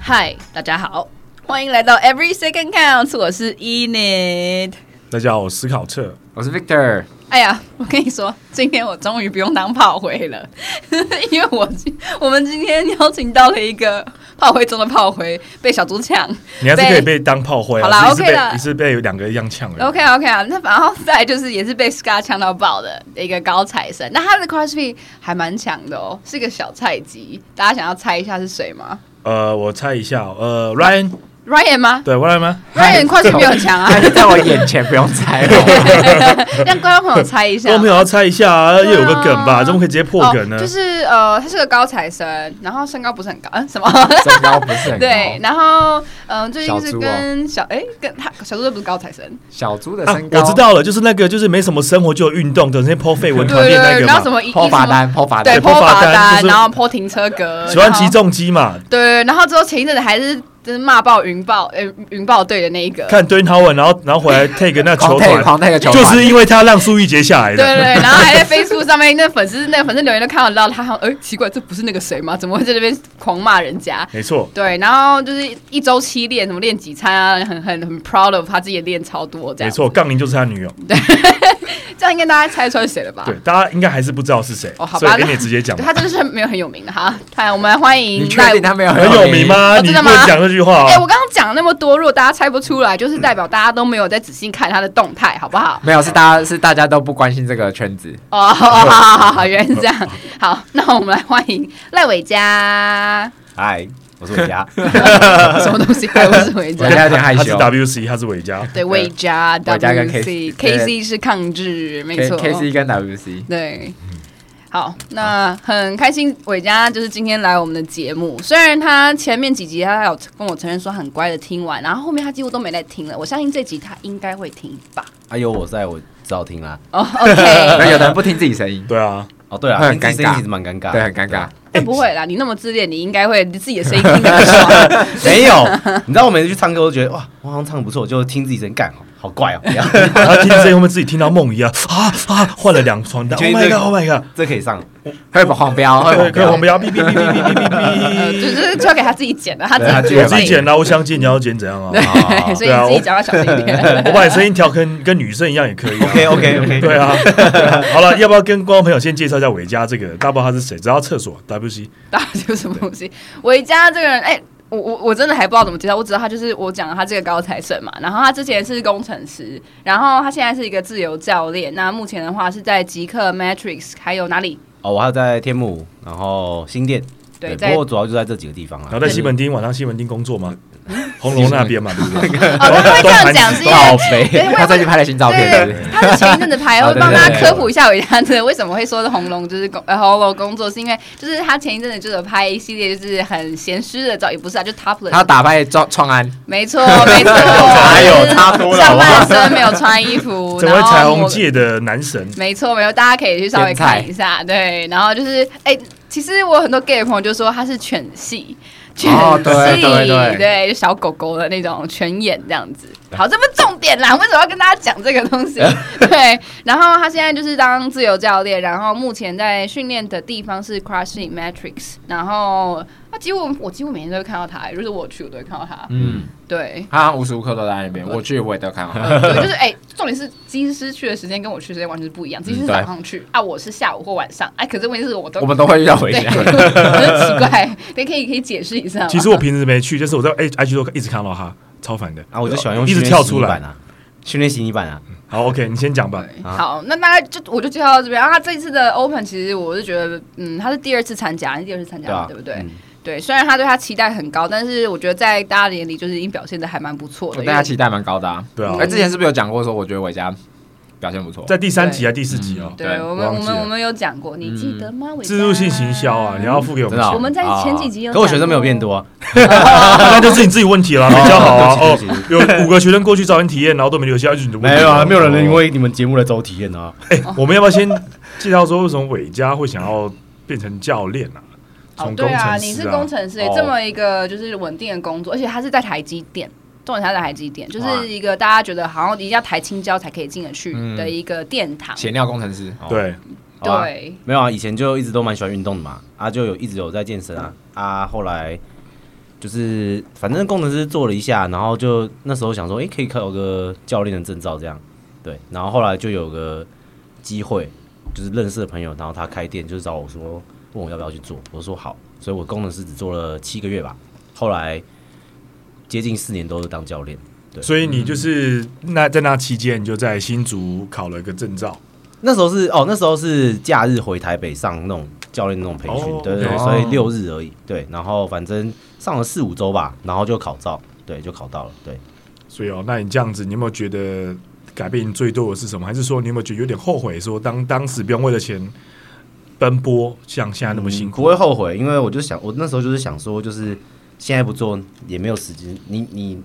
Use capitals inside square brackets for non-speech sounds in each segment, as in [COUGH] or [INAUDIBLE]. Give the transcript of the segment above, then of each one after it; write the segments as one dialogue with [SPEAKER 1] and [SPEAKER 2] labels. [SPEAKER 1] 嗨，大家好，欢迎来到 Every Second Counts，我是 Enid。
[SPEAKER 2] 大家好，我思考彻。
[SPEAKER 3] 我是 Victor，
[SPEAKER 1] 哎呀，我跟你说，今天我终于不用当炮灰了， [LAUGHS] 因为我我们今天邀请到了一个炮灰中的炮灰，被小猪抢。
[SPEAKER 2] 你还是可以被当炮灰啊！
[SPEAKER 1] 好啦
[SPEAKER 2] 你是
[SPEAKER 1] OK
[SPEAKER 2] 被
[SPEAKER 1] 啦
[SPEAKER 2] 你是被两个一样呛的。
[SPEAKER 1] OK OK 啊，那然后再来就是也是被 Scar 呛到爆的一个高材生，那他的 CrossFit 还蛮强的哦，是个小菜鸡。大家想要猜一下是谁吗
[SPEAKER 2] 呃，我猜一下哦，呃，Ryan，
[SPEAKER 1] ？Ryan 吗
[SPEAKER 2] 对，Ryan 吗？
[SPEAKER 3] [LAUGHS]
[SPEAKER 1] ？Ryan CrossFit 比我强啊，
[SPEAKER 3] 他就在我眼前，不用
[SPEAKER 1] [LAUGHS]
[SPEAKER 3] 猜了。
[SPEAKER 1] 让观众朋友猜一下。
[SPEAKER 2] 我们有要猜一下啊，
[SPEAKER 1] 对啊
[SPEAKER 2] 又有个梗吧？怎么可以直接破梗呢
[SPEAKER 1] 哦、？就是呃，他是个高材生，然后身高不是很高， [LAUGHS] 嗯，什么？
[SPEAKER 3] 身高不是很高。
[SPEAKER 1] 对，，然后嗯、最近
[SPEAKER 3] 小
[SPEAKER 1] 是
[SPEAKER 3] 猪哦
[SPEAKER 1] 跟小哎、跟他小猪又不是高材生，
[SPEAKER 3] 小猪的
[SPEAKER 2] 啊
[SPEAKER 3] 身高，
[SPEAKER 2] 我知道了，就是那个，就是没什么生活就有运动的那些泼绯闻
[SPEAKER 1] 对
[SPEAKER 2] 团
[SPEAKER 1] 对
[SPEAKER 2] 练那
[SPEAKER 1] 对，
[SPEAKER 2] 个
[SPEAKER 1] 然后什
[SPEAKER 2] 嘛，
[SPEAKER 1] 么一
[SPEAKER 3] 破罚
[SPEAKER 1] 什么
[SPEAKER 3] 单，破罚
[SPEAKER 1] 对
[SPEAKER 3] 单，
[SPEAKER 1] 泼
[SPEAKER 2] 泼罚
[SPEAKER 1] 罚
[SPEAKER 2] 单
[SPEAKER 1] 单，
[SPEAKER 2] 就是
[SPEAKER 1] 然后泼停车格，
[SPEAKER 2] 喜欢
[SPEAKER 1] 然后
[SPEAKER 2] 骑重机嘛，
[SPEAKER 1] 对，然后之后前一阵子还是就是骂爆云豹，呃，云豹队的那一个，
[SPEAKER 2] 看 d w a y n Howard，然后然后回来 take 那
[SPEAKER 3] 狂
[SPEAKER 1] [LAUGHS]
[SPEAKER 2] 球
[SPEAKER 3] 退
[SPEAKER 2] 团，
[SPEAKER 3] 狂退个球
[SPEAKER 2] 就
[SPEAKER 3] 团，
[SPEAKER 2] 是因为他让苏玉杰下来
[SPEAKER 1] 对对
[SPEAKER 2] 的。
[SPEAKER 1] 对，然后还在 Facebook 上面，那粉丝那粉丝留言都看得到，他好像，哎，奇怪，这不是那个谁吗？怎么会在那边狂骂人家？
[SPEAKER 2] 没错，
[SPEAKER 1] 对，然后就是一周七练，什么练几餐啊，很很很 proud of 他自己也练超多这
[SPEAKER 2] 没
[SPEAKER 1] 样。
[SPEAKER 2] 错，杠铃就是他女友。
[SPEAKER 1] 这样应该大家猜出来是谁了吧？
[SPEAKER 2] 对，，大家应该还是不知道是谁
[SPEAKER 1] 哦好，吧
[SPEAKER 2] 所以给你直
[SPEAKER 1] [LAUGHS]
[SPEAKER 2] 接讲吧。
[SPEAKER 1] 他真的是没有很有名的哈。看，我们来欢迎
[SPEAKER 3] 你确定他没有
[SPEAKER 2] 很有名？吗？
[SPEAKER 1] 哦
[SPEAKER 2] 你
[SPEAKER 1] 真
[SPEAKER 2] 不
[SPEAKER 1] 的吗
[SPEAKER 2] 能讲这句话
[SPEAKER 1] 哎、我
[SPEAKER 2] 哦。
[SPEAKER 1] 刚刚讲了那么多，如果大家猜不出来，就是代表大家都没有在仔细看他的动态，好不好？
[SPEAKER 3] 没有，是大家是大家都不关心这个圈子。
[SPEAKER 1] 哦，好好好好好，原来是这样。好，那我们来欢迎赖伟嘉，
[SPEAKER 4] 嗨，我是伟
[SPEAKER 3] [LAUGHS]
[SPEAKER 4] 嘉。
[SPEAKER 1] 什么东西？还有是伟
[SPEAKER 3] 我
[SPEAKER 1] 嘉。
[SPEAKER 3] 家有点害
[SPEAKER 2] 他是
[SPEAKER 3] 羞。
[SPEAKER 2] WC，他是韦家。
[SPEAKER 1] 对，伟嘉
[SPEAKER 3] 伟嘉跟
[SPEAKER 1] WC
[SPEAKER 3] KC
[SPEAKER 1] KC 是抗拒，没
[SPEAKER 3] K
[SPEAKER 1] 错。
[SPEAKER 3] K C 跟 W C，
[SPEAKER 1] 对。好，那很开心，伟嘉就是今天来我们的节目。虽然他前面几集他有跟我承认说很乖的听完，然后后面他几乎都没在听了。我相信这集他应该会听
[SPEAKER 2] [LAUGHS]
[SPEAKER 1] 吧。
[SPEAKER 4] 哎呦，我在，我照听啦。
[SPEAKER 1] 哦、o k
[SPEAKER 3] 那有的人不听自己声音，
[SPEAKER 2] 对啊，
[SPEAKER 4] 哦，对
[SPEAKER 3] 会
[SPEAKER 4] 了，
[SPEAKER 3] 很
[SPEAKER 4] 听自己
[SPEAKER 3] 尴
[SPEAKER 4] 声音
[SPEAKER 3] 尬
[SPEAKER 4] 其实蛮尴尬的，啊
[SPEAKER 3] 对，很尴尬。
[SPEAKER 1] 但不会啦，你那么自恋，你应该会自己的声音听得很爽。
[SPEAKER 2] [LAUGHS]
[SPEAKER 4] 对。没有， [LAUGHS] 你知道我每次去唱歌都觉得哇，我好像唱得不错，就听自己声音干，好好怪哦。不要
[SPEAKER 2] 然后听这会不会自己听到梦一样啊啊，换了两床单。Oh
[SPEAKER 4] 你确定
[SPEAKER 2] my
[SPEAKER 4] 这
[SPEAKER 2] god!
[SPEAKER 4] 个
[SPEAKER 2] Oh my god!
[SPEAKER 4] [LAUGHS] 这可以上，
[SPEAKER 3] 会哎不黄标，会
[SPEAKER 2] 对，可以
[SPEAKER 3] 黄标
[SPEAKER 2] 我。们要哔哔哔哔哔哔
[SPEAKER 1] 呃，
[SPEAKER 2] 哔
[SPEAKER 1] 就
[SPEAKER 2] 哔。
[SPEAKER 1] 是交给他自己剪的，他自己
[SPEAKER 3] 对他自己
[SPEAKER 2] 我自己剪
[SPEAKER 1] 的。
[SPEAKER 2] 的，我想剪你要剪怎样啊？
[SPEAKER 1] 对，
[SPEAKER 4] 哦
[SPEAKER 1] 所以你自己讲要小心一点。
[SPEAKER 2] 我把你声音调跟跟女生一样也
[SPEAKER 4] [LAUGHS]
[SPEAKER 2] 可以啊。
[SPEAKER 4] OK，OK，OK
[SPEAKER 2] [LAUGHS] 对啊。对啊好了，要不要跟观众朋友先介绍一下韦家这个人？大家不知道他是谁，只要厕所 WC。
[SPEAKER 1] 大家有什么东西？维嘉这个人，哎、我我我真的还不知道怎么介绍，我只知道他就是我讲的他这个高材生嘛，然后他之前是工程师，然后他现在是一个自由教练，那目前的话是在极客 Matrix 还有哪里？
[SPEAKER 4] 哦，我还有在天母，然后新店，
[SPEAKER 1] 对，
[SPEAKER 4] 不
[SPEAKER 1] 在
[SPEAKER 4] 过我主要就在这几个地方
[SPEAKER 2] 然后
[SPEAKER 4] 啊。
[SPEAKER 2] 在西门町，晚上西门町工作吗？红楼那边嘛，对不对？
[SPEAKER 1] [LAUGHS] 哦，他会这样讲是因为。
[SPEAKER 3] 肥 [LAUGHS] 他最近拍了新照片，是不
[SPEAKER 1] 哎对
[SPEAKER 3] 是？，
[SPEAKER 1] 他是前一阵子拍，我会帮大家
[SPEAKER 4] 哦对对对
[SPEAKER 1] 科普一下维嘉这个为什么会说是红龙，就是工呃红楼工作，是因为就是他前一阵子就有拍一系列就是很闲湿的照，也不是啊，就 topless，
[SPEAKER 3] 他打败创创安，
[SPEAKER 1] 没错没错，
[SPEAKER 3] 哪有差多了好
[SPEAKER 1] 上
[SPEAKER 3] 不
[SPEAKER 1] 半
[SPEAKER 3] 好
[SPEAKER 1] 身没有穿衣服，
[SPEAKER 2] [LAUGHS] 成为
[SPEAKER 1] 然后
[SPEAKER 2] 彩虹
[SPEAKER 1] 我
[SPEAKER 2] 界的男神。
[SPEAKER 1] 没错，没有，大家可以去稍微看一下。对，然后就是，哎、其实我有很多 gay 的朋友就说他是犬系，犬系，
[SPEAKER 3] 哦对对对
[SPEAKER 1] 对就小狗狗的那种犬眼这样子。好，这不是重点啦，为什么要跟大家讲这个东
[SPEAKER 3] [LAUGHS]
[SPEAKER 1] 西？对，然后他现在就是当自由教练，然后目前在训练的地方是 CrossFit Matrix，然后他几乎我几乎每天都会看到他、哎如果我去我都会看到他，
[SPEAKER 3] 嗯，
[SPEAKER 1] 对。
[SPEAKER 3] 他好像无时无刻都在那边。我去我也都看到， [LAUGHS]
[SPEAKER 1] 呃对，就是哎、重点是机师去的时间跟我去的时间完全是不一样。机师是
[SPEAKER 3] 嗯对
[SPEAKER 1] 早上去、啊，我是下午或晚上。哎、可是问题是我都
[SPEAKER 3] 我们都会遇到回
[SPEAKER 1] [LAUGHS] 对，
[SPEAKER 3] 家。
[SPEAKER 1] 很奇怪。 [LAUGHS] 你可以可以解释一下吗？
[SPEAKER 2] [LAUGHS] 其实我平时没去，但是我在 H IG 都一直看到他，超烦的。
[SPEAKER 4] [LAUGHS] 啊，我就喜欢用
[SPEAKER 2] 一直
[SPEAKER 4] 训练
[SPEAKER 2] 跳
[SPEAKER 4] 习
[SPEAKER 2] 出
[SPEAKER 4] 泥
[SPEAKER 2] 来
[SPEAKER 4] 板啊，训练习泥板啊，
[SPEAKER 2] 好，OK，你先讲吧。
[SPEAKER 1] 对
[SPEAKER 4] 啊
[SPEAKER 1] 好，那大概就我就介绍到这边。然后他这一次的 Open，其实我是觉得，嗯，他是第二次参加，你第二次参加
[SPEAKER 4] 对
[SPEAKER 1] 嘛，
[SPEAKER 3] 啊
[SPEAKER 4] 吧？
[SPEAKER 1] 对不对？
[SPEAKER 4] 嗯？
[SPEAKER 1] 对，虽然他对他期待很高，但是我觉得在大家的眼里，就是已经表现的还蛮不错
[SPEAKER 2] 哦
[SPEAKER 1] 的。
[SPEAKER 3] 大家
[SPEAKER 1] 因为
[SPEAKER 3] 期待蛮高的啊。
[SPEAKER 2] 对啊
[SPEAKER 3] 哎，之前是不是有讲过说，我觉得伟嘉表现不错？
[SPEAKER 2] 在第三集还是第四集哦？
[SPEAKER 1] 对
[SPEAKER 3] 对
[SPEAKER 1] 我们我
[SPEAKER 2] 忘记了
[SPEAKER 1] 们我们有讲过，你记得
[SPEAKER 3] 嗯
[SPEAKER 1] 吗？伟啊
[SPEAKER 2] 自入性
[SPEAKER 1] 嘉
[SPEAKER 2] 行销
[SPEAKER 1] 嗯
[SPEAKER 2] 啊，你要付给我们
[SPEAKER 3] 真的
[SPEAKER 2] 钱
[SPEAKER 3] 哦
[SPEAKER 1] 我们在前几集有
[SPEAKER 4] 可我学生没有变多啊，
[SPEAKER 2] [LAUGHS] 那就是你自己问题了，没教好啊。
[SPEAKER 4] [LAUGHS] 对
[SPEAKER 2] 哦
[SPEAKER 4] 不起对不，啊
[SPEAKER 2] 有五个学生过去找人体验，然后都没啊留下，一直你的问题
[SPEAKER 4] 哦为你们节目来找我体验啊。
[SPEAKER 2] 哎，我们要不要先介绍说为什么伟嘉会想要变成教练啊？
[SPEAKER 1] 哦
[SPEAKER 2] 从，
[SPEAKER 1] 对
[SPEAKER 2] 工
[SPEAKER 1] 啊，
[SPEAKER 2] 程
[SPEAKER 1] 你
[SPEAKER 2] 师
[SPEAKER 1] 是工程师、欸，
[SPEAKER 4] 哦
[SPEAKER 1] 这么一个就是稳定的工作，而且他是在台积电，重点他在台积电，就是一个大家觉得好像一定要台青交才可以进得去
[SPEAKER 3] 嗯
[SPEAKER 1] 的一个殿堂。
[SPEAKER 3] 闲聊工程师，
[SPEAKER 4] 哦，
[SPEAKER 2] 对，
[SPEAKER 4] 好啊
[SPEAKER 1] 对，
[SPEAKER 4] 没有啊，以前就一直都蛮喜欢运动的嘛，啊，就有一直有在健身啊，啊，后来就是反正工程师做了一下，然后就那时候想说，诶，可以考个教练的证照这样，对。然后后来就有个机会，就是认识的朋友，然后他开店，就是找我说，问我要不要去做，我说好，所以我工程师只做了七个月吧，后来接近四年都是当教练。对
[SPEAKER 2] 所以你就是那在那期间，你就在新竹考了个证照，
[SPEAKER 4] 那时候是哦，那时候是假日回台北上那种教练那种培训，
[SPEAKER 2] 哦
[SPEAKER 4] 对对对，
[SPEAKER 2] OK
[SPEAKER 4] 所以六日而已，对。然后反正上了四五周吧，然后就考照，对，就考到了，对。
[SPEAKER 2] 所以哦，那你这样子，你有没有觉得改变最多的是什么？还是说你有没有觉得有点后悔，说当当时不用为了钱奔波，像现在那么辛
[SPEAKER 4] 嗯不
[SPEAKER 2] 苦？
[SPEAKER 4] 会后悔，因为我就想，我那时候就是想说，就是现在不做也没有时间，你你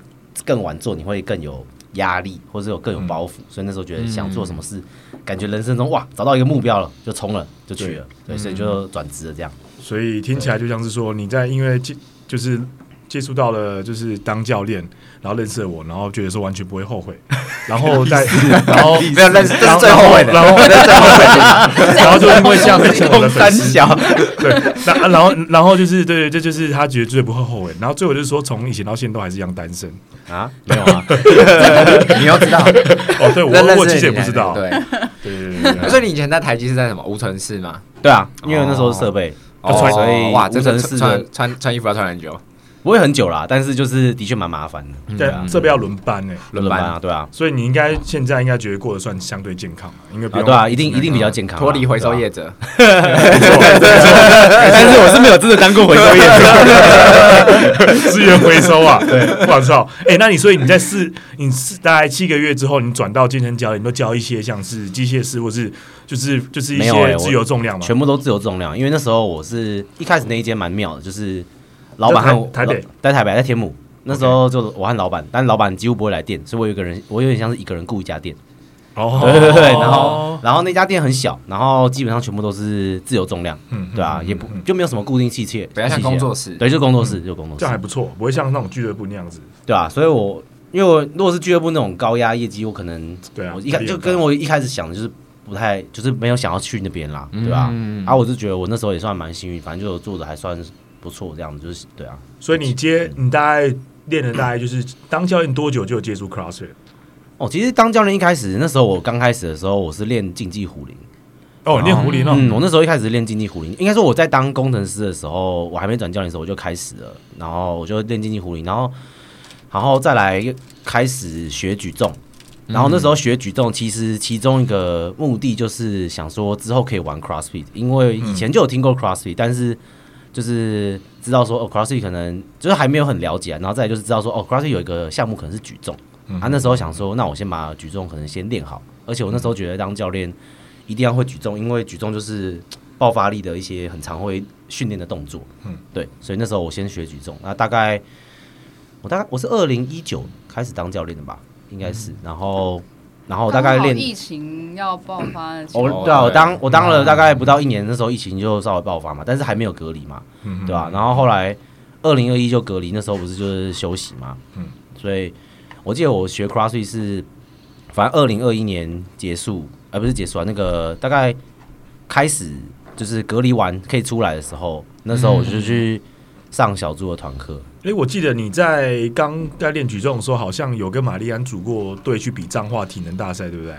[SPEAKER 4] 更晚做你会更有压力，或者有更有包袱，
[SPEAKER 2] 嗯
[SPEAKER 4] 所以那时候觉得想做什么事，感觉人生中哇找到一个目标了，就冲了，就去了，对，
[SPEAKER 2] 嗯
[SPEAKER 4] 所以就转职了这样。
[SPEAKER 2] 所以听起来就像是说你在因为接就是接触到了就是当教练，然后认识了我，然后觉得说完全不会后
[SPEAKER 3] [LAUGHS]
[SPEAKER 2] 悔，然后再然后
[SPEAKER 3] 没有，但是这
[SPEAKER 2] 然
[SPEAKER 3] 是
[SPEAKER 2] 后
[SPEAKER 3] 最后悔的，
[SPEAKER 2] 然后然后
[SPEAKER 3] 最后悔的， [LAUGHS]
[SPEAKER 2] 然后就因为这样变成
[SPEAKER 4] [LAUGHS]
[SPEAKER 2] 我的粉
[SPEAKER 4] 三
[SPEAKER 2] 丝。
[SPEAKER 4] 小，
[SPEAKER 2] 对，那然后然后就是对对，这就是他绝对不会后悔。然后最后就是说，从以前到现在都还是一样单身。
[SPEAKER 4] 啊，没有啊，
[SPEAKER 3] 你要知道，
[SPEAKER 2] [LAUGHS] 哦，对我
[SPEAKER 3] 认识
[SPEAKER 2] 我其实也
[SPEAKER 3] 你
[SPEAKER 2] 不知道。
[SPEAKER 3] 对，
[SPEAKER 2] 对对对对
[SPEAKER 3] 所以你以前在台积是在什么无尘室吗？
[SPEAKER 4] 对啊，因为那时候是设备，
[SPEAKER 2] 要穿
[SPEAKER 4] 所以
[SPEAKER 3] 哦哇，
[SPEAKER 4] 无
[SPEAKER 3] 真的
[SPEAKER 4] 尘室
[SPEAKER 3] 穿
[SPEAKER 4] 的
[SPEAKER 3] 穿穿穿衣服要穿很久，
[SPEAKER 4] 不会很久啦，但是就是的确蛮麻烦的，
[SPEAKER 2] [LAUGHS] 对，对这边要嗯轮班哎，
[SPEAKER 3] 轮班
[SPEAKER 4] 啊，对啊，
[SPEAKER 2] 所以你应该现在应该觉得过得算相对健康嘛，因为不
[SPEAKER 4] 啊
[SPEAKER 2] 用 [LAUGHS]
[SPEAKER 4] 对啊，一定一定比较健康啊，
[SPEAKER 3] 脱离回收
[SPEAKER 4] 对啊
[SPEAKER 3] [LAUGHS] 业者，
[SPEAKER 2] 啊
[SPEAKER 4] [LAUGHS] 啊但是我是没有真的当过回收业者。
[SPEAKER 2] 资源 [LAUGHS] 回收
[SPEAKER 4] [LAUGHS]
[SPEAKER 2] 啊。对，我操！哎，那你所以你在四你四大概七个月之后，你转到健身教练，你都教一些像是机械师或是就是就是一
[SPEAKER 4] 没有欸
[SPEAKER 2] 些
[SPEAKER 4] 我
[SPEAKER 2] 自由重量嘛。
[SPEAKER 4] [LAUGHS] 全部都自由重量，因为那时候我是一开始那一间蛮妙的，就是老板
[SPEAKER 2] 在
[SPEAKER 4] 和我
[SPEAKER 2] 台台北，
[SPEAKER 4] 在台北，在天母。那时候就我和老板，但老板几乎不会来店，所以我有一个人，我有点像是一个人雇一家店。
[SPEAKER 2] 哦
[SPEAKER 4] 对对对，然后然后那家店很小，然后基本上全部都是自由重量，
[SPEAKER 2] 嗯
[SPEAKER 4] 对啊，
[SPEAKER 2] 嗯
[SPEAKER 4] 也不就没有什么固定器械，
[SPEAKER 3] 比较像
[SPEAKER 4] 器械
[SPEAKER 3] 工作室
[SPEAKER 4] 对，就工作室，就工作
[SPEAKER 2] [LAUGHS] 这
[SPEAKER 4] 室
[SPEAKER 2] 样还，不错，不会像那种俱乐部那样子。
[SPEAKER 4] 对啊，所以我因为我如果是俱乐部那种高压业绩，我可能
[SPEAKER 2] 对啊
[SPEAKER 4] 我一开
[SPEAKER 2] 压力
[SPEAKER 4] 就
[SPEAKER 2] 很
[SPEAKER 4] 跟
[SPEAKER 2] 大
[SPEAKER 4] 我一开始想的就是不太，就是没有想要去那边啦，对吧、啊？
[SPEAKER 3] 嗯
[SPEAKER 4] 我是觉得我那时候也算蛮幸运，反正就有做的还算不错，这样子就是对啊，
[SPEAKER 2] 所以你接你大概练了大概就是当教练多久就有接触 CrossFit？
[SPEAKER 4] 哦，其实当教练一开始，那时候我刚开始的时候，我是练竞技虎林。
[SPEAKER 2] 哦，练狐狸
[SPEAKER 4] 嗯，
[SPEAKER 2] 哦，
[SPEAKER 4] 我那时候一开始练竞技虎林，应该说我在当工程师的时候，我还没转教练的时候我就开始了，然后我就练竞技虎林，然后然后再来开始学举重，然后那时候学举重，其实其中一个目的就是想说之后可以玩 CrossFit，因为以前就有听过 CrossFit，、但是就是知道说哦 CrossFit 可能就是还没有很了解啊、然后再来就是知道说哦 CrossFit 有一个项目可能是举重，啊那时候想说那我先把举重可能先练好，而且我那时候觉得当教练一定要会举重，因为举重就是爆发力的一些很常会训练的动作，嗯
[SPEAKER 2] 嗯，
[SPEAKER 4] 对，所以那时候我先学举重，那大概我大概我是二零一九开始当教练的吧，应该是，然后然后我大概
[SPEAKER 1] 刚好
[SPEAKER 4] 练
[SPEAKER 1] 疫情要爆发的情
[SPEAKER 4] 我
[SPEAKER 1] 况，
[SPEAKER 3] 哦
[SPEAKER 4] 对啊，我
[SPEAKER 3] 对
[SPEAKER 4] 当我当了大概不到一年，那时候疫情就稍微爆发嘛，但是还没有隔离嘛，
[SPEAKER 2] 嗯
[SPEAKER 4] 对吧、然后后来二零二一就隔离，那时候不是就是休息嘛，嗯
[SPEAKER 2] 嗯，
[SPEAKER 4] 所以我记得我学 CrossFit 是，反正二零二一年结束，而、不是结束啊，那个大概开始就是隔离完可以出来的时候，那时候我就去上小猪的团课，
[SPEAKER 2] 哎，我记得你在刚在练举重的时候，好像有跟玛丽安组过队去比彰化体能大赛，对不对？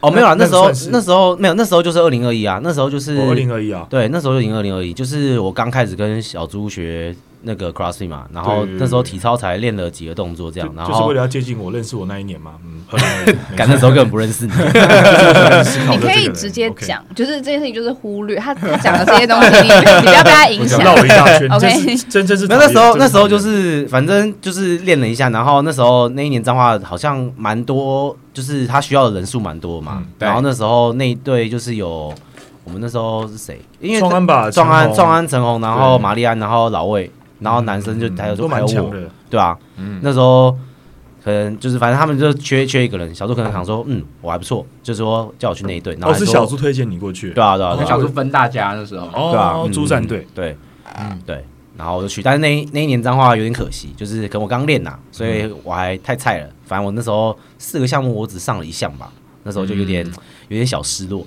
[SPEAKER 4] 哦，没有啦，
[SPEAKER 2] 那
[SPEAKER 4] 那时候
[SPEAKER 2] 那算是
[SPEAKER 4] 那时候没有，那时候就是二零二一啊，那时候就是
[SPEAKER 2] 我二零二一啊，
[SPEAKER 4] 对，那时候就已经二零二一，就是我刚开始跟小猪学那个 CrossFit 嘛，然后
[SPEAKER 2] 对对对
[SPEAKER 4] 那时候体操才练了几个动作这
[SPEAKER 2] 就
[SPEAKER 4] 样，然
[SPEAKER 2] 就是
[SPEAKER 4] 后
[SPEAKER 2] 为了要接近我认识我那一年嘛，
[SPEAKER 4] [LAUGHS]
[SPEAKER 2] 嗯，2021
[SPEAKER 4] 赶那时候根本不认识你，
[SPEAKER 1] [LAUGHS] 你可以直接，讲，就是这件事情就是忽略他他讲的这些东西，你
[SPEAKER 4] [LAUGHS]
[SPEAKER 1] 你不要被他影
[SPEAKER 2] 没事
[SPEAKER 1] 响
[SPEAKER 2] 没事。绕了一大圈，
[SPEAKER 1] OK
[SPEAKER 2] 真是真真是
[SPEAKER 4] 没有那时候
[SPEAKER 2] 真
[SPEAKER 4] 那时候就
[SPEAKER 2] 讨厌
[SPEAKER 4] 是反正就是练了一下，然后那时候那一年彰化好像蛮多，就是他需要的人数蛮多嘛，
[SPEAKER 2] 嗯
[SPEAKER 3] 对
[SPEAKER 4] 然后那时候那一队就是有我们那时候是谁？因为
[SPEAKER 2] 创安吧，
[SPEAKER 4] 壮安
[SPEAKER 2] 陈红
[SPEAKER 4] 壮安陈红，然后
[SPEAKER 2] 对
[SPEAKER 4] 玛丽安，然后老魏，然后男生就
[SPEAKER 2] 嗯
[SPEAKER 4] 还有
[SPEAKER 2] 都
[SPEAKER 4] 说还有
[SPEAKER 2] 蛮强
[SPEAKER 4] 我，
[SPEAKER 2] 的，嗯
[SPEAKER 4] 对啊，那时候可能就是反正他们就缺缺一个人，小猪可能想说，嗯，我还不错，就说叫我去那一队，然后
[SPEAKER 2] 哦
[SPEAKER 4] 还
[SPEAKER 2] 是
[SPEAKER 4] 说
[SPEAKER 2] 小猪推荐你过去，
[SPEAKER 4] 对啊对啊
[SPEAKER 3] 我
[SPEAKER 4] 对
[SPEAKER 3] 跟
[SPEAKER 4] 啊
[SPEAKER 3] 哦小猪分大家那时候，
[SPEAKER 4] 对啊
[SPEAKER 2] 哦，，
[SPEAKER 4] 嗯
[SPEAKER 2] 猪战队，
[SPEAKER 4] 对，嗯对，然后我就去，但是那一那一年脏话有点可惜，就是
[SPEAKER 3] 嗯
[SPEAKER 4] 可能我刚练呐，所以我还太菜了，反正我那时候四个项目我只上了一项吧，那时候就
[SPEAKER 3] 嗯
[SPEAKER 4] 有点、有点小失落，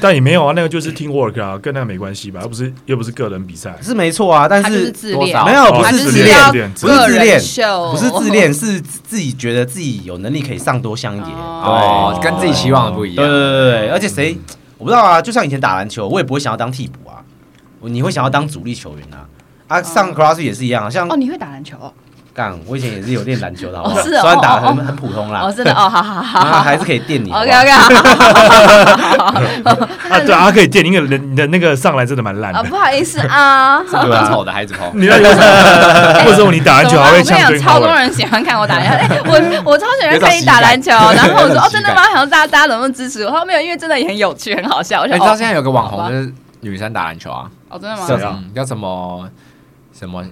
[SPEAKER 2] 但也没有啊，那个就是 team work 啊，跟那个没关系吧，又不是又不是个人比赛，哦
[SPEAKER 4] 是没错啊，但
[SPEAKER 1] 他就是
[SPEAKER 4] 是
[SPEAKER 1] 自恋，
[SPEAKER 4] 没有不
[SPEAKER 1] 他
[SPEAKER 4] 是
[SPEAKER 1] 就是
[SPEAKER 4] 自恋
[SPEAKER 1] 要
[SPEAKER 2] 自
[SPEAKER 4] 恋
[SPEAKER 1] 个
[SPEAKER 4] 自恋
[SPEAKER 1] 人秀，
[SPEAKER 4] 不是自恋，是自己觉得自己有能力可以上多香一点。
[SPEAKER 1] 哦
[SPEAKER 3] 哦，跟自己期望的不一
[SPEAKER 4] 对对
[SPEAKER 3] 样。
[SPEAKER 4] 对对，而且谁我不知道啊，就像以前打篮球，我也不会想要当替补啊，你会想要当主力球员啊。啊，
[SPEAKER 1] 嗯
[SPEAKER 4] 上 cross 也是一样啊，像
[SPEAKER 1] 哦，你会打篮球哦？
[SPEAKER 4] 干，我以前也是有练篮球的，好不好？
[SPEAKER 1] 哦是
[SPEAKER 4] [LAUGHS] 虽
[SPEAKER 1] 哦
[SPEAKER 4] 然打得
[SPEAKER 1] 哦
[SPEAKER 4] 很很普通
[SPEAKER 1] 哦，
[SPEAKER 4] 啦，
[SPEAKER 1] 真的哦，好好好
[SPEAKER 4] 那
[SPEAKER 1] 好，
[SPEAKER 4] 还是可以 [LAUGHS] 垫你。好
[SPEAKER 1] OK
[SPEAKER 4] 不好
[SPEAKER 1] OK，好好好
[SPEAKER 2] 啊，对啊，可以垫，因为你的那个上来真的蛮烂
[SPEAKER 1] 啊，
[SPEAKER 2] 的。
[SPEAKER 1] 不好意思啊。
[SPEAKER 3] 这个丑的孩子跑，
[SPEAKER 2] 你那有什么啊为什么你打篮球还会
[SPEAKER 1] 怎么办我
[SPEAKER 2] 呛
[SPEAKER 1] 跟
[SPEAKER 2] 对
[SPEAKER 1] 你讲，超
[SPEAKER 2] 方？
[SPEAKER 1] 多人喜欢看我打篮球，哎，我我超喜欢看你打篮球。然后我说哦，真的吗？好像大家大家怎么支持我？他说没有，因为真的也很有趣，很好笑。我
[SPEAKER 3] 哎
[SPEAKER 1] 想
[SPEAKER 3] 你知道
[SPEAKER 1] 哦
[SPEAKER 3] 现在有个网
[SPEAKER 1] 好
[SPEAKER 3] 红
[SPEAKER 1] 吧
[SPEAKER 3] 就是女生打篮球啊，
[SPEAKER 1] 哦，真的
[SPEAKER 2] 是
[SPEAKER 1] 吗
[SPEAKER 2] 啊？对
[SPEAKER 3] 嗯叫什么什么？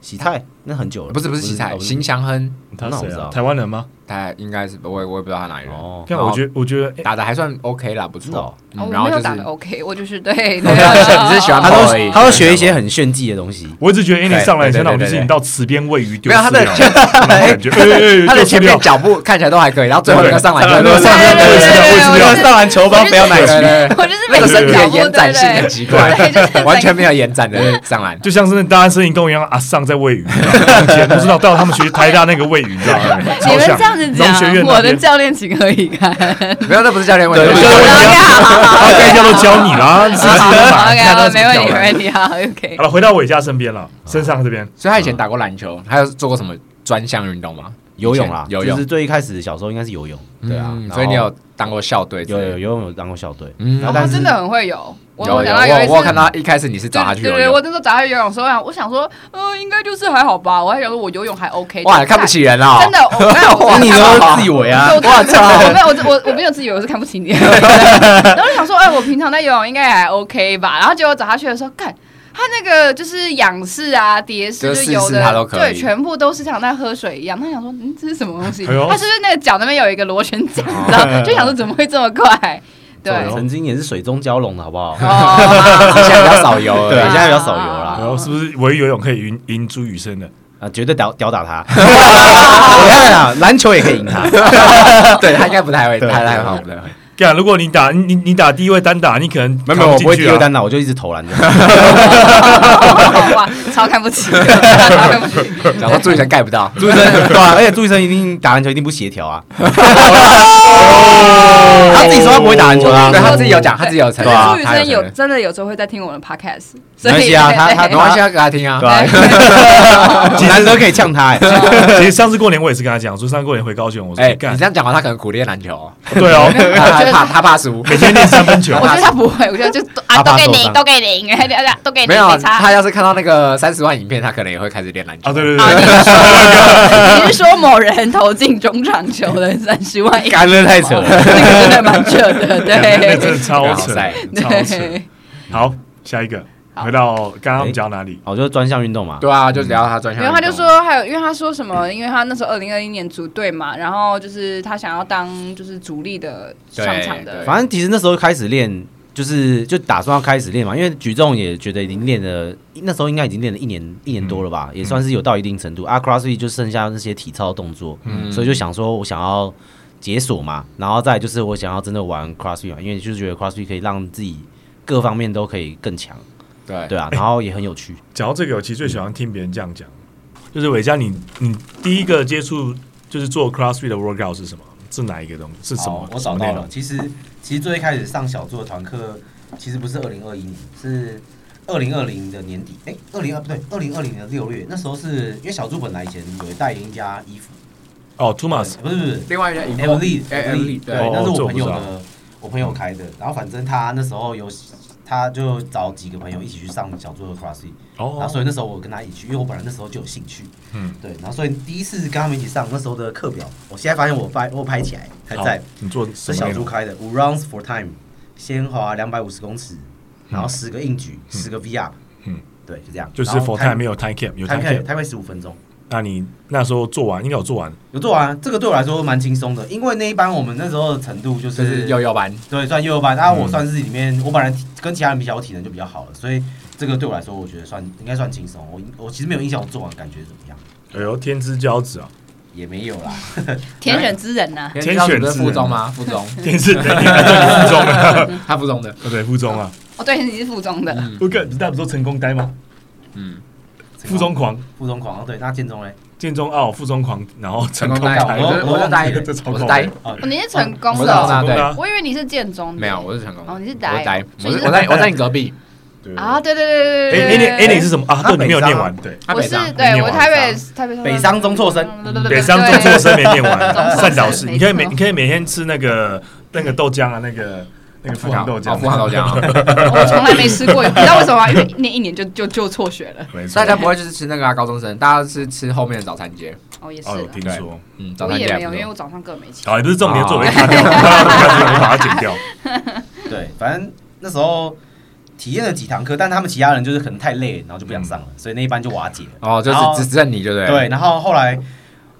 [SPEAKER 4] 洗泰那很久了，哦
[SPEAKER 3] 不是不是西彩，邢祥亨，
[SPEAKER 2] 他
[SPEAKER 4] 那我
[SPEAKER 2] 谁
[SPEAKER 4] 知
[SPEAKER 2] 啊
[SPEAKER 4] 道？
[SPEAKER 2] 台湾人吗？
[SPEAKER 3] 他应该是啊我也我也不知道他哪里人。
[SPEAKER 4] 哦，
[SPEAKER 2] 看，
[SPEAKER 3] 然后
[SPEAKER 2] 我觉得我觉得哎
[SPEAKER 3] 打的还算 OK 啦，不错
[SPEAKER 4] 哦。
[SPEAKER 1] 哦
[SPEAKER 3] 嗯然
[SPEAKER 1] 我
[SPEAKER 3] 后
[SPEAKER 1] 没
[SPEAKER 3] 就
[SPEAKER 1] 有
[SPEAKER 3] 是
[SPEAKER 1] 打的 OK，我就是对，对
[SPEAKER 3] 只是啊喜欢
[SPEAKER 4] 他
[SPEAKER 3] 跑而
[SPEAKER 4] 都
[SPEAKER 3] 已
[SPEAKER 4] 他都学一些很炫技的东西。
[SPEAKER 2] 我一直觉得 a n 上来，
[SPEAKER 3] 对对
[SPEAKER 2] 像那种就
[SPEAKER 3] 对对
[SPEAKER 2] 是
[SPEAKER 3] 对
[SPEAKER 2] 你到池边喂鱼丢
[SPEAKER 3] 没有
[SPEAKER 2] 饲
[SPEAKER 3] 他的
[SPEAKER 2] 料那种感觉，哎
[SPEAKER 3] 他的
[SPEAKER 2] 丢
[SPEAKER 3] 前
[SPEAKER 2] 饲
[SPEAKER 3] 面
[SPEAKER 2] 料
[SPEAKER 3] 脚步看起来都还可以，然后最后那个上来
[SPEAKER 4] 上来
[SPEAKER 3] 就
[SPEAKER 4] 上
[SPEAKER 1] 对对
[SPEAKER 4] 来
[SPEAKER 1] 对对对
[SPEAKER 2] 我
[SPEAKER 1] 对
[SPEAKER 2] 知
[SPEAKER 1] 对
[SPEAKER 4] 完球
[SPEAKER 1] 包不要买
[SPEAKER 3] 对对对
[SPEAKER 1] 我就是
[SPEAKER 3] 那
[SPEAKER 1] 每
[SPEAKER 3] 个身体
[SPEAKER 1] 脚
[SPEAKER 3] 的
[SPEAKER 1] 步
[SPEAKER 3] 延展性很奇怪
[SPEAKER 1] 对就是，
[SPEAKER 3] 完全没有延展的上篮。
[SPEAKER 2] 就像是大安森林公园啊，上在喂鱼，以前不知道到他们学台大那个喂鱼，你知道吗？
[SPEAKER 1] 你
[SPEAKER 2] 超
[SPEAKER 1] 们
[SPEAKER 2] 像
[SPEAKER 1] 这样子
[SPEAKER 2] 农学院
[SPEAKER 1] 讲，
[SPEAKER 2] 那
[SPEAKER 1] 我的
[SPEAKER 2] 边
[SPEAKER 1] 教练请可以看。
[SPEAKER 3] 没有，那不是教练问题，
[SPEAKER 1] [LAUGHS]
[SPEAKER 4] 对
[SPEAKER 3] 就是
[SPEAKER 4] 对
[SPEAKER 2] 对他该教都教你啦，你自己都买。
[SPEAKER 1] OK，没问题，没问题，好，OK
[SPEAKER 2] 好。了，回到伟嘉身边了，身上这边
[SPEAKER 3] 所以他以前打过篮球，还有做过什么专项运动吗？
[SPEAKER 4] 游泳啦，
[SPEAKER 3] 游
[SPEAKER 4] 就
[SPEAKER 3] 泳
[SPEAKER 4] 是最一开始小时候应该是游泳，对啊
[SPEAKER 3] 嗯，
[SPEAKER 4] 然后
[SPEAKER 3] 所以你有当过校队之
[SPEAKER 4] 有
[SPEAKER 3] 类的？
[SPEAKER 4] 有游泳有当过校队，
[SPEAKER 3] 嗯
[SPEAKER 4] 然后
[SPEAKER 1] 他
[SPEAKER 4] 但
[SPEAKER 1] 哦
[SPEAKER 4] 是
[SPEAKER 1] 真的很会游，我
[SPEAKER 3] 有有，
[SPEAKER 1] 想到有一
[SPEAKER 3] 我
[SPEAKER 1] 次
[SPEAKER 3] 我有看到一开始你是找他去啊
[SPEAKER 1] 对
[SPEAKER 3] 游
[SPEAKER 1] 对对，我
[SPEAKER 3] 泳，
[SPEAKER 1] 那时候找他游泳的时候，我想说，呃，应该就是还好吧。我还想说我游泳还 OK。
[SPEAKER 3] 哇，看不。起人啊！
[SPEAKER 1] 真的，我没有，
[SPEAKER 3] [LAUGHS]
[SPEAKER 4] 那
[SPEAKER 1] 我
[SPEAKER 4] 你
[SPEAKER 1] 看不起
[SPEAKER 4] 都自以为啊
[SPEAKER 1] 我，
[SPEAKER 3] 哇操
[SPEAKER 1] 我 [LAUGHS] 没有，我我我没有自己以为我是看不起你。 [LAUGHS] 然后我想说，哎，我平常在游泳应该还 OK 吧。然后结果找他去的时候，干。他那个就是仰式啊、蝶式，
[SPEAKER 3] 就是
[SPEAKER 1] 就
[SPEAKER 3] 四
[SPEAKER 1] 游
[SPEAKER 3] 式他
[SPEAKER 1] 的
[SPEAKER 3] 都可以
[SPEAKER 1] 对，全部都是像在喝水一样。他想说，嗯，这是什么东西？
[SPEAKER 2] 哎呦
[SPEAKER 1] 他是不是那个脚那边有一个螺旋桨？你知
[SPEAKER 3] [LAUGHS]
[SPEAKER 1] 道，就想说怎么会这么快？对，
[SPEAKER 4] 对曾经也是水中蛟龙的好不
[SPEAKER 3] [LAUGHS]
[SPEAKER 4] 好？
[SPEAKER 1] 哦，
[SPEAKER 3] 现在比较少游了，
[SPEAKER 4] 对，
[SPEAKER 1] 啊
[SPEAKER 4] 现在比较少游啦，
[SPEAKER 2] 然后是不是唯一游泳可以赢赢朱雨生的？
[SPEAKER 4] 啊，绝对屌屌打
[SPEAKER 3] [LAUGHS]
[SPEAKER 4] 他。我看啊，篮球也可以赢他，
[SPEAKER 3] 对他应该不太会，
[SPEAKER 4] 对
[SPEAKER 3] 他太好了。
[SPEAKER 2] 干，如果你打你你打第一位单打，你可能
[SPEAKER 4] 没有没有，我不会第
[SPEAKER 3] 啊
[SPEAKER 2] 第
[SPEAKER 4] 二单打，我就一直投篮就好。
[SPEAKER 1] [LAUGHS]
[SPEAKER 3] [LAUGHS]
[SPEAKER 1] 哇，超看不起，超看不起。
[SPEAKER 3] 然后注意人盖不到，
[SPEAKER 4] 朱医生对啊，而且朱医生一定打篮球一定不协调啊，
[SPEAKER 2] 哦
[SPEAKER 4] 他自己说他不会打篮球啊
[SPEAKER 3] 对他自己有讲，他自己有承认，
[SPEAKER 1] 朱雨
[SPEAKER 3] 啊他
[SPEAKER 1] 生啊
[SPEAKER 3] 承
[SPEAKER 1] 有哎
[SPEAKER 3] 认
[SPEAKER 1] 真的有时候会在听我们的 podcast，所
[SPEAKER 4] 没关
[SPEAKER 1] 以
[SPEAKER 4] 系啊他他
[SPEAKER 3] 没关系，要给他听啊
[SPEAKER 4] 对。吧？ [LAUGHS] 难得可以呛他哎，
[SPEAKER 1] 啊
[SPEAKER 4] [LAUGHS]
[SPEAKER 2] 其实上次过年我也是跟他讲，说上次过年回高雄，我说
[SPEAKER 3] 哎，
[SPEAKER 2] 你干
[SPEAKER 3] 你这样讲话，他可能苦练篮球哦，
[SPEAKER 2] 对哦，
[SPEAKER 3] 他他怕他怕输，
[SPEAKER 2] 每天练三分球
[SPEAKER 1] [LAUGHS] 我，
[SPEAKER 4] [LAUGHS]
[SPEAKER 1] 觉得他不会，我觉得就啊，都给你，都给你，都给你，
[SPEAKER 3] 没有，啊
[SPEAKER 1] 差。
[SPEAKER 3] 他要是看到那个三十万影片，他可能也会开始练篮球。
[SPEAKER 2] 啊，对对
[SPEAKER 1] [LAUGHS] 啊，
[SPEAKER 2] 对
[SPEAKER 1] 你是说你是说某人投进中场球的三十万？
[SPEAKER 4] 干了太扯
[SPEAKER 1] 那
[SPEAKER 4] 了。
[SPEAKER 1] 个真的蛮扯的，
[SPEAKER 2] [LAUGHS] 那真
[SPEAKER 1] 对
[SPEAKER 2] 的超扯，超扯。
[SPEAKER 1] 对。
[SPEAKER 2] 好，下一个，回到刚刚我们讲到哪里？
[SPEAKER 4] 哦，就是专项运动嘛，
[SPEAKER 3] [LAUGHS] 对啊，就聊到他专项。
[SPEAKER 1] 没有，他就，说还有，因为他说什么？因为他那时候二零二一年组队嘛，然后就是他想要当就是主力的上场的
[SPEAKER 3] 对，
[SPEAKER 4] 反正其实那时候开始练，就是就打算要开始练嘛，因为举重也觉得已经练了，那时候应该已经练了一年一年多
[SPEAKER 3] 嗯
[SPEAKER 4] 了吧，也算是有到一定程度。啊，CrossFit 就剩下那些体操动作，
[SPEAKER 3] 嗯
[SPEAKER 4] 所以就想说我想要解锁嘛，然后再来就是我想要真的玩 CrossFit 嘛，因为就是觉得 CrossFit 可以让自己各方面都可以更强，
[SPEAKER 3] 对
[SPEAKER 4] 对啊，然后也很有趣。
[SPEAKER 2] 讲到这个，我其实最喜欢听别人这样讲，就是伟嘉，你你第一个接触就是做 CrossFit 的 workout 是什么？是哪一个东西？是什么
[SPEAKER 4] 哦？我
[SPEAKER 2] 什
[SPEAKER 4] 找
[SPEAKER 2] 么
[SPEAKER 4] 到
[SPEAKER 2] 内
[SPEAKER 4] 了
[SPEAKER 2] 容。。
[SPEAKER 4] 其实其实最一开始上小做的团课，其实不是二零二一年，是二零二零的年底，哎、2二零二不对，二零二零的六月，那时候是因为小猪本来以前有代言一家衣服，
[SPEAKER 2] 哦，Thomas，
[SPEAKER 4] 不是不是
[SPEAKER 3] 另外一个
[SPEAKER 4] e v l e
[SPEAKER 3] L
[SPEAKER 4] v
[SPEAKER 3] E，
[SPEAKER 4] l 对，
[SPEAKER 2] 哦
[SPEAKER 3] 对，
[SPEAKER 4] 那是我朋友
[SPEAKER 2] 这我不
[SPEAKER 4] 的，我朋友开的，然后反正他那时候有。他就找几个朋友一起去上小猪的 crossfit，然后
[SPEAKER 2] 哦，
[SPEAKER 4] 所以那时候我跟他一起去，因为我本来那时候就有兴趣，
[SPEAKER 2] 嗯，
[SPEAKER 4] 对，然后所以第一次跟他们一起上那时候的课表，我现在发现我拍我拍起来还
[SPEAKER 2] 好
[SPEAKER 4] 在，
[SPEAKER 2] 你做
[SPEAKER 4] 是
[SPEAKER 2] 什么
[SPEAKER 4] 小
[SPEAKER 2] 内
[SPEAKER 4] 猪
[SPEAKER 2] 容？
[SPEAKER 4] 开的五 rounds for time，先滑两百五十公尺，然后十个硬举，十个 V up，
[SPEAKER 2] 嗯
[SPEAKER 4] 嗯，对，就这样。
[SPEAKER 2] 就是
[SPEAKER 4] 然后
[SPEAKER 2] for time 没有 time cap，有
[SPEAKER 4] time
[SPEAKER 2] time
[SPEAKER 4] cap
[SPEAKER 2] cap。
[SPEAKER 4] time cap 十五分钟，
[SPEAKER 2] 那你那时候做完，应该有做完。
[SPEAKER 4] 有做完。这个对我来说蛮轻松的，因为那一班我们那时候的程度
[SPEAKER 3] 就
[SPEAKER 4] 就
[SPEAKER 3] 是
[SPEAKER 4] 是
[SPEAKER 3] 幼幼班，
[SPEAKER 4] 对算幼幼班，啊，
[SPEAKER 2] 嗯
[SPEAKER 4] 我算是里面我本来体跟其他人比较，我体能就比较好了，所以这个对我来说，我觉得算应该算轻松。我我其实没有印象我做完感觉怎么样。
[SPEAKER 2] 哎呦，天之骄子啊！
[SPEAKER 4] 也没有啦。
[SPEAKER 1] 天选之人啊呐、
[SPEAKER 2] 天选之人
[SPEAKER 3] 你知道你不是附中吗？附中，
[SPEAKER 2] [LAUGHS] 天是天是附中啊，
[SPEAKER 3] 他附中的，
[SPEAKER 2] 对，附中啊，
[SPEAKER 1] 哦，对，你是附中的，
[SPEAKER 2] 我看你大不都成功呆吗？
[SPEAKER 3] 嗯，
[SPEAKER 2] 附中狂、
[SPEAKER 4] 附中狂，哦对，那建中嘞？
[SPEAKER 2] 建中傲、附中狂，然后成
[SPEAKER 3] 成
[SPEAKER 2] 功
[SPEAKER 3] 功呆，哦
[SPEAKER 2] 呆，
[SPEAKER 3] 我是我是呆，
[SPEAKER 2] 这超
[SPEAKER 3] 我
[SPEAKER 2] 高
[SPEAKER 3] 是呆，
[SPEAKER 4] 哦
[SPEAKER 1] 哦，你是成功
[SPEAKER 3] 我
[SPEAKER 1] 的
[SPEAKER 3] 是
[SPEAKER 1] 哦，
[SPEAKER 3] 啊，
[SPEAKER 2] 成功的
[SPEAKER 3] 对，
[SPEAKER 2] 啊
[SPEAKER 1] 我以为你是建中的，
[SPEAKER 3] 没有，我是成功的，
[SPEAKER 1] 哦你是呆
[SPEAKER 3] 我是呆，
[SPEAKER 1] 所
[SPEAKER 3] 我
[SPEAKER 1] 以
[SPEAKER 3] 是
[SPEAKER 1] 是
[SPEAKER 3] 我在我在你隔壁，
[SPEAKER 1] 啊，对对对对
[SPEAKER 2] 哎
[SPEAKER 1] 对
[SPEAKER 2] 哎
[SPEAKER 1] 对
[SPEAKER 2] 你
[SPEAKER 1] 对，
[SPEAKER 2] 哎你是什么啊？对，你没有念完，对，
[SPEAKER 3] 他
[SPEAKER 1] 我
[SPEAKER 3] 北啊
[SPEAKER 1] 是
[SPEAKER 3] 上，
[SPEAKER 2] 没
[SPEAKER 1] 对
[SPEAKER 2] 念
[SPEAKER 1] 我
[SPEAKER 2] 完
[SPEAKER 1] 台北台北
[SPEAKER 4] 北商中辍生，
[SPEAKER 2] 北商中辍生没念完，啊善导师，
[SPEAKER 1] 没错
[SPEAKER 2] 你可以每你可以每天吃那个那个豆浆啊，那个那个富
[SPEAKER 3] 哦
[SPEAKER 2] 航豆浆，
[SPEAKER 3] 富航豆
[SPEAKER 2] [LAUGHS]
[SPEAKER 3] 浆
[SPEAKER 4] [LAUGHS]
[SPEAKER 3] 啊，
[SPEAKER 1] 我从来没吃过，你知道为什么吗？因为念一年就就就辍学了。
[SPEAKER 2] 没错
[SPEAKER 3] 大，家不会就是吃那个啊高中生，大家是吃后面的早餐街，
[SPEAKER 1] 哦，也是
[SPEAKER 2] 哦，有
[SPEAKER 1] 啦，
[SPEAKER 2] 听说，
[SPEAKER 3] 嗯，早
[SPEAKER 1] 我
[SPEAKER 3] 餐街
[SPEAKER 1] 也
[SPEAKER 3] 还
[SPEAKER 1] 没
[SPEAKER 3] 不
[SPEAKER 1] 有，因为
[SPEAKER 3] 错
[SPEAKER 1] 我早上根本没起。
[SPEAKER 2] 好，也不是重点，
[SPEAKER 3] 哦
[SPEAKER 2] 是我被擦掉，我把它剪掉，
[SPEAKER 4] 对，反正那时候体验了几堂课，但他们其他人就是可能太累，然后就不想上了，所以那一班就瓦解了。
[SPEAKER 3] 嗯哦，就
[SPEAKER 4] 然后
[SPEAKER 3] 是只只剩你，对不对？
[SPEAKER 4] 对，，然后后来，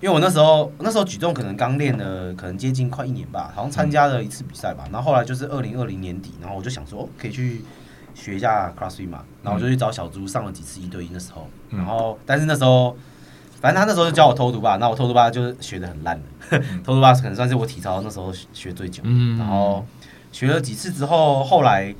[SPEAKER 4] 因为我那时候那时候举重可能刚练了，可能接近快一年吧，好像参加了一次比赛
[SPEAKER 3] 嗯
[SPEAKER 4] 吧。然后后来就是二零二零年底，然后我就想说，哦可以去学一下 CrossFit 嘛，然后我就去找小猪上了几次一对一。那时候，
[SPEAKER 2] 嗯
[SPEAKER 4] 然后但是那时候，反正他那时候就教我偷读吧，那我偷读吧就是学的很烂的， [LAUGHS] 偷读吧可能算是我体操那时候学最久。
[SPEAKER 3] 嗯，
[SPEAKER 4] 然后学了几次之后，后来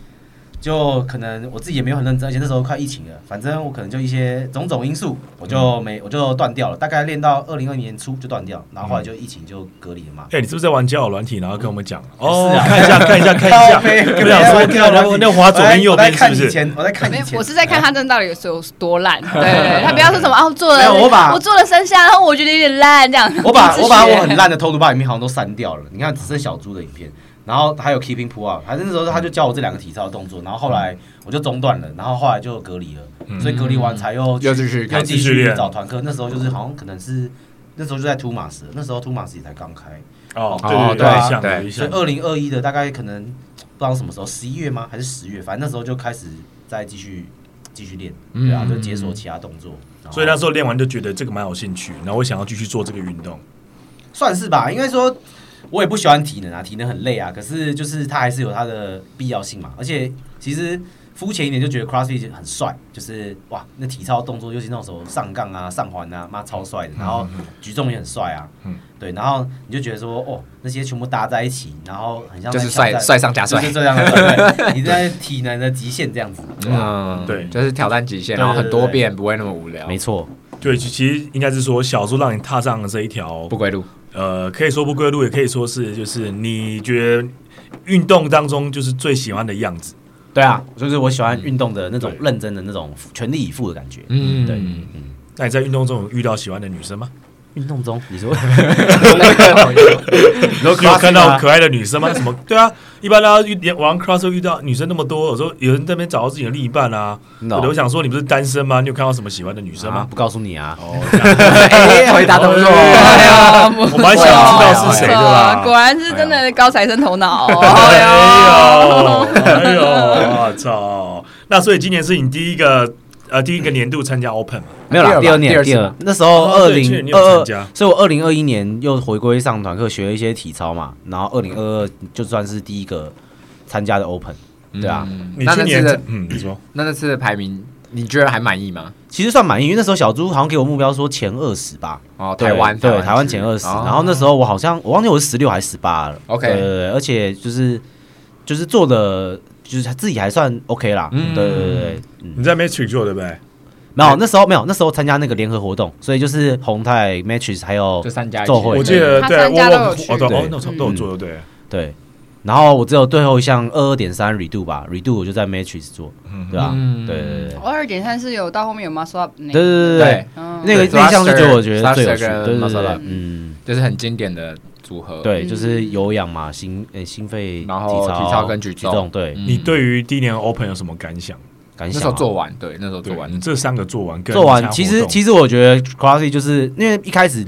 [SPEAKER 4] 就可能我自己也没有很认真，而且那时候快疫情了，反正我可能就一些种种因素，我就没我就断掉了，大概练到二零二年初就断掉，然后后来就疫情就隔离了嘛。
[SPEAKER 2] 哎，你是不是在玩交友软体，然后跟我们讲？
[SPEAKER 4] 啊哦
[SPEAKER 2] 哦，看一下，看一
[SPEAKER 4] [LAUGHS]
[SPEAKER 2] 下，看一下，
[SPEAKER 4] 靠背
[SPEAKER 2] 我想说，那那那滑左边右边
[SPEAKER 4] 我在
[SPEAKER 2] 是不
[SPEAKER 4] 看
[SPEAKER 2] 是
[SPEAKER 4] 以？前，我在看
[SPEAKER 1] 没
[SPEAKER 4] 以
[SPEAKER 1] 有，
[SPEAKER 4] 前，
[SPEAKER 1] 我是在看他真的到底有有多烂。对对，他不要说什么哦，做
[SPEAKER 4] 没
[SPEAKER 1] 了
[SPEAKER 4] 有我把
[SPEAKER 1] 做了三下，然后我觉得有点烂这样。
[SPEAKER 4] 我把
[SPEAKER 1] 自
[SPEAKER 4] 我把
[SPEAKER 1] 学
[SPEAKER 4] 我
[SPEAKER 1] [LAUGHS]
[SPEAKER 4] 很烂的偷读吧影片好像都删掉了，你看只剩小猪的影片，然后还有 Keeping Pull Up，还是那时候他就教我这两个体操的动作，然后后来我就中断了，然后后来就隔离了，
[SPEAKER 2] 嗯
[SPEAKER 4] 所以隔离完才又
[SPEAKER 3] 又继续
[SPEAKER 4] 要
[SPEAKER 3] 开
[SPEAKER 2] 始
[SPEAKER 4] 继续找团课。那时候就是好像可能是那时候就在图马斯，那时候图马斯也才刚开，
[SPEAKER 2] 哦，
[SPEAKER 3] 哦
[SPEAKER 2] 对
[SPEAKER 3] 对
[SPEAKER 2] 像
[SPEAKER 3] 对
[SPEAKER 2] 有一
[SPEAKER 4] 所以
[SPEAKER 2] 项
[SPEAKER 4] 二零二一的大概可能不知道什么时候，十一月吗？还是十月？反正那时候就开始再继续继续练，对啊，
[SPEAKER 3] 嗯
[SPEAKER 4] 就解锁其他动作。然后
[SPEAKER 2] 所以那时候练完就觉得这个蛮有兴趣，然后我想要继续做这个运动。
[SPEAKER 4] 算是吧，应该说我也不喜欢体能啊，体能很累啊，可是就是它还是有它的必要性嘛。而且其实肤浅一点就觉得 CrossFit 很帅，就是哇，那体操动作，尤其那种什么上杠啊、上环啊，妈超帅的。然后
[SPEAKER 3] 嗯
[SPEAKER 4] 举重也很帅啊，
[SPEAKER 2] 嗯
[SPEAKER 4] 对，然后你就觉得说哦，那些全部搭在一起，然后很像在
[SPEAKER 3] 就是
[SPEAKER 4] 挑
[SPEAKER 3] 帅
[SPEAKER 4] 战
[SPEAKER 3] 帅上加帅
[SPEAKER 4] 就，是这样的，对你在体能的极限这样子，对啊
[SPEAKER 3] 嗯，
[SPEAKER 2] 对
[SPEAKER 3] 就是挑战极限，
[SPEAKER 4] 对
[SPEAKER 3] 然后很
[SPEAKER 4] 对
[SPEAKER 3] 多
[SPEAKER 4] 对
[SPEAKER 3] 遍，不会那么无聊，
[SPEAKER 4] 没错，
[SPEAKER 2] 对，其其实应该是说小猪让你踏上了这一条
[SPEAKER 3] 不归路。
[SPEAKER 2] 呃，可以说不归路，也可以说是就是你觉得运动当中就是最喜欢的样子。
[SPEAKER 4] 对啊，就是我喜欢运动的那种
[SPEAKER 2] 对
[SPEAKER 4] 认真的那种全力以赴的感觉，
[SPEAKER 3] 嗯，
[SPEAKER 4] 对，
[SPEAKER 2] 那你在运动中有遇到喜欢的女生吗？
[SPEAKER 4] 运动中你说。
[SPEAKER 2] 有有
[SPEAKER 4] CrossFit
[SPEAKER 2] 看到
[SPEAKER 3] 啊
[SPEAKER 4] 吗
[SPEAKER 2] 可爱的女生吗？什么？对啊，一般大家遇玩 cross 会遇到女生那么多，有时候有人在那边找到自己的另一半啊。
[SPEAKER 4] No
[SPEAKER 2] 我就想说，你不是单身吗？你有看到什么喜欢的女生
[SPEAKER 4] 啊
[SPEAKER 2] 吗？
[SPEAKER 4] 不告诉你啊。
[SPEAKER 2] 哦，这样
[SPEAKER 3] 哎，回答的不错，[LAUGHS]
[SPEAKER 4] 哦
[SPEAKER 1] 哎呀，
[SPEAKER 2] 我蛮想知道是谁的啦。
[SPEAKER 1] 果然是真的高材生头脑。哦
[SPEAKER 2] 哎
[SPEAKER 1] 哎呦，
[SPEAKER 2] 呦，哎呦，我操！那所以今年是你第一个呃第一个年度参加 Open 嘛？
[SPEAKER 4] 没有啦，第
[SPEAKER 3] 第
[SPEAKER 4] 二
[SPEAKER 3] 二
[SPEAKER 4] 年，
[SPEAKER 3] 年
[SPEAKER 4] 第
[SPEAKER 3] 第
[SPEAKER 4] 二
[SPEAKER 3] 二
[SPEAKER 4] 那时候
[SPEAKER 2] 哦
[SPEAKER 4] 二
[SPEAKER 2] 对去
[SPEAKER 4] 零
[SPEAKER 2] 年
[SPEAKER 4] 二
[SPEAKER 2] 有参
[SPEAKER 4] 二
[SPEAKER 2] 加，
[SPEAKER 4] 所以我二零二一年又回归上团课，学了一些体操嘛，然后二零二二就算是第一个参加的 Open，对啊，
[SPEAKER 3] 嗯
[SPEAKER 2] 你
[SPEAKER 3] 那
[SPEAKER 2] 去
[SPEAKER 3] 那次
[SPEAKER 2] 年
[SPEAKER 3] 的
[SPEAKER 2] 嗯，你说
[SPEAKER 3] 那那次的排名，你觉得还满意吗？
[SPEAKER 4] 其实算满意，因为那时候小猪好像给我目标说前二十吧，
[SPEAKER 3] 哦，台湾哦
[SPEAKER 4] 对台湾前二十，然后那时候我好像我忘记我是十六还是十八了
[SPEAKER 3] OK
[SPEAKER 4] 对对对，而且就是就是做的就是自己还算 OK 啦，
[SPEAKER 3] 嗯
[SPEAKER 4] 对对对对，
[SPEAKER 2] 你在 Matrix 做对不对？
[SPEAKER 4] 没
[SPEAKER 3] 哎
[SPEAKER 4] 有那时候没有那时候参加那个联合活动，所以就是红泰 Matches 还有
[SPEAKER 3] 就三加一起，
[SPEAKER 4] 做会
[SPEAKER 2] 我记得
[SPEAKER 1] 他
[SPEAKER 2] 对，
[SPEAKER 1] 参
[SPEAKER 2] 我
[SPEAKER 1] 加都
[SPEAKER 2] 我
[SPEAKER 1] 有
[SPEAKER 2] 哦
[SPEAKER 1] 去
[SPEAKER 2] 对哦
[SPEAKER 4] 对，
[SPEAKER 2] 那时候都有做对
[SPEAKER 4] 对，然后我只有最后一项二二点三 redo 吧，redo 我就在 Matrix 做，对啊吧、
[SPEAKER 3] 嗯
[SPEAKER 4] 对对对对
[SPEAKER 1] 我二点三是有到后面有 muscle up 那
[SPEAKER 4] 对
[SPEAKER 1] 个，
[SPEAKER 4] 对对
[SPEAKER 3] 对，
[SPEAKER 1] 嗯
[SPEAKER 4] 那个
[SPEAKER 3] 对
[SPEAKER 4] 那一项是
[SPEAKER 3] thruster-
[SPEAKER 4] 觉得我觉得最有趣
[SPEAKER 3] thruster 跟
[SPEAKER 4] 的，对对对
[SPEAKER 3] muscle
[SPEAKER 4] 对
[SPEAKER 3] up，
[SPEAKER 4] 嗯，
[SPEAKER 3] 就是很经典的组合。
[SPEAKER 4] 对，
[SPEAKER 1] 嗯
[SPEAKER 4] 就是有氧嘛，心呃心肺，
[SPEAKER 3] 然后
[SPEAKER 4] 体
[SPEAKER 3] 体操跟举
[SPEAKER 4] 举
[SPEAKER 3] 重
[SPEAKER 4] 重，对，
[SPEAKER 3] 嗯
[SPEAKER 2] 你对于第一年 Open 有什么感想？
[SPEAKER 4] 感
[SPEAKER 3] 那
[SPEAKER 4] 想
[SPEAKER 3] 时候
[SPEAKER 4] 啊。
[SPEAKER 3] 做完，对那时候做
[SPEAKER 2] 对
[SPEAKER 3] 完，
[SPEAKER 2] 你这三个做完跟
[SPEAKER 4] 做完，
[SPEAKER 2] 参加
[SPEAKER 4] 其
[SPEAKER 2] 活
[SPEAKER 4] 实
[SPEAKER 2] 动
[SPEAKER 4] 其实我觉得 CrossFit 就是因为一开始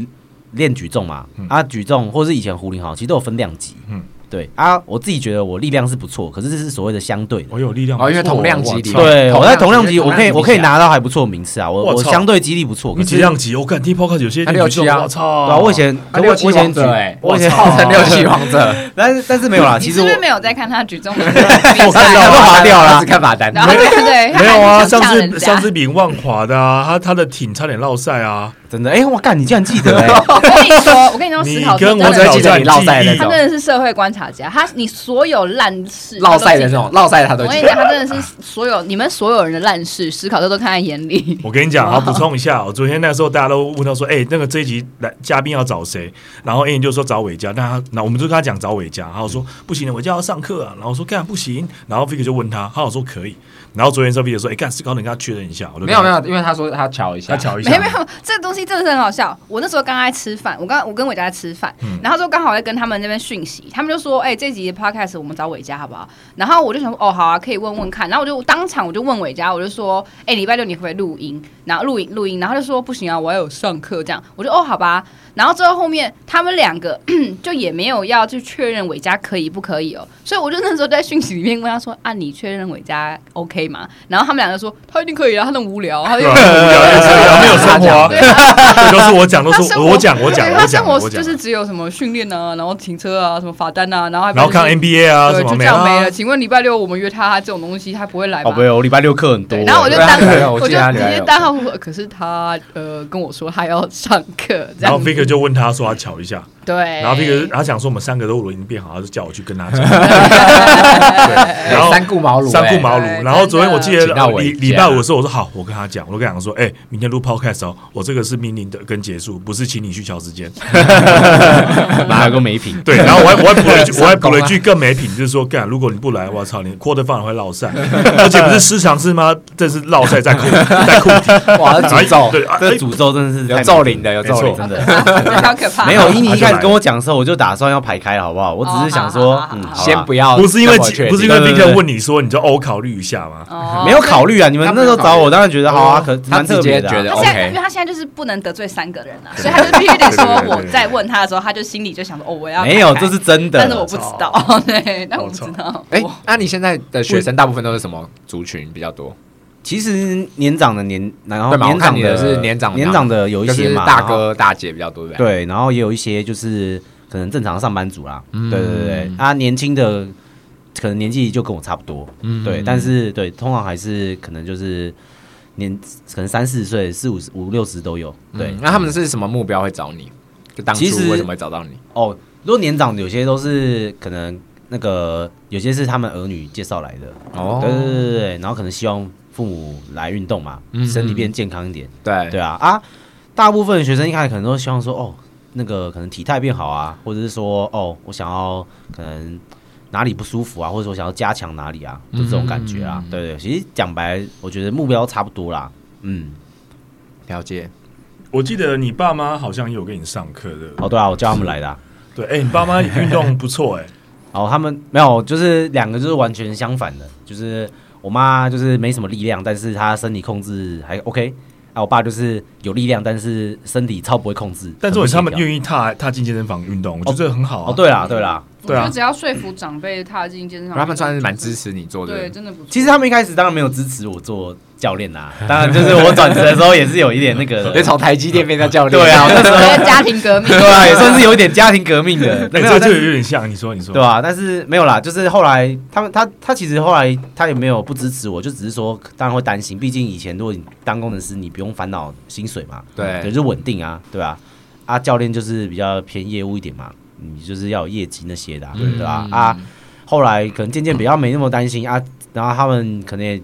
[SPEAKER 4] 练举重嘛，啊举重或是以前胡林好，其实都有分量级，
[SPEAKER 2] 嗯
[SPEAKER 4] 嗯，对啊，我自己觉得我力量是不错，可是这是所谓的相对的。
[SPEAKER 2] 我有哎力量
[SPEAKER 3] 哦因为
[SPEAKER 2] 不错
[SPEAKER 3] 同量
[SPEAKER 2] 我
[SPEAKER 3] 级
[SPEAKER 2] 操
[SPEAKER 3] 里面
[SPEAKER 4] 对，
[SPEAKER 3] 同
[SPEAKER 4] 我在
[SPEAKER 3] 量
[SPEAKER 4] 同量
[SPEAKER 3] 级
[SPEAKER 4] 级，
[SPEAKER 3] 同
[SPEAKER 4] 我可以
[SPEAKER 3] 量级
[SPEAKER 4] 我可以
[SPEAKER 3] 比起来
[SPEAKER 4] 拿到还不错的名次啊，我
[SPEAKER 2] 我
[SPEAKER 4] 我
[SPEAKER 2] 操
[SPEAKER 4] 相对肌力不错，可
[SPEAKER 2] 你
[SPEAKER 4] 是
[SPEAKER 2] 几量级？我看 T Podcast 有些
[SPEAKER 3] 他
[SPEAKER 2] 人
[SPEAKER 3] 六
[SPEAKER 2] 举重
[SPEAKER 3] 七啊
[SPEAKER 2] 我操！
[SPEAKER 4] 对啊，我以前
[SPEAKER 3] 他
[SPEAKER 4] 可我
[SPEAKER 3] 六
[SPEAKER 4] 我
[SPEAKER 3] 七
[SPEAKER 4] 以前
[SPEAKER 3] 王
[SPEAKER 4] 举
[SPEAKER 3] 者，哎，
[SPEAKER 4] 我以前 [LAUGHS] 啊
[SPEAKER 3] 号 [LAUGHS] 称六七王者，
[SPEAKER 4] 但是但是没有
[SPEAKER 1] [LAUGHS]
[SPEAKER 4] 啦，
[SPEAKER 1] 你
[SPEAKER 4] 其
[SPEAKER 1] 是
[SPEAKER 4] 实
[SPEAKER 1] 不
[SPEAKER 4] 我
[SPEAKER 1] 是没有在看他举重的
[SPEAKER 2] [LAUGHS] 我
[SPEAKER 1] 比
[SPEAKER 2] 看到
[SPEAKER 1] 赛？
[SPEAKER 2] 了
[SPEAKER 3] 都
[SPEAKER 4] 划掉
[SPEAKER 2] [LAUGHS]
[SPEAKER 4] 啦
[SPEAKER 3] 是看罚单， [LAUGHS]
[SPEAKER 1] 然后对对对， [LAUGHS]
[SPEAKER 2] 没有啊，上
[SPEAKER 1] 哎他还是想吓人
[SPEAKER 2] 次
[SPEAKER 1] 家
[SPEAKER 2] 上次比万华的啊，他他的挺差点落赛啊，
[SPEAKER 4] 真的，哎、我干，你竟然记得哎、
[SPEAKER 1] 我跟你说，我跟你说，
[SPEAKER 2] 你
[SPEAKER 1] 史考特
[SPEAKER 2] 跟
[SPEAKER 1] 真
[SPEAKER 2] 我
[SPEAKER 3] 只会
[SPEAKER 1] 的
[SPEAKER 2] 挑
[SPEAKER 3] 记得
[SPEAKER 2] 战
[SPEAKER 3] 你落赛
[SPEAKER 2] 记
[SPEAKER 3] 的
[SPEAKER 2] 忆
[SPEAKER 1] 他
[SPEAKER 3] 那种
[SPEAKER 1] 真的是社会观察家，他你所有烂事，
[SPEAKER 3] 落赛的那种，落赛他都
[SPEAKER 1] 我跟
[SPEAKER 3] 记
[SPEAKER 1] 你
[SPEAKER 3] 得。
[SPEAKER 1] 讲，他真的是所有你们所有人的烂事，史考特都看在眼里。
[SPEAKER 2] 我跟你讲，好补充一下哦，昨天那时候大家都问到说，哎、那个这一集来嘉宾要找谁？然后 A 就说找伟嘉，那他那我们就跟他讲找伟嘉，然后说不行，伟嘉要上课啊，然后我说干不行，然后 Vick 就问他，他有说可以，然后昨天 Vick 说，哎、干，是高能跟他确认一下，我就
[SPEAKER 3] 没有没，有，因为他说他瞧一下，
[SPEAKER 2] 他瞧一下，
[SPEAKER 1] 没有没有，这个东西真的是很好笑。我那时候刚在吃饭，我刚我跟伟嘉在吃饭，
[SPEAKER 2] 嗯
[SPEAKER 1] 然后就刚好在跟他们那边讯息，他们就说：“哎、这集的 podcast 我们找伟嘉好不好？”然后我就想说：“哦，好啊，可以问问看。”然后我就当场我就问伟嘉，我就说：“哎、礼拜六你会不会录音？”然后录音录音，然后他就说：“不行啊，我要有上课。”这样，我就哦，好吧。然后之后后面他们两个 [CLEARS THROAT] 就也没有要去确认伟嘉可以不可以哦，所以我就那时候在讯息里面问他说：“啊，你确认伟嘉 OK 吗？”然后他们两个说：“他一定可以啊，他那么无聊，他
[SPEAKER 2] 对
[SPEAKER 1] 又
[SPEAKER 2] 啊，他没有生活、 [LAUGHS] 啊，
[SPEAKER 1] 对啊，
[SPEAKER 2] 都是我讲，都
[SPEAKER 1] 他
[SPEAKER 2] 是
[SPEAKER 1] 生
[SPEAKER 2] 我
[SPEAKER 1] 活 [LAUGHS]
[SPEAKER 2] 讲，我讲，
[SPEAKER 1] 对
[SPEAKER 2] 我
[SPEAKER 1] 他生
[SPEAKER 2] 讲，我
[SPEAKER 1] 活
[SPEAKER 2] 讲
[SPEAKER 1] 就，是只有什么训练啊，然后停车啊，什么罚单啊，然后还
[SPEAKER 2] 然后看 NBA
[SPEAKER 1] [LAUGHS]
[SPEAKER 2] 啊，
[SPEAKER 1] 对，
[SPEAKER 2] 什
[SPEAKER 1] 就
[SPEAKER 2] 么
[SPEAKER 1] 这
[SPEAKER 2] 没
[SPEAKER 1] 样没
[SPEAKER 2] 啊哦
[SPEAKER 1] 了。，请问礼拜六我们约他，他这种东西他不会来
[SPEAKER 4] 宝
[SPEAKER 1] 吗？
[SPEAKER 4] 贝，我礼拜六课很多、
[SPEAKER 1] 对，然后我就
[SPEAKER 3] 对啊
[SPEAKER 1] 当
[SPEAKER 2] [LAUGHS]
[SPEAKER 3] 对啊，我
[SPEAKER 1] 我
[SPEAKER 3] 记
[SPEAKER 1] 就
[SPEAKER 3] 得他
[SPEAKER 1] 直
[SPEAKER 3] 礼拜
[SPEAKER 1] 接
[SPEAKER 3] 六
[SPEAKER 1] 当号，可是他呃跟我说他要上课，这
[SPEAKER 2] 然后
[SPEAKER 1] 样
[SPEAKER 2] Vick 就问他说他瞧一下，
[SPEAKER 1] 对，
[SPEAKER 2] 然后 Vick [LAUGHS] 他想说我们三个都已经变好，他就叫我去跟他
[SPEAKER 3] [LAUGHS]
[SPEAKER 2] 讲。
[SPEAKER 3] 哎
[SPEAKER 2] 然后
[SPEAKER 3] 三顾茅庐，
[SPEAKER 2] 三顾
[SPEAKER 3] 哎
[SPEAKER 2] 茅
[SPEAKER 1] 对
[SPEAKER 2] 庐。然后昨天我记得
[SPEAKER 3] 真的
[SPEAKER 2] 礼
[SPEAKER 3] 请到伟
[SPEAKER 2] 礼
[SPEAKER 3] 嘉
[SPEAKER 2] 拜五的时候，我说好，我跟他讲，我就跟他讲说，哎、明天录 podcast 哦，我这个是命令的跟结束，不是请你去瞧时间。
[SPEAKER 3] [LAUGHS]
[SPEAKER 4] 哪有个没品？
[SPEAKER 2] 对，然后我还我还补了一句，
[SPEAKER 3] 上
[SPEAKER 2] 我还补
[SPEAKER 3] 纲
[SPEAKER 2] 了一
[SPEAKER 3] 啊
[SPEAKER 2] 句更没品，就是说，干，如果你不来，我操，你扩的饭会落赛，而且不是失常是吗？这是落赛在
[SPEAKER 3] [LAUGHS]
[SPEAKER 2] 裤在裤底，
[SPEAKER 3] 哇，
[SPEAKER 2] 然后
[SPEAKER 3] 诅咒，
[SPEAKER 2] [LAUGHS] 对，啊
[SPEAKER 4] 这诅咒真的是
[SPEAKER 3] 有
[SPEAKER 4] 太
[SPEAKER 3] 咒灵的，有
[SPEAKER 2] 没
[SPEAKER 3] 咒灵
[SPEAKER 2] 错
[SPEAKER 4] 真
[SPEAKER 1] 好
[SPEAKER 4] [LAUGHS] 的
[SPEAKER 1] 可怕，好可 [LAUGHS] 怕，
[SPEAKER 4] 没有，
[SPEAKER 2] 一
[SPEAKER 4] 一你一开始跟我讲的时候，我就打算要排开，好不好？我只是想说
[SPEAKER 1] 哦好好好，
[SPEAKER 4] 嗯，好啦
[SPEAKER 3] 先不要，
[SPEAKER 2] 不是因为
[SPEAKER 3] 啊确定
[SPEAKER 2] 不是因为
[SPEAKER 4] 对
[SPEAKER 2] Vick
[SPEAKER 4] 对
[SPEAKER 2] 问你说，你就哦考虑一下吗？
[SPEAKER 1] 哦
[SPEAKER 4] 没有考。虑啊。你们那时候找我，当然觉得好啊，可
[SPEAKER 3] 哦他
[SPEAKER 4] 蛮特
[SPEAKER 3] 直
[SPEAKER 4] 别
[SPEAKER 3] 接
[SPEAKER 4] 的啊。
[SPEAKER 3] 觉得
[SPEAKER 1] 他现在，
[SPEAKER 3] OK
[SPEAKER 1] 因为。他现在就是不能得罪三个人啊，所以他就必须得说
[SPEAKER 2] 对对对对
[SPEAKER 1] 我在问他的时候，他就心里就想说哦，我要
[SPEAKER 4] 没有，
[SPEAKER 1] 看看
[SPEAKER 4] 这是真的。
[SPEAKER 1] 但是我不知道， [LAUGHS] 对，但我不知道。
[SPEAKER 3] 哎
[SPEAKER 1] 我，
[SPEAKER 3] 那你现在的学生大部分都是什么族群比较多？
[SPEAKER 4] 其实年长的年，然后
[SPEAKER 3] 对嘛
[SPEAKER 4] 年
[SPEAKER 3] 我看
[SPEAKER 4] 长
[SPEAKER 3] 你的是年长的
[SPEAKER 4] 年长的有一
[SPEAKER 3] 就
[SPEAKER 4] 些
[SPEAKER 3] 是
[SPEAKER 4] 嘛，
[SPEAKER 3] 大
[SPEAKER 4] 然后
[SPEAKER 3] 哥大姐比较多，对不对？
[SPEAKER 4] 对，然后也有一些就是可能正常上班族啦，
[SPEAKER 3] 嗯
[SPEAKER 4] 对对对，啊，年轻的可能年纪就跟我差不多，
[SPEAKER 3] 嗯
[SPEAKER 4] 对，但是对，通常还是可能就是年可能三四十岁、四五十、五六十都有，对，
[SPEAKER 3] 嗯那他们是什么目标会找你？就当初
[SPEAKER 4] 其实
[SPEAKER 3] 为什么会找到你？
[SPEAKER 4] 哦，如果年长的有些都是可能那个有些是他们儿女介绍来的，
[SPEAKER 3] 哦
[SPEAKER 4] 对对对对对，然后可能希望父母来运动嘛，
[SPEAKER 3] 嗯
[SPEAKER 4] 身体变健康一点，
[SPEAKER 3] 对
[SPEAKER 4] 对啊啊，大部分学生一开始可能都希望说，哦，那个可能体态变好啊，或者是说，哦，我想要可能哪里不舒服啊，或者说我想要加强哪里啊，就这种感觉啊。
[SPEAKER 3] 嗯
[SPEAKER 4] 对对，其实讲白，我觉得目标差不多啦。嗯，
[SPEAKER 3] 了解。
[SPEAKER 2] 我记得你爸妈好像也有给你上课的，
[SPEAKER 4] 哦对啊，我叫他们来的、啊。
[SPEAKER 2] 对，哎、你爸妈运动不错哎、
[SPEAKER 4] 哦，他们没有，就是两个就是完全相反的，就是我妈就是没什么力量，但是她身体控制还 OK。啊，我爸就是有力量，但是身体超不会控制。
[SPEAKER 2] 但是我觉得他们
[SPEAKER 4] 很不协调
[SPEAKER 2] 愿意踏踏进健身房运动，我觉得这个很好啊。
[SPEAKER 4] 哦，对啦对啦，
[SPEAKER 1] 我
[SPEAKER 2] 对啊
[SPEAKER 1] 觉得只要说服长辈踏进健身房，
[SPEAKER 3] 他们算是蛮支持你做
[SPEAKER 1] 对，
[SPEAKER 3] 的，
[SPEAKER 1] 真的不错。
[SPEAKER 4] 其实他们一开始当然没有支持我做教练啦、当然就是我转职的时候也是有一点那个
[SPEAKER 2] [LAUGHS]
[SPEAKER 4] 的，
[SPEAKER 3] 所以从台积电变成教练。
[SPEAKER 4] 对啊，我那时候
[SPEAKER 1] 们家庭革命，
[SPEAKER 4] 对啊，也算是有一点家庭革命
[SPEAKER 2] [LAUGHS]
[SPEAKER 4] 的，
[SPEAKER 2] 哎、
[SPEAKER 4] 没有
[SPEAKER 2] 这个
[SPEAKER 4] 但
[SPEAKER 2] 这个
[SPEAKER 4] 是
[SPEAKER 2] 有点像，你说你说，
[SPEAKER 4] 对啊，但是没有啦，就是后来他们他他其实后来他也没有不支持我，就只是说当然会担心，毕竟以前如果你当工程师，你不用烦恼薪水嘛，
[SPEAKER 3] 对
[SPEAKER 4] 就是稳定啊，对吧、啊？教练就是比较偏业务一点嘛，你就是要有业绩那些的啊、
[SPEAKER 3] 嗯
[SPEAKER 4] 对吧、啊？后来可能渐渐比较没那么担心啊，然后他们可能也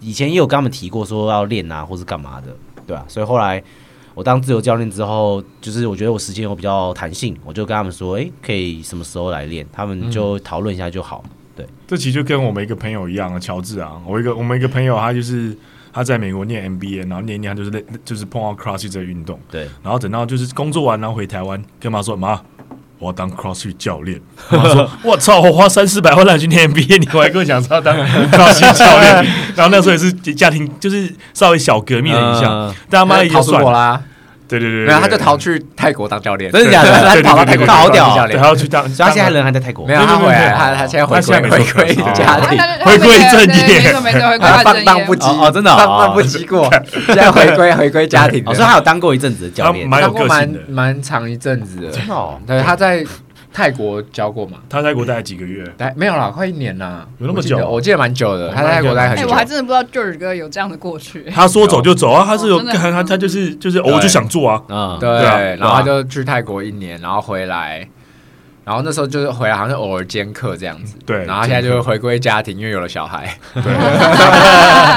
[SPEAKER 4] 以前也有跟他们提过说要练啊，或是干嘛的，对啊，所以后来我当自由教练之后，就是我觉得我时间有比较弹性，我就跟他们说，诶，可以什么时候来练，他们
[SPEAKER 3] 嗯
[SPEAKER 4] 就讨论一下就好。
[SPEAKER 2] 这其实就跟我们一个朋友一样啊，乔治啊，我一个我们一个朋友，他就是他在美国念 MBA，然后念一念他就是类就是碰到 CrossFit 这个运动，
[SPEAKER 4] 对，
[SPEAKER 2] 然后等到就是工作完，然后回台湾，跟妈说妈。我要当 CrossFit 教练，妈
[SPEAKER 4] [LAUGHS]
[SPEAKER 2] 说：“我操，我花三四百万让你去念 MBA，你还跟我讲说要
[SPEAKER 4] [LAUGHS]
[SPEAKER 2] 当 CrossFit 教练。”然后那时候也是家庭，就是稍微小革命了一下，
[SPEAKER 4] 嗯
[SPEAKER 2] 但他妈也就
[SPEAKER 3] 逃出
[SPEAKER 2] 算
[SPEAKER 3] 国
[SPEAKER 2] 了，
[SPEAKER 3] 啦，
[SPEAKER 2] 对对对，
[SPEAKER 3] 没有，他就
[SPEAKER 2] 对
[SPEAKER 3] 逃去泰国当教练，
[SPEAKER 4] 真的假的
[SPEAKER 3] 对他跑到泰国
[SPEAKER 4] 他好屌
[SPEAKER 3] 当教
[SPEAKER 2] 对，
[SPEAKER 3] 练
[SPEAKER 2] 他，要去当，
[SPEAKER 4] 所以他现在人还在泰国
[SPEAKER 3] 没。有，他回来，他他现在回
[SPEAKER 2] 他现在
[SPEAKER 3] 归
[SPEAKER 2] 没
[SPEAKER 3] 回
[SPEAKER 2] 做
[SPEAKER 3] 归
[SPEAKER 2] 哦
[SPEAKER 1] [LAUGHS]
[SPEAKER 3] 家庭，
[SPEAKER 2] 回归正业
[SPEAKER 1] 没错没错，回归正
[SPEAKER 3] 他放荡
[SPEAKER 1] 业
[SPEAKER 3] 不。羁
[SPEAKER 4] 哦哦真的哦哦
[SPEAKER 3] 放荡不羁过，现在回归回归家庭了，
[SPEAKER 4] 哦，所以他有当过一阵子的教练
[SPEAKER 2] 他，蛮有
[SPEAKER 3] 当过
[SPEAKER 2] 个性
[SPEAKER 3] 蛮
[SPEAKER 2] 的
[SPEAKER 3] 蛮长一阵子的，
[SPEAKER 4] 真的哦
[SPEAKER 3] 对，他在泰国教过嘛？
[SPEAKER 2] 他在国待了几个月，
[SPEAKER 3] 待没有啦，快一年啦，
[SPEAKER 2] 有那么
[SPEAKER 3] 我记得
[SPEAKER 2] 久
[SPEAKER 3] 我记得蛮久
[SPEAKER 4] 哦
[SPEAKER 3] 的，他在泰国待很
[SPEAKER 1] 哎、
[SPEAKER 3] 久
[SPEAKER 1] 我。还真的不知道 George 哥有这样的过去。
[SPEAKER 2] 他说走就走啊，他是
[SPEAKER 1] 哦
[SPEAKER 2] 有
[SPEAKER 1] 真的
[SPEAKER 2] 看他他就是就是，哦
[SPEAKER 3] 对
[SPEAKER 2] 我就想做啊，
[SPEAKER 1] 哎
[SPEAKER 4] 嗯，
[SPEAKER 3] 对，
[SPEAKER 2] 对啊
[SPEAKER 3] 然后他就去泰国一年，然后回来，然后那时候就是回来，好像是偶尔兼课这样子。
[SPEAKER 2] 对
[SPEAKER 3] 然后现在就回归家庭，因为有了小
[SPEAKER 1] [LAUGHS]
[SPEAKER 3] 孩。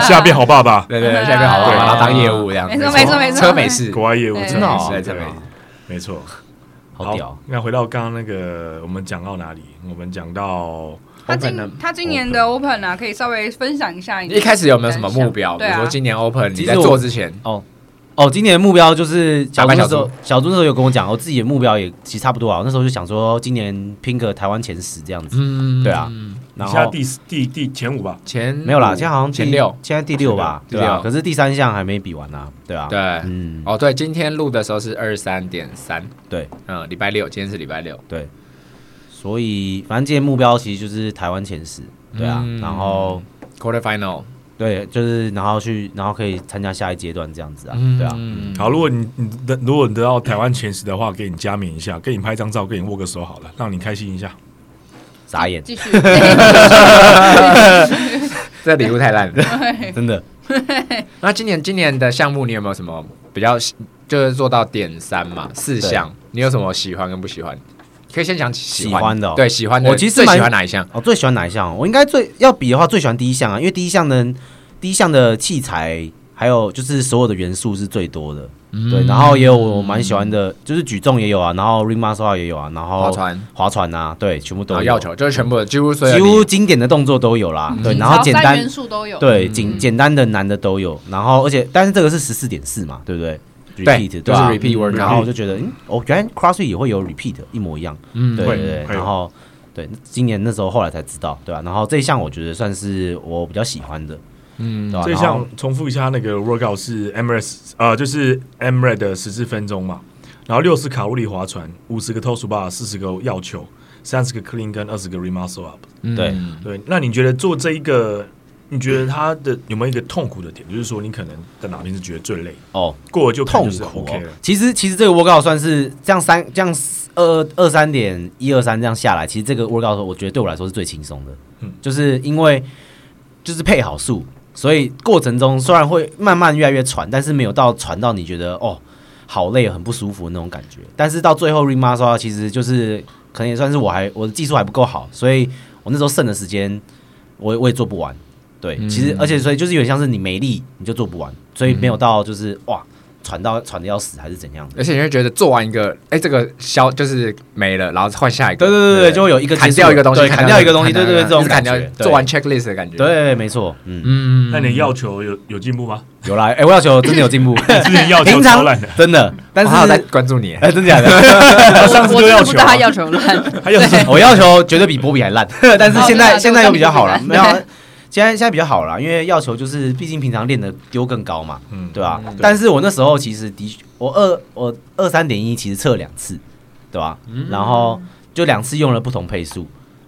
[SPEAKER 2] 下变好爸爸，
[SPEAKER 3] 对对对，现在变好玩，
[SPEAKER 2] 对
[SPEAKER 3] 然后当业务这样子。
[SPEAKER 1] 没错没错没错
[SPEAKER 3] 车美式
[SPEAKER 2] 国外业务
[SPEAKER 1] 对
[SPEAKER 2] 真
[SPEAKER 4] 真的
[SPEAKER 2] 的
[SPEAKER 4] 哦
[SPEAKER 2] 是
[SPEAKER 3] 对真的
[SPEAKER 2] 对啊
[SPEAKER 3] 哦
[SPEAKER 2] 没错，
[SPEAKER 4] 好屌，。
[SPEAKER 2] 那回到刚刚那个，我们讲到哪里？我们讲到
[SPEAKER 1] 他
[SPEAKER 3] Open
[SPEAKER 1] 今他今年的 Open 啊，可以稍微分享一下你的
[SPEAKER 3] 一开始有没有什么目
[SPEAKER 1] 感
[SPEAKER 3] 标？
[SPEAKER 1] 想
[SPEAKER 3] 比如说
[SPEAKER 1] 对啊，
[SPEAKER 3] 今年 Open 你
[SPEAKER 4] 其
[SPEAKER 3] 在
[SPEAKER 4] 实我
[SPEAKER 3] 做之前，
[SPEAKER 4] 哦哦，今年的目标就是小
[SPEAKER 3] 打败
[SPEAKER 4] 猪那
[SPEAKER 3] 小
[SPEAKER 4] 时候，小猪那时候有跟我讲，我哦自己的目标也其实差不多啊。我那时候就想说，今年拼个台湾前十这样子。
[SPEAKER 3] 嗯
[SPEAKER 4] 对啊，
[SPEAKER 2] 你
[SPEAKER 4] 然
[SPEAKER 2] 现在
[SPEAKER 4] 后
[SPEAKER 2] 第四第第前五吧，
[SPEAKER 3] 前
[SPEAKER 4] 没有
[SPEAKER 3] 五
[SPEAKER 4] 啦，现在好像第
[SPEAKER 3] 前六，
[SPEAKER 4] 现在第六吧，
[SPEAKER 3] 第
[SPEAKER 4] 对
[SPEAKER 3] 六
[SPEAKER 4] 啊。可是第三项还没比完啊，对啊。
[SPEAKER 3] 对，，
[SPEAKER 4] 嗯，
[SPEAKER 3] 哦对，今天录的时候是二三点三，
[SPEAKER 4] 对，
[SPEAKER 3] 嗯，礼拜六，今天是礼拜六，
[SPEAKER 4] 对。所以反正今年目标其实就是台湾前十，对啊。
[SPEAKER 3] 嗯
[SPEAKER 4] 然后
[SPEAKER 3] quarter final，
[SPEAKER 4] 对，就是然后去，然后可以参加下一阶段这样子啊，对啊。
[SPEAKER 3] 嗯
[SPEAKER 2] 好，如果你你得如果你得到台湾前十的话，给你加冕一下，给你拍张照，给你握个手好了，让你开心一下。
[SPEAKER 4] 傻眼，
[SPEAKER 1] 继续
[SPEAKER 3] 这礼物太烂了。
[SPEAKER 4] 真的。
[SPEAKER 3] [LAUGHS] 那今年今年的项目你有没有什么比较喜，就是做到点三嘛，四项，你有什么喜欢跟不喜欢？可以先讲喜
[SPEAKER 4] 喜欢的哦
[SPEAKER 3] 对喜欢的，
[SPEAKER 4] 我其实
[SPEAKER 3] 最
[SPEAKER 4] 蛮
[SPEAKER 3] 喜欢哪一项？
[SPEAKER 4] 哦，最喜欢哪一项？我应该最要比的话，最喜欢第一项啊，因为第一项呢，第一项的器材还有就是所有的元素是最多的，
[SPEAKER 3] 嗯
[SPEAKER 4] 对。然后也有我蛮喜欢的，就是举重也有啊，然后 ring muscle 也有啊，然后
[SPEAKER 3] 划船，
[SPEAKER 4] 划船啊，对，全部都
[SPEAKER 3] 然后
[SPEAKER 4] 有。
[SPEAKER 3] 药球，就是全部的几乎所有
[SPEAKER 4] 几
[SPEAKER 3] 你，
[SPEAKER 4] 乎经典的动作都有啦，对，然后
[SPEAKER 1] 朝
[SPEAKER 4] 简
[SPEAKER 1] 三
[SPEAKER 4] 单
[SPEAKER 1] 元素都有，
[SPEAKER 4] 对
[SPEAKER 3] 嗯
[SPEAKER 4] 简简单的难的都有，然后而且但是这个是十四点四嘛，对不对
[SPEAKER 3] 对
[SPEAKER 4] ？repeat
[SPEAKER 3] 就是
[SPEAKER 4] 吧
[SPEAKER 3] repeat workout
[SPEAKER 4] 然后我就觉得，嗯，哦，原来 crossfit 也会有 repeat，一模一样，
[SPEAKER 3] 嗯
[SPEAKER 4] 对
[SPEAKER 2] 会
[SPEAKER 4] 对对，
[SPEAKER 2] 会有
[SPEAKER 4] 然后对，今年那时候后来才知道，对吧、然后这一项我觉得算是我比较喜欢的，嗯，对吧、
[SPEAKER 2] 这
[SPEAKER 4] 然后
[SPEAKER 2] 项重复一下，那个 workout 是 Emirates 呃，就是 Emirates 的十四分钟嘛，然后六十卡路里划船，五十个 toes bar，四十个药球，三十个 clean 跟二十个 re muscle up。
[SPEAKER 3] 嗯
[SPEAKER 4] 对
[SPEAKER 2] 对，那你觉得做这一个，你觉得它的有没有一个痛苦的点？就是说你可能在哪边是觉得最累，
[SPEAKER 4] 哦，
[SPEAKER 2] 过了就可能
[SPEAKER 4] 痛
[SPEAKER 2] 就是
[SPEAKER 4] 苦、哦
[SPEAKER 2] OK 了。
[SPEAKER 4] 其实其实这个 workout 算是这样三这样四二二三点一二三这样下来，其实这个 workout 我觉得对我来说是最轻松的，
[SPEAKER 2] 嗯
[SPEAKER 4] 就是因为就是配好数，所以过程中虽然会慢慢越来越喘，但是没有到喘到你觉得哦好累很不舒服那种感觉。但是到最后 ring muscle 其实就是可能也算是我还我的技术还不够好，所以我那时候剩的时间我也我也做不完。对，
[SPEAKER 3] 嗯
[SPEAKER 4] 其实而且所以就是有点像是你没力你就做不完，所以没有到就是、哇喘到喘的要死还是怎样的。
[SPEAKER 3] 而且你会觉得做完一个，哎，这个消就是没了，然后换下一个，
[SPEAKER 4] 对对对对，就会有一
[SPEAKER 3] 一
[SPEAKER 4] 个
[SPEAKER 3] 砍
[SPEAKER 4] 结束
[SPEAKER 3] 掉一个东西，
[SPEAKER 4] 对砍掉一个东西，
[SPEAKER 3] 砍
[SPEAKER 4] 对
[SPEAKER 3] 掉
[SPEAKER 4] 对对，这种
[SPEAKER 3] 一直砍掉
[SPEAKER 4] 感觉，对
[SPEAKER 3] 做完 checklist 的感觉，
[SPEAKER 4] 对，对对没错，嗯，
[SPEAKER 3] 嗯
[SPEAKER 2] 那你的要求有有进步吗？ [LAUGHS]
[SPEAKER 4] 有啦，哎，我要求真的有 [LAUGHS] 进步，
[SPEAKER 2] 之前要求
[SPEAKER 4] 平
[SPEAKER 2] 超
[SPEAKER 4] 常 [LAUGHS]
[SPEAKER 2] 烂的，
[SPEAKER 4] 真的，但
[SPEAKER 3] 我还有在
[SPEAKER 4] 是
[SPEAKER 3] 关注你，
[SPEAKER 4] [LAUGHS] 哎，真假的？
[SPEAKER 2] 他上
[SPEAKER 1] 我
[SPEAKER 2] 次
[SPEAKER 1] 我
[SPEAKER 2] 就
[SPEAKER 1] 真
[SPEAKER 2] 要
[SPEAKER 1] 的不
[SPEAKER 2] 求
[SPEAKER 1] 知
[SPEAKER 2] 啊
[SPEAKER 1] 道他要
[SPEAKER 2] [LAUGHS]
[SPEAKER 1] 求烂，
[SPEAKER 2] 他要求
[SPEAKER 4] [LAUGHS] 我要求绝对比波比还烂， [LAUGHS] 但是现
[SPEAKER 1] 哦对啊
[SPEAKER 4] 在现在
[SPEAKER 1] 对
[SPEAKER 4] 又比较好了，
[SPEAKER 1] 对
[SPEAKER 4] 没有啊，现在现在比较好了，因为要求就是毕竟平常练的丢更高嘛，
[SPEAKER 2] 嗯
[SPEAKER 4] 对吧？但是我那时候其实的确，我二我二三点一其实测了两次，对吧？
[SPEAKER 1] 嗯
[SPEAKER 4] 然后就两次用了不同配速，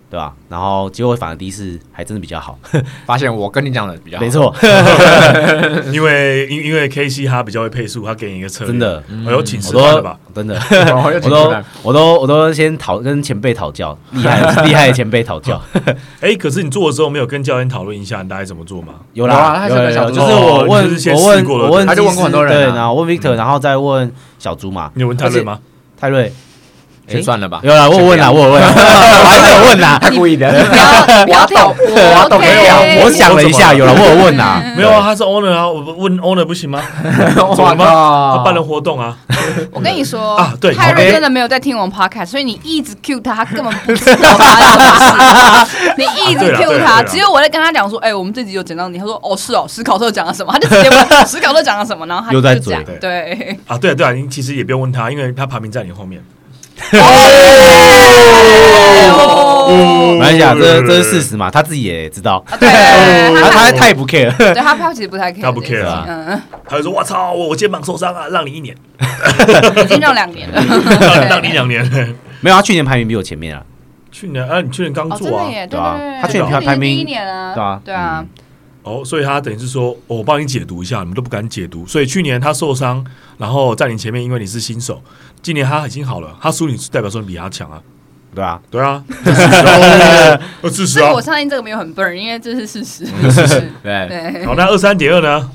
[SPEAKER 4] 对吧？然后结果反而第一次还真的比较好，
[SPEAKER 3] 发现我跟你讲的比较好
[SPEAKER 4] [LAUGHS] 没，错，
[SPEAKER 2] 嗯
[SPEAKER 4] [LAUGHS]
[SPEAKER 2] 因为因因为 K C 他比较会配速，他给你一个策略，
[SPEAKER 4] 真的
[SPEAKER 2] 我有请吃
[SPEAKER 4] 我
[SPEAKER 2] 饭了
[SPEAKER 4] 都
[SPEAKER 2] 吧？
[SPEAKER 1] [LAUGHS]
[SPEAKER 4] 真的。
[SPEAKER 3] 哦我又
[SPEAKER 4] 我
[SPEAKER 3] 停出来哎
[SPEAKER 4] 都我都我都先讨跟前辈讨教，
[SPEAKER 1] [LAUGHS]
[SPEAKER 4] 厉害厉害的前辈讨教，
[SPEAKER 2] 哎，可是你做的时候没有跟教练讨论一下，你大概怎么做吗？
[SPEAKER 4] 有
[SPEAKER 3] 有啊
[SPEAKER 4] 啦，
[SPEAKER 3] 他
[SPEAKER 4] 有
[SPEAKER 3] 是
[SPEAKER 4] 有
[SPEAKER 3] 跟小
[SPEAKER 4] 有，
[SPEAKER 3] 猪
[SPEAKER 4] 就是
[SPEAKER 2] 哦
[SPEAKER 4] 我
[SPEAKER 2] 你
[SPEAKER 4] 问
[SPEAKER 2] 就是先
[SPEAKER 4] 我
[SPEAKER 2] 试
[SPEAKER 4] 问
[SPEAKER 2] 过了
[SPEAKER 4] 我问
[SPEAKER 3] 他就
[SPEAKER 4] 技
[SPEAKER 3] 问过很多
[SPEAKER 4] 师
[SPEAKER 3] 人啊
[SPEAKER 4] 对，然后问 Victor，然后再问小猪嘛，
[SPEAKER 2] 你有问泰瑞吗？
[SPEAKER 4] 泰瑞，
[SPEAKER 3] 也算了吧，
[SPEAKER 4] 有啦，我有问啊啦，我有
[SPEAKER 3] [LAUGHS]
[SPEAKER 4] 问，我还是有问啦，
[SPEAKER 3] 他故意的，
[SPEAKER 1] 不要
[SPEAKER 2] 啊
[SPEAKER 1] 不要挑
[SPEAKER 3] 我 [LAUGHS]
[SPEAKER 1] 拨
[SPEAKER 3] 懂没有
[SPEAKER 1] ，OK
[SPEAKER 4] 我想了一下，有啦，我有
[SPEAKER 2] [LAUGHS]
[SPEAKER 4] 问
[SPEAKER 3] 嗯
[SPEAKER 4] 啦，
[SPEAKER 2] 没有啊，他是 owner 啊，我问 owner 不行吗？
[SPEAKER 3] 我
[SPEAKER 2] 怎么
[SPEAKER 3] 靠
[SPEAKER 2] 他办了活动啊，
[SPEAKER 1] 我跟你说
[SPEAKER 2] 啊对
[SPEAKER 1] 泰瑞
[SPEAKER 4] OK
[SPEAKER 1] 真的没有在听我们 podcast，所以你一直 cue 他，他根本
[SPEAKER 2] [LAUGHS]
[SPEAKER 1] 不知道他的事。你一直
[SPEAKER 2] 啊对啦对
[SPEAKER 1] cue 他，
[SPEAKER 2] 啦对啦
[SPEAKER 1] 只有我在跟他讲说，哎，我们这集有讲到你，他说哦是哦，史考特讲了什么，他就直接问史考特讲了什么，然后他
[SPEAKER 4] 又
[SPEAKER 1] 就
[SPEAKER 4] 在嘴
[SPEAKER 1] 讲，对，
[SPEAKER 2] 啊，对啊，对啊，你其实也不用问他，因为他排名在你后面。 [LAUGHS]
[SPEAKER 1] 哦
[SPEAKER 2] 哦
[SPEAKER 4] 没关系啊，这这是事实嘛，他自己也知道，
[SPEAKER 1] 哦对，
[SPEAKER 2] [LAUGHS]
[SPEAKER 4] 他
[SPEAKER 1] 他
[SPEAKER 4] 他他也不 care，
[SPEAKER 1] 对他他其实不太 care，
[SPEAKER 2] 他不 care
[SPEAKER 1] 这件事
[SPEAKER 4] 啊
[SPEAKER 1] 嗯，
[SPEAKER 2] 他就说：“我操，我我肩膀受伤啊，让你一年，
[SPEAKER 1] 嗯已经让两年了，
[SPEAKER 2] 让让你两年。
[SPEAKER 4] [LAUGHS] 没有，他去年排名比我前面啊，”
[SPEAKER 2] 去年啊，你去年刚
[SPEAKER 1] 哦，真
[SPEAKER 2] 做
[SPEAKER 1] 的
[SPEAKER 2] 啊，
[SPEAKER 1] 耶，对
[SPEAKER 4] 对啊
[SPEAKER 1] 对，
[SPEAKER 4] 他
[SPEAKER 1] 对
[SPEAKER 4] 去年
[SPEAKER 1] 对
[SPEAKER 4] 排排名
[SPEAKER 1] 第一年啊，
[SPEAKER 4] 对啊
[SPEAKER 1] 对啊，
[SPEAKER 2] 哦，所以他等于是说，哦我帮你解读一下，你们都不敢解读。所以去年他受伤，然后在你前面，因为你是新手。今年他已经好了，他输你代表说你比他强啊。
[SPEAKER 4] 对啊，
[SPEAKER 2] 对 [LAUGHS] 啊，自食哦呃自食
[SPEAKER 1] 所以
[SPEAKER 2] 啊
[SPEAKER 1] 我。相信这个没有很笨，因为这是事实。
[SPEAKER 4] 嗯
[SPEAKER 1] [LAUGHS]
[SPEAKER 3] 对，
[SPEAKER 1] 对，
[SPEAKER 2] 好，那二三点二呢？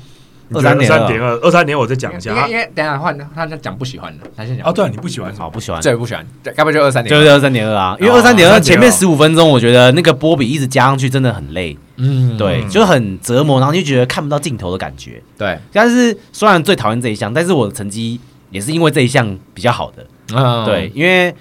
[SPEAKER 2] 三点二，
[SPEAKER 4] 23.2
[SPEAKER 2] 二三点我再讲一
[SPEAKER 3] 因
[SPEAKER 2] 下
[SPEAKER 3] 为
[SPEAKER 2] 啊
[SPEAKER 3] 因为等一下换他他讲不喜欢的，他先讲
[SPEAKER 2] 啊。对啊，你不喜欢什么？
[SPEAKER 4] 好不喜欢。
[SPEAKER 3] 最不喜欢，对，该不会就二三点？
[SPEAKER 4] 就是二三点二啊，因为
[SPEAKER 2] 哦
[SPEAKER 4] 二三点二
[SPEAKER 2] 23.2
[SPEAKER 4] 前面十五分钟，我觉得那个波比一直加上去真的很累，
[SPEAKER 3] 嗯，
[SPEAKER 4] 对，就很折磨，然后就觉得看不到尽头的感觉。
[SPEAKER 3] 对，
[SPEAKER 4] 但是虽然最讨厌这一项，但是我的成绩也是因为这一项比较好的，
[SPEAKER 3] 嗯
[SPEAKER 4] 对，，因为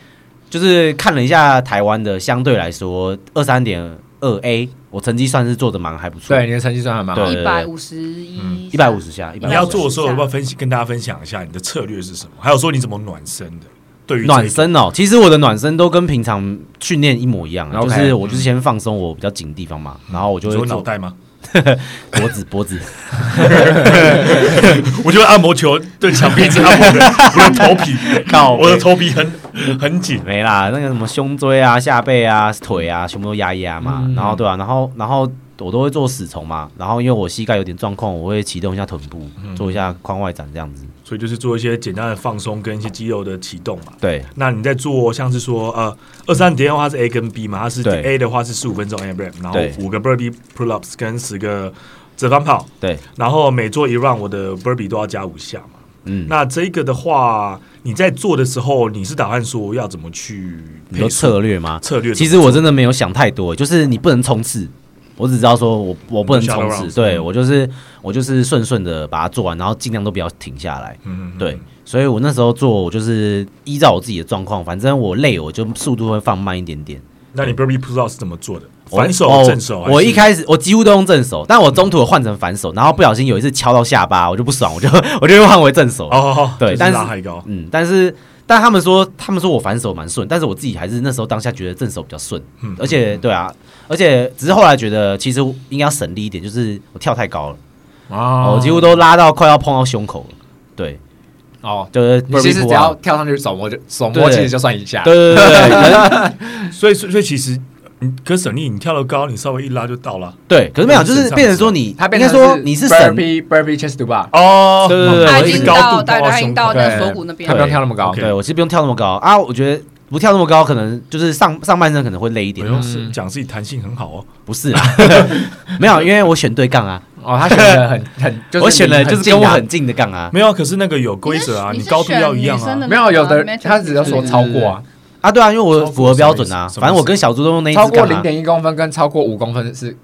[SPEAKER 4] 就是看了一下台湾的，相对来说二三点二 A，我成绩算是做的蛮还不错，
[SPEAKER 3] 对，你的成绩算还蛮好
[SPEAKER 4] 对
[SPEAKER 1] 一百五十一，
[SPEAKER 4] 嗯一百五十下，一百
[SPEAKER 2] 你要
[SPEAKER 1] 150
[SPEAKER 2] 做的时候，要不要分析跟大家分享一下你的策略是什么？还有说你怎么暖身的？对于这一
[SPEAKER 4] 暖身哦，其实我的暖身都跟平常训练一模一样啊，就
[SPEAKER 3] OK，
[SPEAKER 4] 是我就是先放松我比较紧的地方嘛，然后我就
[SPEAKER 2] 点，嗯
[SPEAKER 4] 会
[SPEAKER 2] 你说脑
[SPEAKER 4] 做
[SPEAKER 2] 袋吗？
[SPEAKER 4] 脖子脖子，
[SPEAKER 2] 我觉得按摩球对墙壁 [LAUGHS] 是按摩的，我的头皮，
[SPEAKER 4] 靠
[SPEAKER 2] 我的头皮很很紧。
[SPEAKER 4] 没啦，那个什么胸椎啊、下背啊、腿啊，全部都压一压嘛。
[SPEAKER 3] 嗯
[SPEAKER 4] 然后对啊，然后然后我都会做死虫嘛。然后因为我膝盖有点状况，我会启动一下臀部，
[SPEAKER 2] 嗯
[SPEAKER 4] 做一下髋外展这样子。
[SPEAKER 2] 所以就是做一些简单的放松跟一些肌肉的启动嘛。
[SPEAKER 4] 对
[SPEAKER 2] 那你在做像是说呃二三点的话是 A 跟 B 嘛，它是
[SPEAKER 4] 对
[SPEAKER 2] A 的话是十五分钟 A rep，然后
[SPEAKER 4] 对
[SPEAKER 2] 五个 burpee pull ups 跟十个折返跑，
[SPEAKER 4] 对，
[SPEAKER 2] 然后每做一 round 我的 burpee 都要加五下嘛。
[SPEAKER 4] 嗯，
[SPEAKER 2] 那这个的话，你在做的时候，你是打算说要怎么去
[SPEAKER 4] 你说
[SPEAKER 2] 配速
[SPEAKER 4] 策略吗？
[SPEAKER 2] 策略怎么做？
[SPEAKER 4] 其实我真的没有想太多，就是你不能冲刺。我只知道说我我不能
[SPEAKER 2] 你就下
[SPEAKER 4] 冲
[SPEAKER 2] round
[SPEAKER 4] 刺，
[SPEAKER 2] 是
[SPEAKER 4] 对
[SPEAKER 2] 吗
[SPEAKER 4] 我就是我就是顺顺的把它做完，然后尽量都不要停下来。
[SPEAKER 2] 嗯，嗯，
[SPEAKER 4] 对，所以我那时候做，我就是依照我自己的状况，反正我累我就速度会放慢一点点。
[SPEAKER 2] 那你 burpee pull up 是怎么做的？
[SPEAKER 4] 我
[SPEAKER 2] 反手
[SPEAKER 4] 哦、
[SPEAKER 2] 正手还是？
[SPEAKER 4] 我一开始我几乎都用正手，但我中途有换成反手，然后不小心有一次敲到下巴，我就不爽，我就我就又换回正手。
[SPEAKER 2] 哦哦，哦
[SPEAKER 4] 对
[SPEAKER 2] 就是
[SPEAKER 4] 但是
[SPEAKER 2] 拉海高，
[SPEAKER 4] 嗯，但是但他们说他们说我反手蛮顺，但是我自己还是那时候当下觉得正手比较顺，
[SPEAKER 2] 嗯
[SPEAKER 4] 而且对啊，而且只是后来觉得其实应该要省力一点，就是我跳太高了，
[SPEAKER 3] 啊
[SPEAKER 4] 哦我几乎都拉到快要碰到胸口了。对，
[SPEAKER 3] 哦，
[SPEAKER 4] 就是
[SPEAKER 3] 你其实
[SPEAKER 4] burpee pull
[SPEAKER 3] 只要
[SPEAKER 4] up
[SPEAKER 3] 跳上去手摸就手摸，其实就算一下，
[SPEAKER 4] 啊对对对对对，可是
[SPEAKER 2] 所以所以所以其实，嗯，可是省力，你跳得高，你稍微一拉就到了。
[SPEAKER 4] 对，可是没有，就是变成说你，
[SPEAKER 3] 他变
[SPEAKER 4] 应
[SPEAKER 3] 成
[SPEAKER 4] 该说你是省
[SPEAKER 3] burpee burpee chest to bar，
[SPEAKER 2] 哦
[SPEAKER 4] 对对对
[SPEAKER 1] 他
[SPEAKER 4] 我
[SPEAKER 1] 已
[SPEAKER 4] 一直
[SPEAKER 1] 经
[SPEAKER 2] 高
[SPEAKER 1] 到，
[SPEAKER 2] 度
[SPEAKER 1] 大
[SPEAKER 2] 到
[SPEAKER 1] 概
[SPEAKER 2] 了
[SPEAKER 1] 已经
[SPEAKER 2] 胸
[SPEAKER 1] 到
[SPEAKER 2] 口，
[SPEAKER 1] 那个锁骨那边
[SPEAKER 3] 他不
[SPEAKER 1] 了
[SPEAKER 3] 用。跳那么高，
[SPEAKER 2] OK
[SPEAKER 4] 对我其实不用跳那么高啊，我觉得不跳那么高，可能就是上上半身可能会累一
[SPEAKER 2] 不
[SPEAKER 4] 点、啊
[SPEAKER 2] 用。是讲自己弹性很好哦。
[SPEAKER 4] 不是啊， [LAUGHS] 没有，因为我选对杠啊，
[SPEAKER 3] 哦，他选的很很，就是
[SPEAKER 4] 我选了
[SPEAKER 3] 离
[SPEAKER 4] 就是
[SPEAKER 3] 近
[SPEAKER 4] 跟我
[SPEAKER 3] 啊
[SPEAKER 4] 很近的杠啊
[SPEAKER 2] 没有啊，可是那个有规则啊，
[SPEAKER 1] 你是
[SPEAKER 2] 高度要一样
[SPEAKER 1] 你是选女生
[SPEAKER 2] 啊
[SPEAKER 1] 的。
[SPEAKER 3] 没有有的
[SPEAKER 1] 那个，
[SPEAKER 3] 他只要说超过啊，
[SPEAKER 4] 啊，对啊，因为我
[SPEAKER 2] 超过
[SPEAKER 4] 符合标准啊，
[SPEAKER 2] 什么意思
[SPEAKER 4] 反正我跟小猪都用那一
[SPEAKER 3] 超
[SPEAKER 4] 只
[SPEAKER 3] 过
[SPEAKER 4] 杠
[SPEAKER 3] 零
[SPEAKER 4] 啊，
[SPEAKER 3] 点一公分跟超过五公分是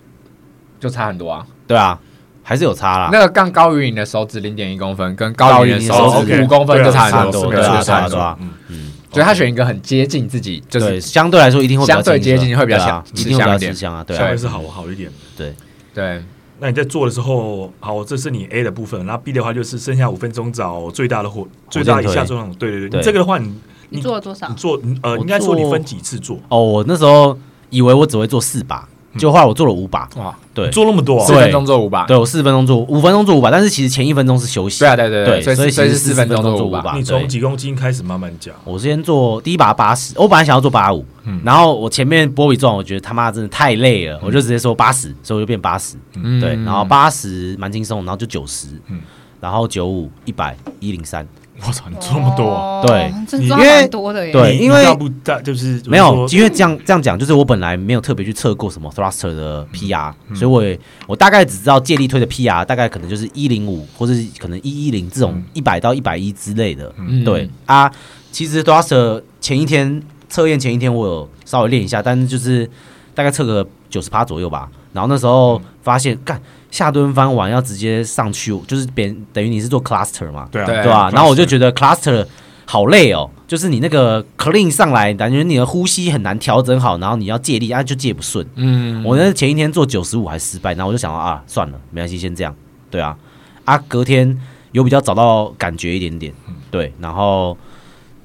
[SPEAKER 3] 就差很多啊。
[SPEAKER 4] 对啊，还是有差啦。
[SPEAKER 3] 那个杠高于你的手指零点一公分，跟高于你的
[SPEAKER 4] 高
[SPEAKER 3] 手
[SPEAKER 4] 于
[SPEAKER 3] 指
[SPEAKER 4] 你的手指
[SPEAKER 3] 哦五公分就差
[SPEAKER 4] 差
[SPEAKER 3] 很
[SPEAKER 4] 很
[SPEAKER 3] 多，
[SPEAKER 4] 多
[SPEAKER 3] 对啊
[SPEAKER 4] 对啊
[SPEAKER 3] 差很
[SPEAKER 4] 对
[SPEAKER 3] 多。
[SPEAKER 4] 啊
[SPEAKER 2] 嗯
[SPEAKER 4] 嗯，
[SPEAKER 3] 所以他选一个很接近自己，就是
[SPEAKER 4] 对，相对来说一定会比较
[SPEAKER 3] 相对接近会比较
[SPEAKER 4] 对
[SPEAKER 3] 强
[SPEAKER 4] 啊一定会
[SPEAKER 3] 吃
[SPEAKER 4] 比
[SPEAKER 3] 香一
[SPEAKER 4] 较
[SPEAKER 3] 点
[SPEAKER 4] 吃香啊，对
[SPEAKER 2] 稍
[SPEAKER 4] 啊
[SPEAKER 2] 微，是好好一点的。
[SPEAKER 4] 对，
[SPEAKER 3] 对
[SPEAKER 2] 那你在做的时候，好，这是你 A 的部分，那 B 的话就是剩下五分钟找最大的火，最大一下重量。对对对，
[SPEAKER 4] 对
[SPEAKER 2] 你这个的话，你
[SPEAKER 1] 你做了多少
[SPEAKER 2] 你？做你呃，
[SPEAKER 4] 我
[SPEAKER 2] 应该说你
[SPEAKER 4] 做
[SPEAKER 2] 分几次做？
[SPEAKER 4] 哦，我那时候以为我只会做四把，
[SPEAKER 3] 嗯
[SPEAKER 4] 结果后来我做了五把，
[SPEAKER 3] 哇，
[SPEAKER 4] 对，
[SPEAKER 2] 做那么多啊？
[SPEAKER 3] 四
[SPEAKER 4] 对
[SPEAKER 3] 分钟做五把，
[SPEAKER 4] 对我四十分钟做五分钟做五把，但是其实前一分钟是休息，
[SPEAKER 3] 对啊对对
[SPEAKER 4] 对
[SPEAKER 3] 所以
[SPEAKER 4] 所以
[SPEAKER 3] 所以
[SPEAKER 4] 其
[SPEAKER 3] 是
[SPEAKER 4] 实
[SPEAKER 3] 四分钟
[SPEAKER 4] 40
[SPEAKER 3] 做五
[SPEAKER 4] 分钟做五
[SPEAKER 3] 把
[SPEAKER 4] 把，
[SPEAKER 2] 你从几公斤开始慢慢加？
[SPEAKER 4] 我先做第一把八十，我本来想要做八五，
[SPEAKER 2] 嗯
[SPEAKER 4] 然后我前面波比撞，我觉得他妈真的太累了，我就直接说八十，所以我就变八十、
[SPEAKER 3] 嗯
[SPEAKER 4] 对，然后八十蛮轻松，然后就九十、
[SPEAKER 2] 嗯
[SPEAKER 4] 然后九五、一百、一零三，
[SPEAKER 2] 我操，你做那么多啊？
[SPEAKER 1] 哦
[SPEAKER 4] 对，
[SPEAKER 1] 真
[SPEAKER 2] 你
[SPEAKER 1] 抓
[SPEAKER 4] 因为
[SPEAKER 1] 蛮多的耶。
[SPEAKER 4] 对
[SPEAKER 2] 你
[SPEAKER 4] 因为
[SPEAKER 2] 你大不大就是
[SPEAKER 4] 没有，
[SPEAKER 2] 我是说
[SPEAKER 4] 因为这样这样讲，就是我本来没有特别去测过什么 thruster 的 PR，、所以
[SPEAKER 2] 嗯
[SPEAKER 4] 我也我大概只知道借力推的 PR 大概可能就是一零五或者可能一一零这
[SPEAKER 2] 嗯
[SPEAKER 4] 种一百到一百一之类的，
[SPEAKER 3] 嗯
[SPEAKER 4] 对，啊，其实 Thruster 前一天测验前一天我有稍微练一下，但是就是大概测个九十趴左右吧。然后那时候
[SPEAKER 3] 嗯
[SPEAKER 4] 发现，干下蹲翻完要直接上去，就是别人等于你是做 cluster 嘛，
[SPEAKER 2] 对啊，
[SPEAKER 3] 对
[SPEAKER 4] 对吧？
[SPEAKER 2] cluster
[SPEAKER 4] 然后我就觉得 cluster 好累哦，就是你那个 clean 上来，感觉你的呼吸很难调整好，然后你要借力啊就借不顺。
[SPEAKER 3] 嗯，
[SPEAKER 4] 我那前一天做九十五还失败，然后我就想到啊，算了，没关系，先这样。对啊，啊，隔天有比较找到感觉一点点，
[SPEAKER 2] 嗯
[SPEAKER 4] 对，然后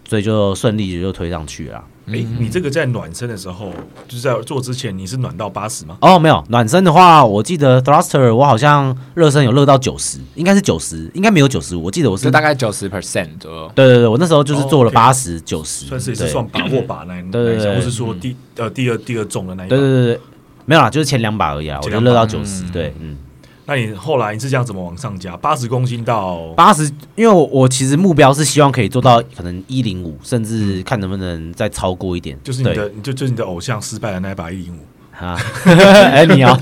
[SPEAKER 4] 所以就顺利就推上去了啊。
[SPEAKER 2] 诶，哎你这个在暖身的时候，就是在做之前，你是暖到八十吗？
[SPEAKER 4] 哦，没有暖身的话，我记得 thruster 我好像热身有热到九十，应该是九十，应该没有九十五，我记得我
[SPEAKER 3] 是
[SPEAKER 4] 是
[SPEAKER 3] 大概九十 percent 左右，
[SPEAKER 4] 对对对，我那时候就是做了
[SPEAKER 2] 哦，OK
[SPEAKER 4] 八十九十，
[SPEAKER 2] 算是也是
[SPEAKER 4] 嗯对
[SPEAKER 2] 算把握把那一
[SPEAKER 4] 对
[SPEAKER 2] 那
[SPEAKER 4] 对
[SPEAKER 2] 一项，
[SPEAKER 4] 对嗯
[SPEAKER 2] 或是说第呃第二第二重的那一把
[SPEAKER 4] 对对对对，没有啦，就是前两把而已啊，我
[SPEAKER 2] 前
[SPEAKER 4] 就
[SPEAKER 2] 两把
[SPEAKER 4] 热到九十
[SPEAKER 3] 嗯，
[SPEAKER 4] 对，嗯，
[SPEAKER 2] 那你后来你是这样怎么往上加？八十公斤到
[SPEAKER 4] 八十，因为我我其实目标是希望可以做到可能一零五，甚至看能不能再超过一点。
[SPEAKER 2] 嗯就是你
[SPEAKER 4] 对
[SPEAKER 2] 的，你就就是你的偶像失败的那一把一零
[SPEAKER 4] [LAUGHS]
[SPEAKER 2] 五。 [LAUGHS]
[SPEAKER 4] 啊，哎、你哦，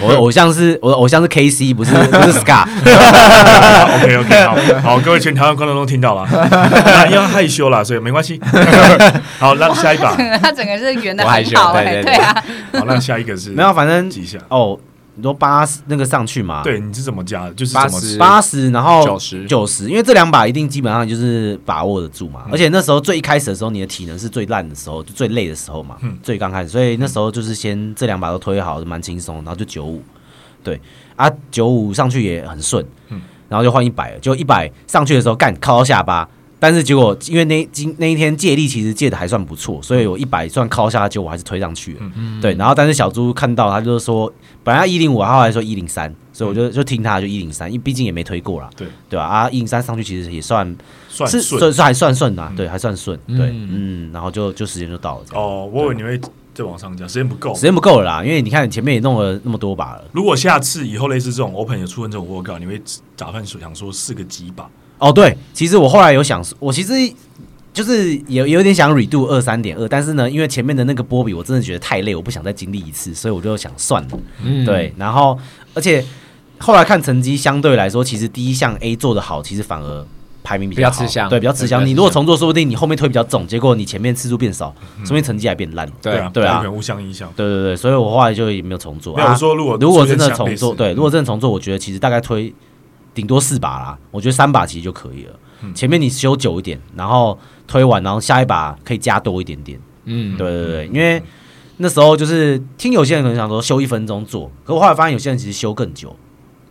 [SPEAKER 4] 我的偶像是我的偶像是 K C，不是不是
[SPEAKER 2] [LAUGHS]
[SPEAKER 4] Scar。
[SPEAKER 2] OK OK，好，好，各位全台湾观众都听到
[SPEAKER 4] [LAUGHS]
[SPEAKER 2] 了，那因为害羞啦，所以没关系。好，那下一把，
[SPEAKER 1] [LAUGHS] 他整个是圆的
[SPEAKER 3] 我害
[SPEAKER 1] 很
[SPEAKER 3] 羞
[SPEAKER 1] 好
[SPEAKER 3] 对
[SPEAKER 1] 哎，
[SPEAKER 3] 对
[SPEAKER 1] 对啊，
[SPEAKER 2] 好，那下一个是
[SPEAKER 4] 没有，反正
[SPEAKER 2] 记一下。
[SPEAKER 4] 哦，你说八十那个上去嘛？，
[SPEAKER 2] 对，你是怎么加的？就是怎么
[SPEAKER 3] 80
[SPEAKER 4] 八十，然后
[SPEAKER 3] 90
[SPEAKER 4] 九十，因为这两把一定基本上就是把握得住嘛。
[SPEAKER 2] 嗯
[SPEAKER 4] 而且那时候最一开始的时候，你的体能是最烂的时候，就最累的时候嘛，
[SPEAKER 2] 嗯
[SPEAKER 4] 最刚开始，所以那时候就是先这两把都推好，蛮轻松，然后就九五，对啊，九五上去也很顺，
[SPEAKER 2] 嗯
[SPEAKER 4] 然后就换一百，就一百上去的时候干靠到下巴。但是结果，因为那今那一天借力其实借的还算不错，所以我一百算靠下，结果我还是推上去
[SPEAKER 2] 嗯
[SPEAKER 4] 了。对，然后但是小猪看到他就说，本来一零五，他后来说一零三，所以
[SPEAKER 2] 嗯
[SPEAKER 4] 我就就听他就一零三，因为毕竟也没推过啦，
[SPEAKER 2] 对
[SPEAKER 4] 对吧、啊？一零三上去其实也算
[SPEAKER 2] 算
[SPEAKER 4] 是
[SPEAKER 2] 顺
[SPEAKER 4] 算算还算顺啊，
[SPEAKER 2] 嗯
[SPEAKER 4] 对，还算顺，
[SPEAKER 3] 嗯
[SPEAKER 4] 对，嗯，然后就就时间就到了，这样，
[SPEAKER 2] 哦，我以为你会再往上加，时间不够
[SPEAKER 4] 时。间不够了啦，因为你看你前面也弄了那么多把了，
[SPEAKER 2] 如果下次以后类似这种 open 有出现这种 workout，你会打算想说四个几把？
[SPEAKER 4] 哦，对，其实我后来有想，我其实就是有有点想 redo 二三点二，但是呢，因为前面的那个波比我真的觉得太累，我不想再经历一次，所以我就想算了。
[SPEAKER 3] 嗯，
[SPEAKER 4] 对，然后而且后来看成绩，相对来说，其实第一项 A 做的好，其实反而排名比较
[SPEAKER 3] 比较吃香嗯
[SPEAKER 4] 好对，比较吃
[SPEAKER 3] 对
[SPEAKER 4] 香。
[SPEAKER 3] 比较
[SPEAKER 4] 你
[SPEAKER 3] 吃
[SPEAKER 4] 如果重做，说不定你后面推比较重，结果你前面次数变少，说不定成绩还变烂。
[SPEAKER 3] 对
[SPEAKER 2] 啊，
[SPEAKER 4] 对啊
[SPEAKER 2] 可能互相影响。
[SPEAKER 4] 对对对，所以我后来就也没有重做。
[SPEAKER 2] 没有
[SPEAKER 4] 啊
[SPEAKER 2] 我说如果
[SPEAKER 4] 如果真的
[SPEAKER 2] 出现像
[SPEAKER 4] 重
[SPEAKER 2] 类
[SPEAKER 4] 做，
[SPEAKER 2] 似
[SPEAKER 3] 嗯
[SPEAKER 4] 对，如果真的重做，我觉得其实大概推顶多四把啦，我觉得三把其实就可以了。
[SPEAKER 3] 嗯
[SPEAKER 4] 前面你修久一点，然后推完，然后下一把可以加多一点点。
[SPEAKER 3] 嗯，
[SPEAKER 4] 对对对，因为那时候就是听有些人可能想说修一分钟做，可我后来发现有些人其实修更久。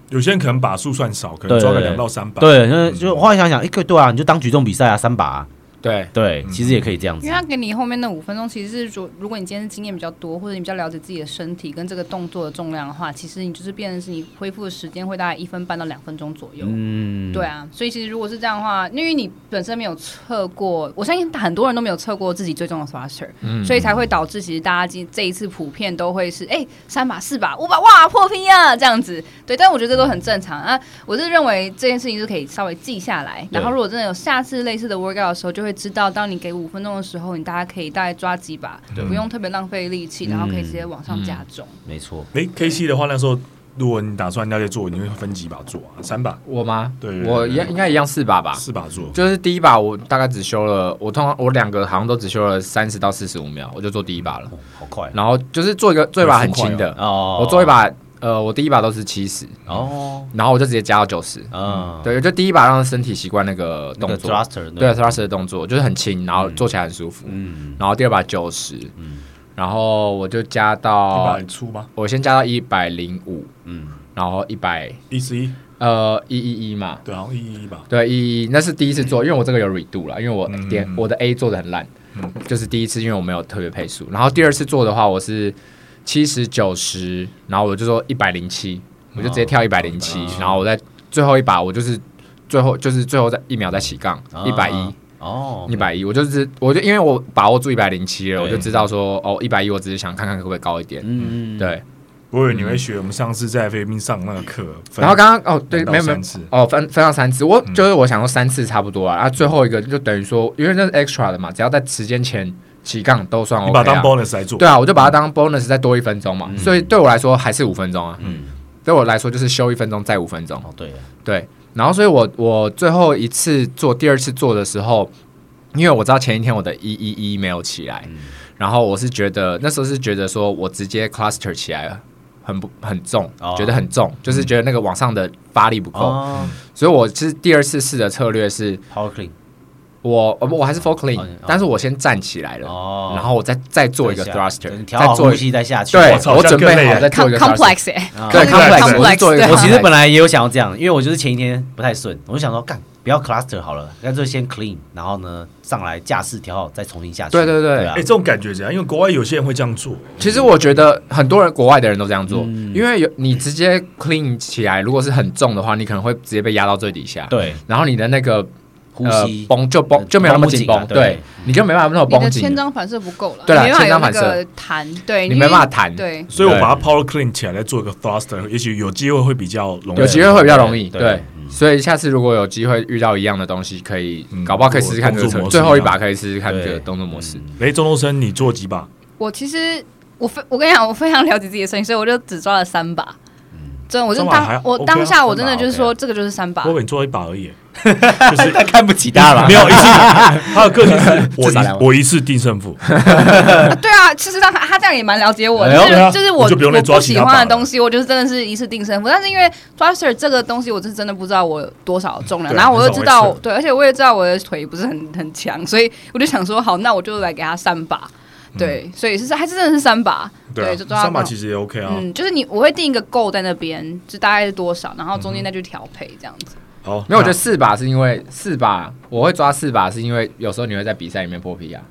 [SPEAKER 2] 有些人可能把数算少，可
[SPEAKER 4] 对
[SPEAKER 2] 能抓个
[SPEAKER 4] 对
[SPEAKER 2] 两到
[SPEAKER 3] 嗯
[SPEAKER 2] 三把。
[SPEAKER 4] 对，那就后来想想，哎、对啊，你就当举重比赛啊，三把、啊，
[SPEAKER 3] 对，
[SPEAKER 4] 对，其实也可以这样
[SPEAKER 1] 因
[SPEAKER 4] 子
[SPEAKER 1] 为。他给你后面那五分钟，其实是如如果你今天经验比较多，或者你比较了解自己的身体跟这个动作的重量的话，其实你就是变成是你恢复的时间会大概一分半到两分钟左右。
[SPEAKER 4] 嗯，
[SPEAKER 1] 对啊，所以其实如果是这样的话，因为你本身没有测过，我相信很多人都没有测过自己最重的 thruster，、所以
[SPEAKER 3] 嗯
[SPEAKER 1] 才会导致其实大家今这一次普遍都会是哎、三把四把五把哇破皮啊这样子，对，但我觉得这都很正常啊。
[SPEAKER 3] 嗯
[SPEAKER 1] 我是认为这件事情是可以稍微记下来，
[SPEAKER 4] 对
[SPEAKER 1] 然后如果真的有下次类似的 workout 的时候，就会知道当你给五分钟的时候，你大家可以大概抓几把，不用特别浪费力
[SPEAKER 3] 嗯
[SPEAKER 1] 气，然后可以直接往上加重。
[SPEAKER 4] 没错。
[SPEAKER 2] 哎，K C 的话，那时候如果你打算要去做，你会分几把做啊？三把、
[SPEAKER 3] 我吗？
[SPEAKER 2] 对
[SPEAKER 3] 我应应该一样四把
[SPEAKER 4] 啊
[SPEAKER 3] 吧。
[SPEAKER 2] 四把做？
[SPEAKER 3] 就是第一把，我大概只修了，我通常我两个好像都只修了三十到四十五秒，我就做第一把了。
[SPEAKER 4] 哦好快
[SPEAKER 3] 然后就是做一个做一把很轻的，
[SPEAKER 4] 哦！
[SPEAKER 3] 我做一把，呃，我第一把都是七十，
[SPEAKER 4] 哦，
[SPEAKER 3] 然后我就直接加到九十。
[SPEAKER 4] 嗯，，
[SPEAKER 3] 对，就第一把让身体习惯那个
[SPEAKER 4] 那
[SPEAKER 3] 动
[SPEAKER 4] 个
[SPEAKER 3] 作，
[SPEAKER 4] thruster，
[SPEAKER 3] 对啊 thrust 的动作就是很轻，然后做起来很舒服。
[SPEAKER 4] 嗯，
[SPEAKER 3] 然后第二把九十，然后我就加
[SPEAKER 4] 哦
[SPEAKER 3] 到
[SPEAKER 2] 一百出吗？
[SPEAKER 3] 我先加到一百零五，
[SPEAKER 4] 嗯
[SPEAKER 3] 然后一百
[SPEAKER 2] 一十一，
[SPEAKER 3] 呃一一一嘛，
[SPEAKER 2] 对，好像一一一吧。
[SPEAKER 3] 对一一那是第一次做，因为我这个有 redo 啦，因为我
[SPEAKER 2] 嗯
[SPEAKER 3] 点我的 A 做的很烂，就是第一次因为我没有特别配速，然后第二次做的话我是七十九十，然后我就说一百零七，我就直
[SPEAKER 2] 哦
[SPEAKER 3] 接跳一百零七，然后我在最后一把我就是最后就是最后在一秒再起杠
[SPEAKER 2] 啊
[SPEAKER 3] 一百一。110
[SPEAKER 4] 哦，
[SPEAKER 3] 一百一，我就是我就因为我把握住一百零七了，
[SPEAKER 4] 对
[SPEAKER 3] 我就知道说哦，一百一，我只是想看看可不可以高一点。
[SPEAKER 4] 嗯，
[SPEAKER 3] 对，
[SPEAKER 2] 我以为你会学我们上次在菲律宾上那个课，分
[SPEAKER 3] 然后刚刚哦，对，
[SPEAKER 2] 两到
[SPEAKER 3] 没有没有
[SPEAKER 2] 三次，
[SPEAKER 3] 哦，分分到三次，我
[SPEAKER 2] 嗯
[SPEAKER 3] 就是我想说三次差不多啊，啊，最后一个就等于说，因为那是 extra 的嘛，只要在时间前起杠都算
[SPEAKER 2] 你
[SPEAKER 3] OK
[SPEAKER 2] 把它当
[SPEAKER 3] 啊。
[SPEAKER 2] bonus 嗯来做。
[SPEAKER 3] 对啊，我就把它当 bonus 再多一分钟嘛，所以对我来说还是五分钟啊。
[SPEAKER 4] 嗯，
[SPEAKER 3] 对我来说就是休一分钟再五分钟。
[SPEAKER 4] 哦对啊，
[SPEAKER 3] 嗯对，然后所以我我最后一次做第二次做的时候，因为我知道前一天我的一一一没有起来，
[SPEAKER 2] 嗯
[SPEAKER 3] 然后我是觉得那时候是觉得说我直接 cluster 起来了。很不很重
[SPEAKER 4] 哦，
[SPEAKER 3] 觉得很重，
[SPEAKER 2] 嗯
[SPEAKER 3] 就是觉得那个往上的发力不够，
[SPEAKER 4] 哦
[SPEAKER 3] 所以我是第二次试的策略是
[SPEAKER 4] ，power clean，
[SPEAKER 3] 我呃不我还是 full
[SPEAKER 4] 哦
[SPEAKER 3] clean，
[SPEAKER 4] 你哦
[SPEAKER 3] 但是我先站起来了，
[SPEAKER 4] 哦，
[SPEAKER 3] 然后我再再做一个
[SPEAKER 4] 再下
[SPEAKER 3] thruster，
[SPEAKER 4] 你调
[SPEAKER 3] 再
[SPEAKER 4] 好
[SPEAKER 3] 做
[SPEAKER 4] 呼
[SPEAKER 3] 一
[SPEAKER 4] 吸再下去，
[SPEAKER 3] 对
[SPEAKER 2] 我操
[SPEAKER 3] 我
[SPEAKER 2] 这样
[SPEAKER 3] 准备
[SPEAKER 2] 更累
[SPEAKER 3] 好
[SPEAKER 2] 耶
[SPEAKER 3] 再做一个 thruster，
[SPEAKER 1] complex 哎、
[SPEAKER 4] 啊
[SPEAKER 3] 对
[SPEAKER 1] [LAUGHS]
[SPEAKER 2] complex，
[SPEAKER 3] complex，我是做一个
[SPEAKER 1] 对
[SPEAKER 4] 我其实
[SPEAKER 3] complex
[SPEAKER 4] 本来也有想要这样，因为我就是前一天不太顺，我就想说干不要 cluster 好了，干脆先 clean，然后呢上来架势调好再重新下去。
[SPEAKER 3] 对对对
[SPEAKER 4] 对啊
[SPEAKER 2] 哎，，这种感觉怎样？因为国外有些人会这样做，
[SPEAKER 3] 其实我觉得很多人国外的人都这样做，
[SPEAKER 4] 嗯
[SPEAKER 3] 因为有你直接 clean 起来，如果是很重的话，你可能会直接被压到最底下。
[SPEAKER 4] 对，
[SPEAKER 3] 然后你的那个
[SPEAKER 4] 呼
[SPEAKER 3] 呃
[SPEAKER 4] 吸
[SPEAKER 3] 绷就绷就没有那么紧绷
[SPEAKER 4] 绷，不紧啊
[SPEAKER 3] 对，你就没办法那么
[SPEAKER 1] 你的
[SPEAKER 3] 绷
[SPEAKER 1] 千
[SPEAKER 3] 紧，
[SPEAKER 1] 张反射不够了，
[SPEAKER 3] 对啦
[SPEAKER 1] 你没办法有
[SPEAKER 3] 千张
[SPEAKER 1] 那
[SPEAKER 3] 反
[SPEAKER 1] 个弹，对
[SPEAKER 3] 你
[SPEAKER 1] 因
[SPEAKER 3] 没
[SPEAKER 1] 为
[SPEAKER 3] 办法弹
[SPEAKER 1] 对，
[SPEAKER 2] 所以我把它 power clean 起来，再做一个 thruster，也许有机会会比较容易。
[SPEAKER 3] 有机会会比较容易，
[SPEAKER 4] 对
[SPEAKER 3] 对
[SPEAKER 4] 嗯。
[SPEAKER 3] 所以下次如果有机会遇到一样的东西，可以
[SPEAKER 2] 嗯
[SPEAKER 3] 搞不好可以试试看这个
[SPEAKER 2] 动作
[SPEAKER 3] 车，
[SPEAKER 2] 模式嗯
[SPEAKER 3] 最后一把可以试试看
[SPEAKER 4] 对
[SPEAKER 3] 这个动作模式。
[SPEAKER 4] 嗯
[SPEAKER 2] 雷中东升，你做几把？
[SPEAKER 1] 我其实我非我跟你讲，我非常了解自己的声音，所以我就只抓了三把。真的，我就
[SPEAKER 2] 嗯三把还
[SPEAKER 1] 当我
[SPEAKER 2] OK 啊
[SPEAKER 1] 当下我真
[SPEAKER 4] 三
[SPEAKER 1] 的
[SPEAKER 4] 把
[SPEAKER 1] 就是
[SPEAKER 4] OK 啊
[SPEAKER 1] 说，这个就是三把
[SPEAKER 2] 我以。为你做一把而
[SPEAKER 3] [LAUGHS]
[SPEAKER 2] 已，就是
[SPEAKER 4] 太看不起他了
[SPEAKER 2] 没有一次。他的个性是我
[SPEAKER 3] [LAUGHS] 至少两把
[SPEAKER 2] 一我一次定胜负，
[SPEAKER 1] 啊对啊，其实他他这样也蛮了解我的，
[SPEAKER 3] 哎呦
[SPEAKER 1] 就是、
[SPEAKER 2] 对啊
[SPEAKER 1] 就是
[SPEAKER 2] 我
[SPEAKER 1] 我
[SPEAKER 2] 就不用再抓
[SPEAKER 1] 我
[SPEAKER 2] 其
[SPEAKER 1] 喜
[SPEAKER 2] 他把
[SPEAKER 1] 欢的
[SPEAKER 2] 了
[SPEAKER 1] 东西，我就是真的是一次定胜负。但是因为 thruster 这个东西，我是真的不知道我有多少重量，
[SPEAKER 2] 对啊
[SPEAKER 1] 然后我又知
[SPEAKER 2] 很少
[SPEAKER 1] 道
[SPEAKER 2] 会测
[SPEAKER 1] 对，而且我也知道我的腿不是很很强，所以我就想说，好，那我就来给他三把。对，所以是还是真的是三把，
[SPEAKER 2] 嗯啊
[SPEAKER 1] 就抓到
[SPEAKER 2] 三把
[SPEAKER 1] 那种
[SPEAKER 2] 其实也 OK 啊。
[SPEAKER 1] 嗯，就是你我会定一个 goal 在那边，就大概是多少，然后
[SPEAKER 3] 嗯
[SPEAKER 1] 中间再去调配这样子。
[SPEAKER 2] 好，
[SPEAKER 3] 没有，我觉
[SPEAKER 2] 那
[SPEAKER 3] 得四把是因为四把我会抓四把，是因为有时候你会在比赛里面破皮啊，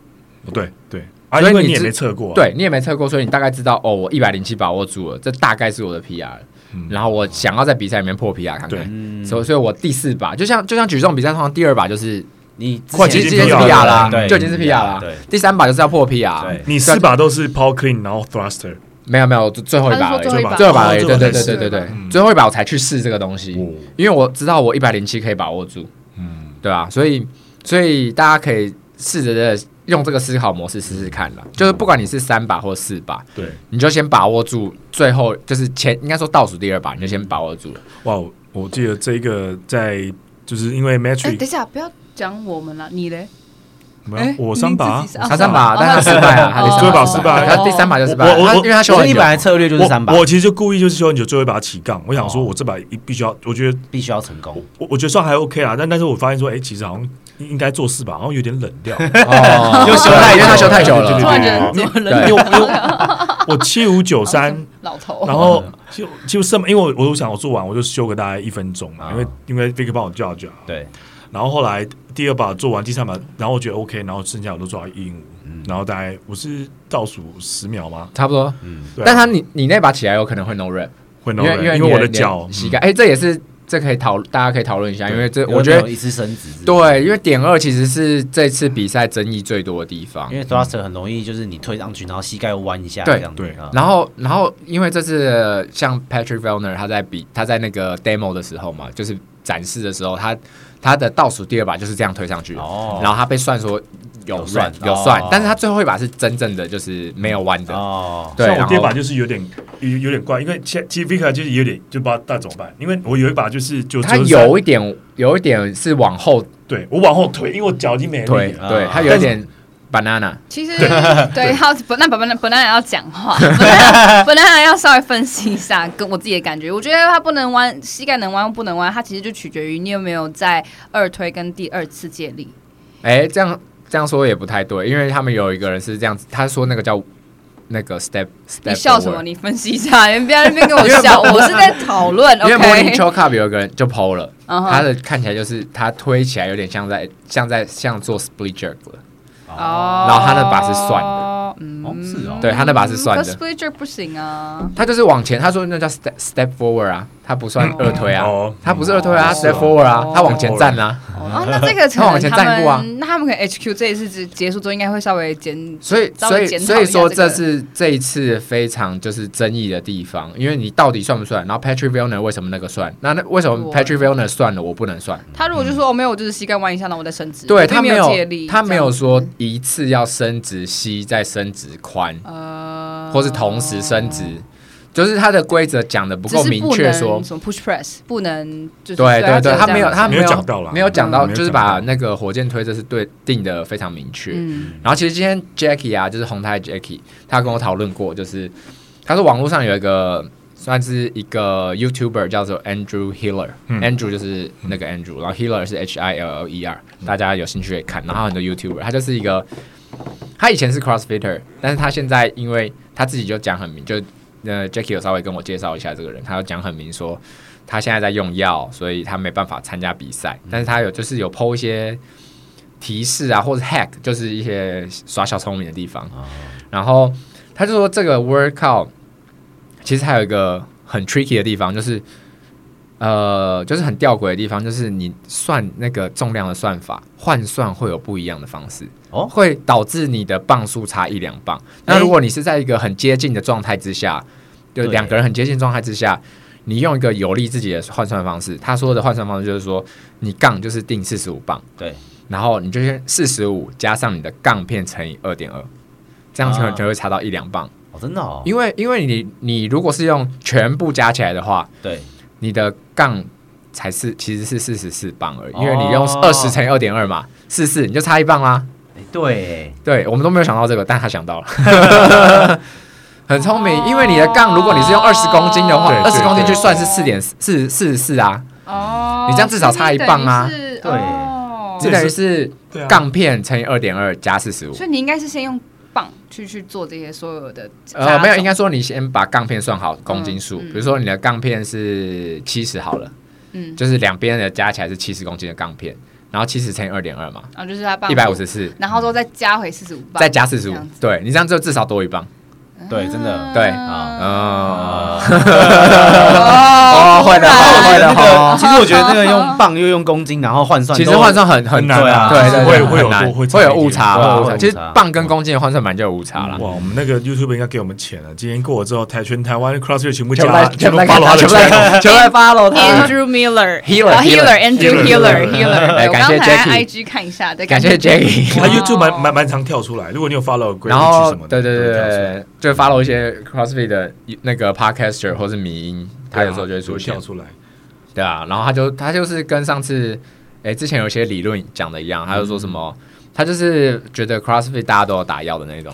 [SPEAKER 2] 对对，啊，
[SPEAKER 3] 所以
[SPEAKER 2] 因为
[SPEAKER 3] 你
[SPEAKER 2] 你也
[SPEAKER 3] 知
[SPEAKER 2] 没测过啊，
[SPEAKER 3] 对你也没测过，所以你大概知道哦，我一百零七把握住了，这大概是我的 PR 了。
[SPEAKER 2] 嗯
[SPEAKER 3] 然后我想要在比赛里面破 PR 看
[SPEAKER 2] 对
[SPEAKER 3] 看，
[SPEAKER 4] 嗯
[SPEAKER 3] 所以所以我第四把就像就像举重比赛，通常第二把就是
[SPEAKER 4] 你之前
[SPEAKER 2] 快
[SPEAKER 3] 其实
[SPEAKER 2] 接
[SPEAKER 3] 已
[SPEAKER 2] 近
[SPEAKER 3] 经是
[SPEAKER 2] PR 了
[SPEAKER 3] PR 啦嗯
[SPEAKER 4] 对，
[SPEAKER 3] 就已经是 PR 啦
[SPEAKER 4] 对。
[SPEAKER 3] 第三把就是要破 PR，
[SPEAKER 4] 对
[SPEAKER 2] 你四把都是 power clean，然后 thruster，
[SPEAKER 3] 没有没有，最最后一把而已，
[SPEAKER 1] 他是说最后一把
[SPEAKER 3] 最后一把而已，
[SPEAKER 2] 哦
[SPEAKER 3] 对对
[SPEAKER 2] 最后
[SPEAKER 3] 对
[SPEAKER 2] 一把
[SPEAKER 3] 对对对
[SPEAKER 2] 嗯，哦
[SPEAKER 3] 最后一把我才去试这个东西，因为我知道我一百零七可以把握住，
[SPEAKER 2] 嗯，
[SPEAKER 3] 对吧？所以所以大家可以试着的用这个思考模式试试看啦，就是不管你是三把或四把，
[SPEAKER 2] 对，
[SPEAKER 3] 你就先把握住最后就是前应该说倒数第二把，你就先把握住了。
[SPEAKER 2] 哇，我我记得这个在就是因为
[SPEAKER 1] 哎、
[SPEAKER 2] matrix，
[SPEAKER 1] 等一下，不要讲我们了，你嘞？
[SPEAKER 2] 没有
[SPEAKER 1] 哎，
[SPEAKER 2] 我三把啊
[SPEAKER 1] 你自己，是
[SPEAKER 3] 他三把，但他失败啊，他第
[SPEAKER 2] 最后
[SPEAKER 3] 三
[SPEAKER 2] 一把
[SPEAKER 3] 把
[SPEAKER 2] 失败
[SPEAKER 3] 他第三把就失败
[SPEAKER 2] 我我
[SPEAKER 3] 了，他
[SPEAKER 2] 我
[SPEAKER 3] 因为他修
[SPEAKER 4] 所
[SPEAKER 3] 了
[SPEAKER 4] 以
[SPEAKER 3] 很
[SPEAKER 4] 你
[SPEAKER 3] 久
[SPEAKER 4] 本来策略就是三把
[SPEAKER 2] 我，我其实就故意就是修很久，最后一把起杠。我想
[SPEAKER 3] 哦
[SPEAKER 2] 说，我这把一必须要，我觉得
[SPEAKER 4] 必须要成功。
[SPEAKER 2] 我我觉得算还 OK 啦，但但是我发现说，哎、其实好像应应该做四把，好像有点冷掉。 [LAUGHS]
[SPEAKER 3] 哦，
[SPEAKER 4] 又修太久了
[SPEAKER 3] 因为他修太久了，
[SPEAKER 1] 突然觉得
[SPEAKER 2] 对
[SPEAKER 1] 怎么冷
[SPEAKER 3] 对
[SPEAKER 2] 因为我我我七五九三，
[SPEAKER 1] [LAUGHS] 老头，
[SPEAKER 2] 然后就就剩，因为我我想我做完我就休个大概一分钟嘛，因
[SPEAKER 3] 啊
[SPEAKER 2] 为因为 Vic 帮我叫叫，
[SPEAKER 4] 对，
[SPEAKER 2] 然后后来第二把做完，第三把，然后我觉得 OK，然后剩下我都做到一零五，
[SPEAKER 3] 嗯
[SPEAKER 2] 然后大概我是倒数十秒吗？
[SPEAKER 3] 差不多。
[SPEAKER 4] 嗯
[SPEAKER 2] 对啊
[SPEAKER 3] 但他你你那把起来有可能会 no rap，
[SPEAKER 2] 会 no
[SPEAKER 3] 因为
[SPEAKER 2] rep，
[SPEAKER 3] 因为
[SPEAKER 2] 因
[SPEAKER 3] 你
[SPEAKER 2] 为我
[SPEAKER 3] 的
[SPEAKER 2] 的脚嗯
[SPEAKER 3] 膝盖，哎，这也是这可以讨大家可以讨论一下，因为这
[SPEAKER 4] 有
[SPEAKER 3] 我觉
[SPEAKER 4] 没有
[SPEAKER 3] 得
[SPEAKER 4] 一次升值，，
[SPEAKER 3] 对，因为点二其实是这次比赛争议最多的地方
[SPEAKER 4] 因。为 thruster 很容易就是你推上去，然后膝盖弯一下
[SPEAKER 3] 对
[SPEAKER 4] 这样子，
[SPEAKER 2] 对
[SPEAKER 4] 啊
[SPEAKER 3] 然后，然后，因为这次呃像 Patrick Vellner 他在比他在那个 demo 的时候嘛，就是展示的时候，他他的倒数第二把就是这样推上去，
[SPEAKER 4] 哦
[SPEAKER 3] 然后他被算说有
[SPEAKER 4] 有
[SPEAKER 3] 算
[SPEAKER 4] 算
[SPEAKER 3] 有算
[SPEAKER 4] 哦，
[SPEAKER 3] 但是他最后一把是真正的就是没有弯的，
[SPEAKER 4] 哦，
[SPEAKER 3] 对，
[SPEAKER 2] 像我
[SPEAKER 3] 然
[SPEAKER 2] 第二把
[SPEAKER 3] 后
[SPEAKER 2] 就是有点有有点怪，因为其其实 Vika 就是有点就不知道那怎么办，因为我有一把就是就
[SPEAKER 3] 他
[SPEAKER 2] 就是在
[SPEAKER 3] 有一点有一点是往后
[SPEAKER 2] 对我往后推，因为我脚已经没力
[SPEAKER 3] 推，
[SPEAKER 2] 了。
[SPEAKER 3] 对
[SPEAKER 4] 啊
[SPEAKER 3] 他有一点 banana，
[SPEAKER 1] 其实对，要本那本本本来要讲话，本
[SPEAKER 3] [LAUGHS]
[SPEAKER 1] 来本来要稍微分析一下，跟我自己的感觉，我觉得它不能弯，膝盖能弯不能弯，它其实就取决于你有没有在二推跟第二次借力。
[SPEAKER 3] 哎，这样这样说也不太对，因为他们有一个人是这样子，他说那个叫那个 step，
[SPEAKER 1] 你
[SPEAKER 3] step
[SPEAKER 1] 笑什么？
[SPEAKER 3] forward
[SPEAKER 1] 你分析一下，你不要在那边跟我
[SPEAKER 3] 因为
[SPEAKER 1] 笑，我是在讨论。
[SPEAKER 3] 因为 Morning
[SPEAKER 1] OK，
[SPEAKER 3] Show Cup 有一个人就 PO 了，
[SPEAKER 1] 嗯哼
[SPEAKER 3] 他的看起来就是他推起来有点像在像在像做 split jerk 了，
[SPEAKER 1] 哦
[SPEAKER 3] 然后他那把是算的，
[SPEAKER 1] 嗯
[SPEAKER 4] 哦是哦
[SPEAKER 3] 对他那把是算的
[SPEAKER 1] 可 split jerk 嗯不行啊。
[SPEAKER 3] 他就是往前，他说那叫 step step forward 啊，他不算
[SPEAKER 1] 哦
[SPEAKER 3] 二推啊
[SPEAKER 2] 哦，
[SPEAKER 3] 他不是二推啊
[SPEAKER 1] 哦
[SPEAKER 3] ，step forward 啊
[SPEAKER 1] 哦，
[SPEAKER 3] 他往前站啦，
[SPEAKER 1] 哦，啊那这个可
[SPEAKER 3] 他往
[SPEAKER 1] 能
[SPEAKER 3] 前
[SPEAKER 1] 他
[SPEAKER 3] 站一步啊
[SPEAKER 1] 们，那他们可能 HQ 这一次只结束之后，应该会稍微减
[SPEAKER 3] 所以
[SPEAKER 1] 稍
[SPEAKER 3] 所
[SPEAKER 1] 微
[SPEAKER 3] 以
[SPEAKER 1] 检讨一下
[SPEAKER 3] 所以说
[SPEAKER 1] 这个
[SPEAKER 3] 这是这一次非常就是争议的地方，因为你到底算不算？然后 Patrick Vellner 为什么那个算？那那为什么
[SPEAKER 1] 对
[SPEAKER 3] Patrick Vellner 算了我不能算？
[SPEAKER 1] 他如果就说哦没有，我就是膝盖弯一下，然后我再伸直，
[SPEAKER 3] 嗯对
[SPEAKER 1] 我并
[SPEAKER 3] 他没
[SPEAKER 1] 有
[SPEAKER 3] 有
[SPEAKER 1] 借力，
[SPEAKER 3] 他没有
[SPEAKER 1] 这样
[SPEAKER 3] 说一次要伸直膝再伸直髋，
[SPEAKER 1] 呃，
[SPEAKER 3] 或是同时升职，就是他的规则讲的不
[SPEAKER 1] 只
[SPEAKER 3] 够
[SPEAKER 1] 是
[SPEAKER 3] 明
[SPEAKER 1] 不
[SPEAKER 3] 确
[SPEAKER 1] 能
[SPEAKER 3] 说。
[SPEAKER 1] 什么 push press 不能就是
[SPEAKER 3] 对对
[SPEAKER 1] 只
[SPEAKER 3] 对，他
[SPEAKER 1] 这
[SPEAKER 3] 没有
[SPEAKER 1] 样
[SPEAKER 3] 他
[SPEAKER 2] 没有
[SPEAKER 3] 有
[SPEAKER 2] 讲到啦
[SPEAKER 3] 没有讲到，
[SPEAKER 2] 嗯
[SPEAKER 3] 就是
[SPEAKER 2] 没有
[SPEAKER 3] 把
[SPEAKER 2] 讲到
[SPEAKER 3] 那个火箭推这是对定的非常明确。
[SPEAKER 1] 嗯
[SPEAKER 3] 然后其实今天 Jackie 啊，就是红太 Jackie，他跟我讨论过，就是他说网络上有一个算是一个 YouTuber 叫做 Andrew Hiller，Andrew、Andrew 就是那个 Andrew，然后 Hiller 是 H I L L E R，大家有兴趣可以看。然后很多 YouTuber，他就是一个他以前是 CrossFitter，但是他现在因为他自己就讲很明，就呃 Jackie 有稍微跟我介绍一下这个人，他有讲很明说。他现在在用药，所以他没办法参加比赛。但是他有就是有剖一些提示啊，或者 hack，就是一些耍小聪明的地方。然后他就说，这个 workout 其实还有一个很 tricky 的地方，就是呃，就是很吊诡的地方，就是你算那个重量的算法换算会有不一样的方式，
[SPEAKER 4] 哦
[SPEAKER 3] 会导致你的磅数差一两磅。那如果你是在一个很接近的状态之下，就
[SPEAKER 4] 对
[SPEAKER 3] 两个人很接近的状态之下，你用一个有利自己的换算方式，他说的换算方式就是说，你杠就是定四十五磅，
[SPEAKER 4] 对，
[SPEAKER 3] 然后你就先四十五加上你的杠片乘以二点二，这样就
[SPEAKER 4] 啊
[SPEAKER 3] 就会差到一两磅。
[SPEAKER 4] 哦，真的哦，
[SPEAKER 3] 因为因为你你如果是用全部加起来的话，
[SPEAKER 4] 对，
[SPEAKER 3] 你的杠才是其实是四十四磅而已，
[SPEAKER 4] 哦
[SPEAKER 3] 因为你用二十乘以二点二嘛，四四你就差一磅啦。
[SPEAKER 4] 哎对，
[SPEAKER 3] 对我们都没有想到这个，但他想到了，
[SPEAKER 1] [LAUGHS]
[SPEAKER 3] 很聪明。因为你的杠，如果你是用二十公斤的话
[SPEAKER 1] 哦对，
[SPEAKER 3] 二
[SPEAKER 1] 对
[SPEAKER 3] 十公斤
[SPEAKER 1] 对
[SPEAKER 3] 就算是四点四四十四啊，
[SPEAKER 1] 哦，
[SPEAKER 3] 你这样至少差一磅啊
[SPEAKER 1] 所以等于是
[SPEAKER 4] 对
[SPEAKER 1] 哦
[SPEAKER 3] 这等于是
[SPEAKER 2] 对啊，
[SPEAKER 3] 杠片乘以二点二加四十五。
[SPEAKER 1] 所以你应该是先用磅去去做这些所有的
[SPEAKER 3] 呃，没有，应
[SPEAKER 1] 该
[SPEAKER 3] 该说你先把杠片算好公斤数，
[SPEAKER 1] 嗯嗯
[SPEAKER 3] 比如说你的杠片是七十好了，
[SPEAKER 1] 嗯，
[SPEAKER 3] 就是两边的加起来是七十公斤的杠片，然后七十乘以二点二嘛，
[SPEAKER 1] 然后哦就是它磅
[SPEAKER 3] 一百五，十四，
[SPEAKER 1] 然后之后再加回四十五磅，
[SPEAKER 3] 再加四十
[SPEAKER 1] 这
[SPEAKER 3] 五
[SPEAKER 1] 样子，
[SPEAKER 3] 对你这样就至少多一磅。
[SPEAKER 4] 对真的
[SPEAKER 3] 对
[SPEAKER 1] 啊
[SPEAKER 3] 啊
[SPEAKER 1] 哦 [LAUGHS]
[SPEAKER 3] 哦会的
[SPEAKER 1] 突然
[SPEAKER 3] 会的
[SPEAKER 4] 那个
[SPEAKER 3] 哦
[SPEAKER 4] 其实我觉得那个用磅又用公斤，然后换算都，
[SPEAKER 3] 其实换算很很
[SPEAKER 2] 难啊
[SPEAKER 3] 对对，
[SPEAKER 2] 会
[SPEAKER 3] 对
[SPEAKER 2] 会有
[SPEAKER 3] 很难
[SPEAKER 2] 多会差
[SPEAKER 3] 会有
[SPEAKER 2] 一点
[SPEAKER 3] 误差，
[SPEAKER 4] 对啊
[SPEAKER 3] 会有误
[SPEAKER 4] 会有
[SPEAKER 3] 差。
[SPEAKER 4] 误
[SPEAKER 3] 其实
[SPEAKER 4] 差
[SPEAKER 3] 磅跟公斤的换算本来就有误差了。
[SPEAKER 2] 哇，我们那个 YouTube 应该给我们钱啊了。今天过了之后，台全台湾 CrossFit 全部
[SPEAKER 3] 全部
[SPEAKER 2] 加，
[SPEAKER 3] 来全部来
[SPEAKER 2] 发
[SPEAKER 3] 看
[SPEAKER 2] 了
[SPEAKER 3] 他，
[SPEAKER 2] 他的
[SPEAKER 3] 全部
[SPEAKER 2] 圈。
[SPEAKER 3] 来看全部来 follow 他。
[SPEAKER 1] Andrew Miller
[SPEAKER 3] Healer，
[SPEAKER 1] 啊
[SPEAKER 3] Healer
[SPEAKER 1] Andrew Healer
[SPEAKER 2] Healer
[SPEAKER 1] Healer，
[SPEAKER 3] 哎
[SPEAKER 1] 我
[SPEAKER 3] 感
[SPEAKER 1] 刚
[SPEAKER 3] 谢
[SPEAKER 1] 才
[SPEAKER 3] Jackie
[SPEAKER 1] IG 看一下，对，
[SPEAKER 3] 感谢 Jackie
[SPEAKER 1] 嗯
[SPEAKER 2] 他 YouTube 蛮蛮蛮常跳出来，如果你有 follow Grady
[SPEAKER 3] 然后
[SPEAKER 2] 什么的，
[SPEAKER 3] 对对
[SPEAKER 2] 都
[SPEAKER 3] 对
[SPEAKER 2] 会跳出来，
[SPEAKER 3] 对，就 follow 一些 CrossFit 的那个 podcaster 或是迷音，他有时候就会出现
[SPEAKER 2] 啊跳。出来。
[SPEAKER 3] 对啊，然后他就他就是跟上次哎、之前有些理论讲的一样，他就说什么，他就是觉得 CrossFit 大家都有打药的那种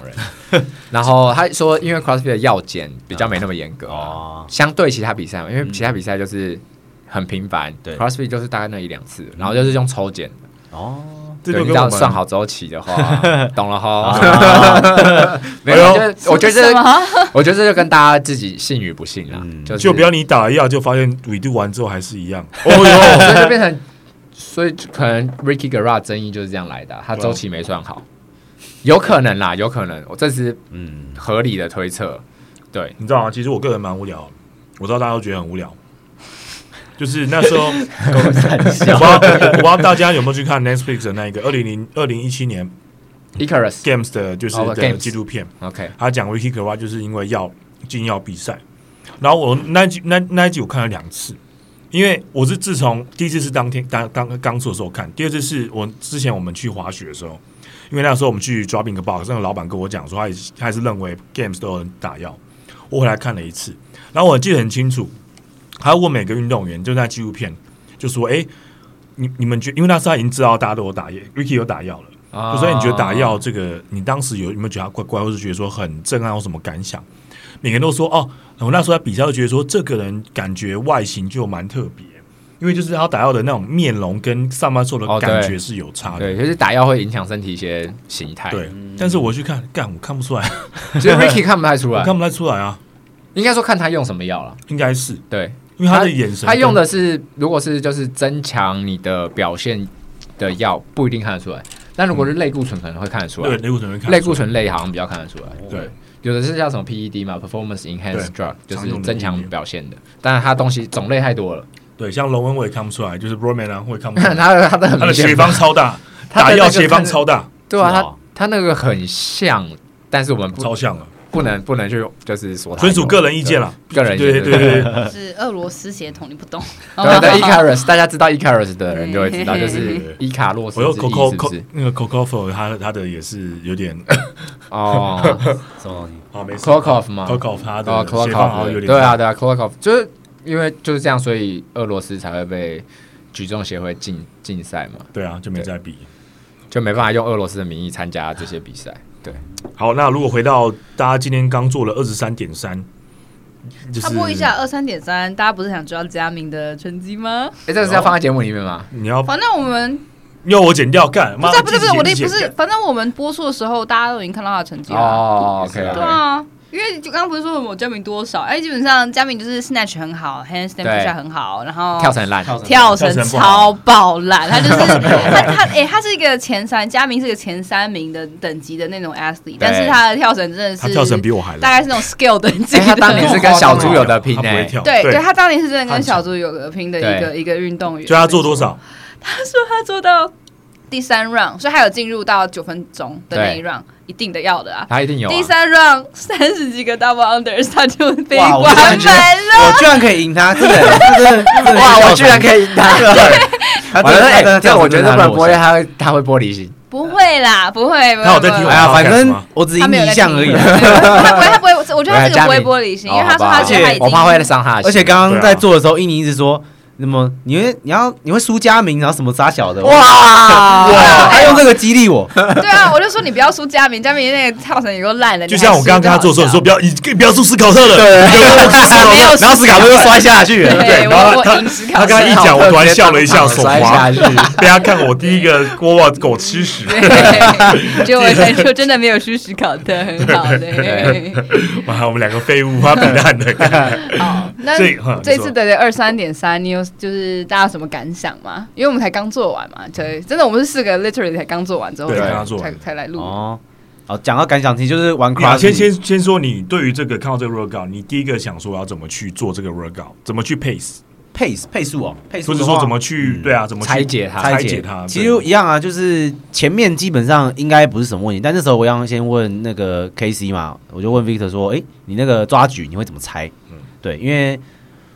[SPEAKER 3] 人，然后他说因为 CrossFit 的药检比较没那么严格、
[SPEAKER 4] 哦
[SPEAKER 3] 相对其他比赛嘛，因
[SPEAKER 2] 嗯
[SPEAKER 3] 为其他比赛就是很频繁、
[SPEAKER 4] 对
[SPEAKER 3] c r o s s f i t 就是大概那一两次，然后就是用抽检，
[SPEAKER 4] 哦，
[SPEAKER 2] 嗯这
[SPEAKER 3] 对
[SPEAKER 2] 就
[SPEAKER 3] 你
[SPEAKER 2] 跟
[SPEAKER 3] 只
[SPEAKER 2] 我
[SPEAKER 3] 要
[SPEAKER 2] 们
[SPEAKER 3] 算好周期
[SPEAKER 2] [LAUGHS]
[SPEAKER 3] 的话，懂了哈。 [LAUGHS] 没
[SPEAKER 2] 哎
[SPEAKER 3] 有，
[SPEAKER 2] 呦
[SPEAKER 3] 就是我觉得
[SPEAKER 1] 什
[SPEAKER 3] 这，
[SPEAKER 1] 么？
[SPEAKER 3] 我觉得这就跟大家自己信与不信啦，
[SPEAKER 4] 嗯
[SPEAKER 3] 就是
[SPEAKER 2] 就不要你打了药，就发现 redo 完之后还是一
[SPEAKER 3] [LAUGHS]
[SPEAKER 2] 样。
[SPEAKER 3] 哦哟，所以就变成，所以可能 Ricky Gara 争议就是这样来的啊、他周期没算好，有可能啦，有可能，我这是
[SPEAKER 4] 嗯，
[SPEAKER 3] 合理的推测。对，
[SPEAKER 2] 你知道吗？其实我个人蛮无聊的，我知道大家都觉得很无聊。就是那
[SPEAKER 3] [LAUGHS]
[SPEAKER 2] 时候，我不知道我不知道大家有没有去看 Netflix 的那一个二零零二零一七年
[SPEAKER 3] Icarus，OK，、
[SPEAKER 2] Games 的，就是
[SPEAKER 3] 哦
[SPEAKER 2] 的
[SPEAKER 3] Games
[SPEAKER 2] 纪录片。他讲 Ricky Garra 就是因为要禁药比赛，然后我那一集那那一集我看了两次，因为我是自从第一次是当天当当刚出的时候看，第二次是我之前我们去滑雪的时候，因为那时候我们去 Dropping a Box，那个老板跟我讲说他也是他也是认为 Games 都有人打药，我回来看了一次，然后我记得很清楚，他问每个运动员就在纪录片就说，哎、你你们觉，因为那时候他已经知道大家都有打药，Ricky 有打药了。
[SPEAKER 3] 啊
[SPEAKER 2] 所以你觉得打药这个，你当时有有没有觉得它怪怪，或是觉得说很震撼，有什么感想？每个人都说哦，我那时候在比赛就觉得说，这个人感觉外形就蛮特别，因为就是他打药的那种面容跟上半瘦的
[SPEAKER 3] 哦对
[SPEAKER 2] 感觉是有差的。
[SPEAKER 3] 对，就是打药会影响身体一些形态。
[SPEAKER 2] 对， [LAUGHS] 但是我去看，干我看不出来，
[SPEAKER 3] [LAUGHS] 其实 Ricky 看不太出
[SPEAKER 2] 我
[SPEAKER 3] 来，
[SPEAKER 2] 看不太出来啊，
[SPEAKER 3] 应该说看他用什么药了。
[SPEAKER 2] 应该是
[SPEAKER 3] 对，
[SPEAKER 2] 因为他的眼神，
[SPEAKER 3] 他用的是如果是就是增强你的表现的药，不一定看得出来。但如果是类固醇，可能会看得出来。
[SPEAKER 2] 嗯对类固醇会看
[SPEAKER 3] 类固醇类好像比较看得出来。
[SPEAKER 2] 对，
[SPEAKER 3] 有的是叫什么 PED 嘛，Performance
[SPEAKER 2] 对
[SPEAKER 3] Enhanced Drug，就
[SPEAKER 2] 常
[SPEAKER 3] 是
[SPEAKER 2] 用的 E
[SPEAKER 3] 增强
[SPEAKER 2] PED
[SPEAKER 3] 表现的。但是它东西种类太多了， [LAUGHS]
[SPEAKER 2] 对，像龙文我也看不出来，就是 Broman 啊，我也看不出来，
[SPEAKER 3] 它的它的很
[SPEAKER 2] 他的
[SPEAKER 3] 明显
[SPEAKER 2] 斜方超大，
[SPEAKER 3] [LAUGHS] 他的
[SPEAKER 2] 打
[SPEAKER 3] 那
[SPEAKER 2] 药
[SPEAKER 3] 个
[SPEAKER 2] 斜方
[SPEAKER 3] 看着
[SPEAKER 2] 超大，
[SPEAKER 3] 对啊，
[SPEAKER 4] 是
[SPEAKER 3] 它
[SPEAKER 4] 吗
[SPEAKER 3] 它那个很像，但是我们不
[SPEAKER 2] 超像了，啊
[SPEAKER 3] 不能不能去就是说它
[SPEAKER 2] 纯属个人意见
[SPEAKER 3] 了，
[SPEAKER 2] 啦，
[SPEAKER 3] 个人意
[SPEAKER 2] 对
[SPEAKER 3] 见
[SPEAKER 2] 对对对。对
[SPEAKER 1] 是俄罗斯血统，你不懂。
[SPEAKER 3] 对
[SPEAKER 1] 哦
[SPEAKER 3] 对，Icarus，大家知道 Icarus 的人就会知道，就是伊卡洛斯
[SPEAKER 2] 我用
[SPEAKER 3] 之翼
[SPEAKER 2] Coco
[SPEAKER 3] 是不
[SPEAKER 2] Co
[SPEAKER 3] 是？
[SPEAKER 2] 那个 Coco f 他他的也是有点啊
[SPEAKER 3] 哦，
[SPEAKER 4] 什么东西？
[SPEAKER 2] 好没事
[SPEAKER 3] Klokov 吗
[SPEAKER 2] Coco 他
[SPEAKER 3] 哦
[SPEAKER 2] 的
[SPEAKER 3] ，Klokov，
[SPEAKER 2] 斜方好像有点
[SPEAKER 3] 对啊，对啊，Klokov，就是因为就是这样，所以俄罗斯才会被举重协会禁禁赛嘛，
[SPEAKER 2] 对啊就没再比。
[SPEAKER 3] 就没办法用俄罗斯的名义参加这些比赛。对，
[SPEAKER 2] 好，那如果回到大家今天刚做了二十三点三，就是
[SPEAKER 1] 插播一下，二三点三，大家不是想知道佳明的成绩吗？
[SPEAKER 3] 哎，这个是要放在节目里面吗？
[SPEAKER 2] 你要
[SPEAKER 1] 反正我们
[SPEAKER 2] 要我剪掉干？
[SPEAKER 1] 不
[SPEAKER 2] 妈
[SPEAKER 1] 是啊不是不是我的意
[SPEAKER 2] 自己
[SPEAKER 1] 不
[SPEAKER 2] 剪
[SPEAKER 1] 是，反正我们播出的时候大家都已经看到他的成绩了。
[SPEAKER 3] 哦，OK，
[SPEAKER 1] 对啊，因为就刚刚不是说我嘉敏多少？哎，基本上嘉敏就是 snatch 很好，handstand
[SPEAKER 3] 对
[SPEAKER 1] push 很好，然后
[SPEAKER 3] 跳伞烂，
[SPEAKER 4] 跳绳
[SPEAKER 1] 跳绳
[SPEAKER 2] 跳绳不好
[SPEAKER 1] 超爆烂，
[SPEAKER 2] [LAUGHS]
[SPEAKER 1] 他就是他他哎、他是一个前三，嘉明是个前三名的等级的那种 athlete，但是他的跳绳真的是
[SPEAKER 2] 他跳绳比我还
[SPEAKER 1] 大
[SPEAKER 2] 烂，
[SPEAKER 1] 概是那种 skill 等级
[SPEAKER 3] 哎
[SPEAKER 1] 的。
[SPEAKER 3] 他当年是跟小猪有得拼
[SPEAKER 2] 他不
[SPEAKER 3] 呢
[SPEAKER 2] 会，
[SPEAKER 1] [LAUGHS]
[SPEAKER 2] 跳，
[SPEAKER 1] 对对，
[SPEAKER 2] 对，
[SPEAKER 1] 他当年是真的跟小猪有得拼的一个
[SPEAKER 3] 对
[SPEAKER 1] 一个运动员。
[SPEAKER 2] 就他做多？少？
[SPEAKER 1] 他说他做到第三 round，所以他有进入到九分钟的那一 round，一定的要的啊。
[SPEAKER 3] 他一定有啊。
[SPEAKER 1] 第三 round [LAUGHS] 三十几个 double unders，他就被
[SPEAKER 4] 哇
[SPEAKER 1] 关
[SPEAKER 4] 我
[SPEAKER 1] 门
[SPEAKER 4] 突然觉得
[SPEAKER 1] 了。
[SPEAKER 4] 我居然可以赢他，真的，真的，真的
[SPEAKER 3] 哇，我居然可以赢他！
[SPEAKER 4] 他
[SPEAKER 3] 完
[SPEAKER 4] 真
[SPEAKER 3] 了，
[SPEAKER 4] 的，他真
[SPEAKER 3] 哎
[SPEAKER 4] 的，
[SPEAKER 3] 这样我觉得不然
[SPEAKER 4] 不
[SPEAKER 3] 不会，他会他会玻璃心。
[SPEAKER 1] 不会啦，不会。不会
[SPEAKER 2] 他有在听
[SPEAKER 1] 不
[SPEAKER 2] 我
[SPEAKER 1] 会
[SPEAKER 4] 哎呀，反
[SPEAKER 2] 他没有在听
[SPEAKER 4] 正我只赢你一项而已啊
[SPEAKER 1] 对。 [LAUGHS] 他不会，他不会，我
[SPEAKER 3] [LAUGHS]
[SPEAKER 1] 觉得他这个不会玻璃心，因为
[SPEAKER 3] 哦
[SPEAKER 1] 他说他觉得他已经，
[SPEAKER 3] 我怕会伤他的心。
[SPEAKER 4] 而且刚刚在做的时候，印尼一直说，那么你会你要你会输佳明，然后什么扎小的，哇，
[SPEAKER 3] 哇，
[SPEAKER 4] 他用这个激励我，
[SPEAKER 1] 哦啊对啊，我就说你不要输佳明，佳明那个跳绳也够烂了。
[SPEAKER 2] 就像我刚刚跟他做的时
[SPEAKER 1] 你还输
[SPEAKER 2] 候，你说不要，你不要出斯考特了，
[SPEAKER 1] 没有
[SPEAKER 3] 然后斯卡洛又摔下去了。
[SPEAKER 1] 对
[SPEAKER 2] 然后
[SPEAKER 1] 我
[SPEAKER 2] 他
[SPEAKER 1] 我饮食考
[SPEAKER 2] 他刚刚一讲，我突然笑了一下，手
[SPEAKER 3] 摔
[SPEAKER 2] 滑
[SPEAKER 3] 下去，
[SPEAKER 2] 被他看我第一个锅哇狗吃屎， [LAUGHS]
[SPEAKER 1] 对，就我才说真的没有舒适考的很好的。
[SPEAKER 2] 哇，我们两个废物，他比烂的，
[SPEAKER 1] [LAUGHS] 好，那
[SPEAKER 2] 所以哈
[SPEAKER 1] 这
[SPEAKER 2] 你
[SPEAKER 1] 次
[SPEAKER 2] 说
[SPEAKER 1] 的二三点三，你有就是大家有什么感想吗？因为我们才刚做完嘛，对，真的我们是四个 literally 才刚做完之后
[SPEAKER 2] 对
[SPEAKER 1] 才
[SPEAKER 2] 刚做
[SPEAKER 1] 才
[SPEAKER 2] 完
[SPEAKER 1] 才来录。
[SPEAKER 4] 哦，好，讲到感想题就是玩
[SPEAKER 2] 你啊
[SPEAKER 4] cross，
[SPEAKER 2] 先先先说你对于这个看到这个 workout，你第一个想说我要怎么去做这个 workout，怎么去 pace，
[SPEAKER 4] 配配速哦，配速
[SPEAKER 2] 或
[SPEAKER 4] 的
[SPEAKER 2] 者
[SPEAKER 4] 话嗯
[SPEAKER 2] 说怎么去对啊，怎么去
[SPEAKER 3] 拆解它
[SPEAKER 2] 拆
[SPEAKER 4] 拆
[SPEAKER 2] 解
[SPEAKER 4] 解
[SPEAKER 2] 它？
[SPEAKER 4] 其
[SPEAKER 2] 对嗯
[SPEAKER 4] 实一样啊，就是前面基本上应该不是什么问题，但那时候我一样先问那个 K C 嘛，我就问 Victor 说：“诶，你那个抓举你会怎么猜？”
[SPEAKER 2] 嗯
[SPEAKER 4] 对，因为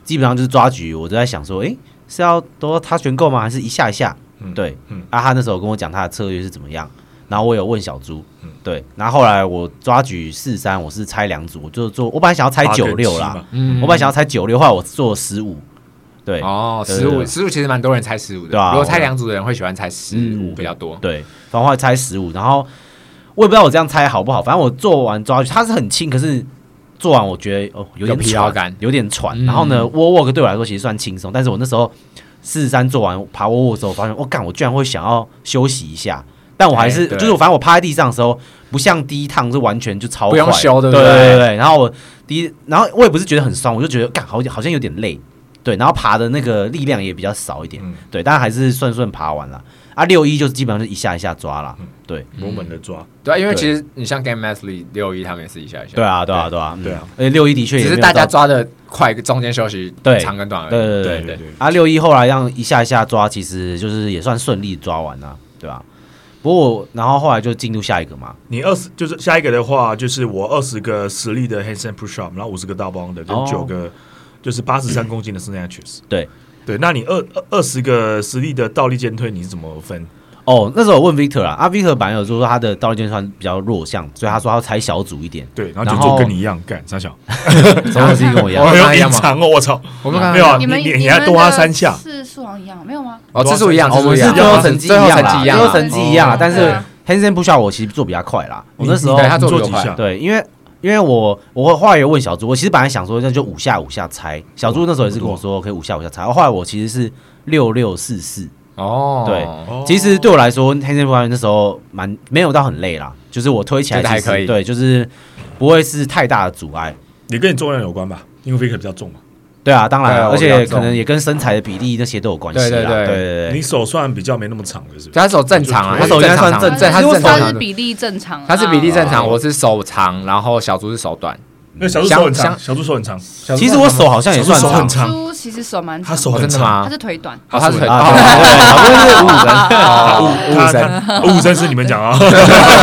[SPEAKER 4] 基本上就是抓举，我就在想说：“诶，是要都他选购吗？还是一下一下？”
[SPEAKER 2] 嗯
[SPEAKER 4] 对，
[SPEAKER 2] 嗯
[SPEAKER 4] 啊，他那时候跟我讲他的策略是怎么样，然后我有问小猪
[SPEAKER 2] 嗯，
[SPEAKER 4] 对，然后后来我抓举四三，我是猜两组，我就做，我本来想要猜
[SPEAKER 2] 八
[SPEAKER 4] 九
[SPEAKER 2] 跟
[SPEAKER 4] 六
[SPEAKER 2] 七
[SPEAKER 4] 啦
[SPEAKER 2] 嘛，
[SPEAKER 3] 嗯
[SPEAKER 4] 我本来想要猜九六，后来我做十五，对，
[SPEAKER 3] 哦，
[SPEAKER 4] 对
[SPEAKER 3] 十五十五其实蛮多人猜十五的
[SPEAKER 4] 对，啊
[SPEAKER 3] 如果猜两组的人会喜欢猜十五
[SPEAKER 4] 嗯
[SPEAKER 3] 比较多。
[SPEAKER 4] 对，然后后来猜十五，然后我也不知道我这样猜好不好，反正我做完抓举，它是很轻，可是做完我觉得哦有
[SPEAKER 3] 有
[SPEAKER 4] 点
[SPEAKER 3] 疲
[SPEAKER 4] 喘
[SPEAKER 3] 劳感
[SPEAKER 4] 有点喘。
[SPEAKER 3] 嗯
[SPEAKER 4] 然后呢，wall walk 对我来说其实算轻松，但是我那时候四十三做完爬 wall walk 的时候，发现我哦干、我居然会想要休息一下。但我还是，
[SPEAKER 3] 哎对
[SPEAKER 4] 就是我反正我趴在地上的时候，不像第一趟是完全就超
[SPEAKER 3] 不用
[SPEAKER 4] 快
[SPEAKER 3] 修对
[SPEAKER 4] 对
[SPEAKER 3] 不对
[SPEAKER 4] 对对对。然后我第一，然后我也不是觉得很酸，我就觉得干好好像有点累，对。然后爬的那个力量也比较少一点，
[SPEAKER 2] 嗯
[SPEAKER 4] 对，但还是顺顺爬完了。啊，六一就是基本上是一下一下抓啦。
[SPEAKER 2] 嗯
[SPEAKER 4] 对，
[SPEAKER 2] 猛猛的抓，
[SPEAKER 3] 对啊，因为
[SPEAKER 4] 对
[SPEAKER 3] 其实你像 Game Mastery 六一他们也是一下一下，
[SPEAKER 4] 对，啊，对啊，对啊，嗯
[SPEAKER 2] 对啊。
[SPEAKER 4] 而且六一的确也
[SPEAKER 3] 只
[SPEAKER 4] 没
[SPEAKER 3] 是
[SPEAKER 4] 有
[SPEAKER 3] 大家
[SPEAKER 4] 到，
[SPEAKER 3] 抓的快，中间休息
[SPEAKER 4] 对
[SPEAKER 3] 长跟短而已。
[SPEAKER 4] 对对对
[SPEAKER 2] 对
[SPEAKER 4] 对
[SPEAKER 2] 对
[SPEAKER 4] 对。啊，六一后来让一下一下抓，其实就是也算顺利抓完了，对吧？不过我然后后来就进入下一个嘛，
[SPEAKER 2] 你二十就是下一个的话，就是我二十个实力的 handstand push up，然后五十个大帮的，跟
[SPEAKER 4] 哦
[SPEAKER 2] 九个就是八十
[SPEAKER 4] [CLEARS THROAT]
[SPEAKER 2] 三公斤的 snatches。
[SPEAKER 4] 对
[SPEAKER 2] 对，那你二二二十个实力的倒立肩推你是怎么分？
[SPEAKER 4] 哦，那时候我问 Victor 啊，啊 Victor 本来有说说他的倒立肩算比较弱项，所以他说他要拆小组一点，
[SPEAKER 2] 对，然后
[SPEAKER 4] 然
[SPEAKER 2] 就
[SPEAKER 4] 后
[SPEAKER 2] 做跟你一样干三小，
[SPEAKER 4] 什么东西跟我一样
[SPEAKER 3] 哦
[SPEAKER 2] 没有
[SPEAKER 3] 那一样
[SPEAKER 2] 隐
[SPEAKER 3] 吗
[SPEAKER 2] 藏哦，我操！
[SPEAKER 3] 我们看
[SPEAKER 2] 没有啊
[SPEAKER 3] 看
[SPEAKER 1] 你们
[SPEAKER 2] 你你
[SPEAKER 1] 们
[SPEAKER 2] 你还多花三下
[SPEAKER 1] 次数好像一样，没有吗？
[SPEAKER 3] 哦，字数一样，
[SPEAKER 2] 哦
[SPEAKER 3] 字
[SPEAKER 4] 我
[SPEAKER 3] 数
[SPEAKER 4] 们
[SPEAKER 3] 一
[SPEAKER 4] 是
[SPEAKER 3] 样，
[SPEAKER 4] 最后成绩一
[SPEAKER 3] 最后
[SPEAKER 4] 样
[SPEAKER 3] 成
[SPEAKER 4] 啦，
[SPEAKER 3] 绩一
[SPEAKER 4] 最
[SPEAKER 3] 样啊
[SPEAKER 4] 后
[SPEAKER 3] 啦，
[SPEAKER 4] 成绩一样啦
[SPEAKER 1] 哦，
[SPEAKER 4] 但是
[SPEAKER 1] 对啊
[SPEAKER 4] handstand push up 我其实做比较快啦，我那时候
[SPEAKER 3] 对他做
[SPEAKER 2] 你
[SPEAKER 3] 比
[SPEAKER 2] 几
[SPEAKER 3] 我快
[SPEAKER 2] 下？
[SPEAKER 4] 对，因为因为我我后来有问小猪，我其实本来想说那就五下五下拆，小猪那时候也是
[SPEAKER 3] 哦
[SPEAKER 4] 跟我说可以五下五下拆，后来我其实是六六四四，
[SPEAKER 3] 哦，
[SPEAKER 4] 对
[SPEAKER 2] 哦
[SPEAKER 4] 其实对我来说黑线发那时候蛮没有到很累啦，就是我推起来
[SPEAKER 3] 觉得
[SPEAKER 4] 其实
[SPEAKER 3] 还可以
[SPEAKER 4] 对，就是不会是太大的阻碍。
[SPEAKER 2] 也跟你重量有关吧，因为 Faker 比较重嘛，
[SPEAKER 4] 对啊，当然
[SPEAKER 3] 对
[SPEAKER 4] 啊，
[SPEAKER 3] 我
[SPEAKER 4] 而
[SPEAKER 3] 比
[SPEAKER 4] 且
[SPEAKER 3] 较重
[SPEAKER 4] 可能也跟身材的比例那些都有关系啦。
[SPEAKER 3] 对对对
[SPEAKER 4] 对对
[SPEAKER 2] 你
[SPEAKER 4] 对，
[SPEAKER 2] 手算比较没那么长的是不是？
[SPEAKER 3] 他手正常啊，
[SPEAKER 2] 我
[SPEAKER 4] 手应该
[SPEAKER 3] 正常
[SPEAKER 4] 算正
[SPEAKER 3] 对，他是
[SPEAKER 4] 因为
[SPEAKER 3] 正
[SPEAKER 4] 我手
[SPEAKER 1] 他
[SPEAKER 3] 常
[SPEAKER 1] 是
[SPEAKER 3] 长的，
[SPEAKER 1] 比例正常，
[SPEAKER 3] 他是比例正
[SPEAKER 1] 啊。
[SPEAKER 3] 常，我是手长，然后小猪是手短，
[SPEAKER 2] 那小助手很
[SPEAKER 3] 相
[SPEAKER 2] 长，
[SPEAKER 3] 相
[SPEAKER 2] 小助手很长，
[SPEAKER 4] 其实我手好像也算
[SPEAKER 2] 手
[SPEAKER 4] 长
[SPEAKER 2] 很，长
[SPEAKER 1] 猪其实手蛮
[SPEAKER 2] 他
[SPEAKER 1] 长，
[SPEAKER 2] 手
[SPEAKER 3] 哦
[SPEAKER 2] 很
[SPEAKER 3] 真的
[SPEAKER 2] 长，
[SPEAKER 3] 吗
[SPEAKER 1] 他？是腿短，
[SPEAKER 3] 哦，他是腿
[SPEAKER 4] 啊
[SPEAKER 3] 哦
[SPEAKER 4] 对对
[SPEAKER 3] [LAUGHS]
[SPEAKER 4] 对，
[SPEAKER 3] 哦
[SPEAKER 4] 我
[SPEAKER 3] 五五
[SPEAKER 2] 他
[SPEAKER 3] 神，
[SPEAKER 2] 他五五声是你们讲啊，我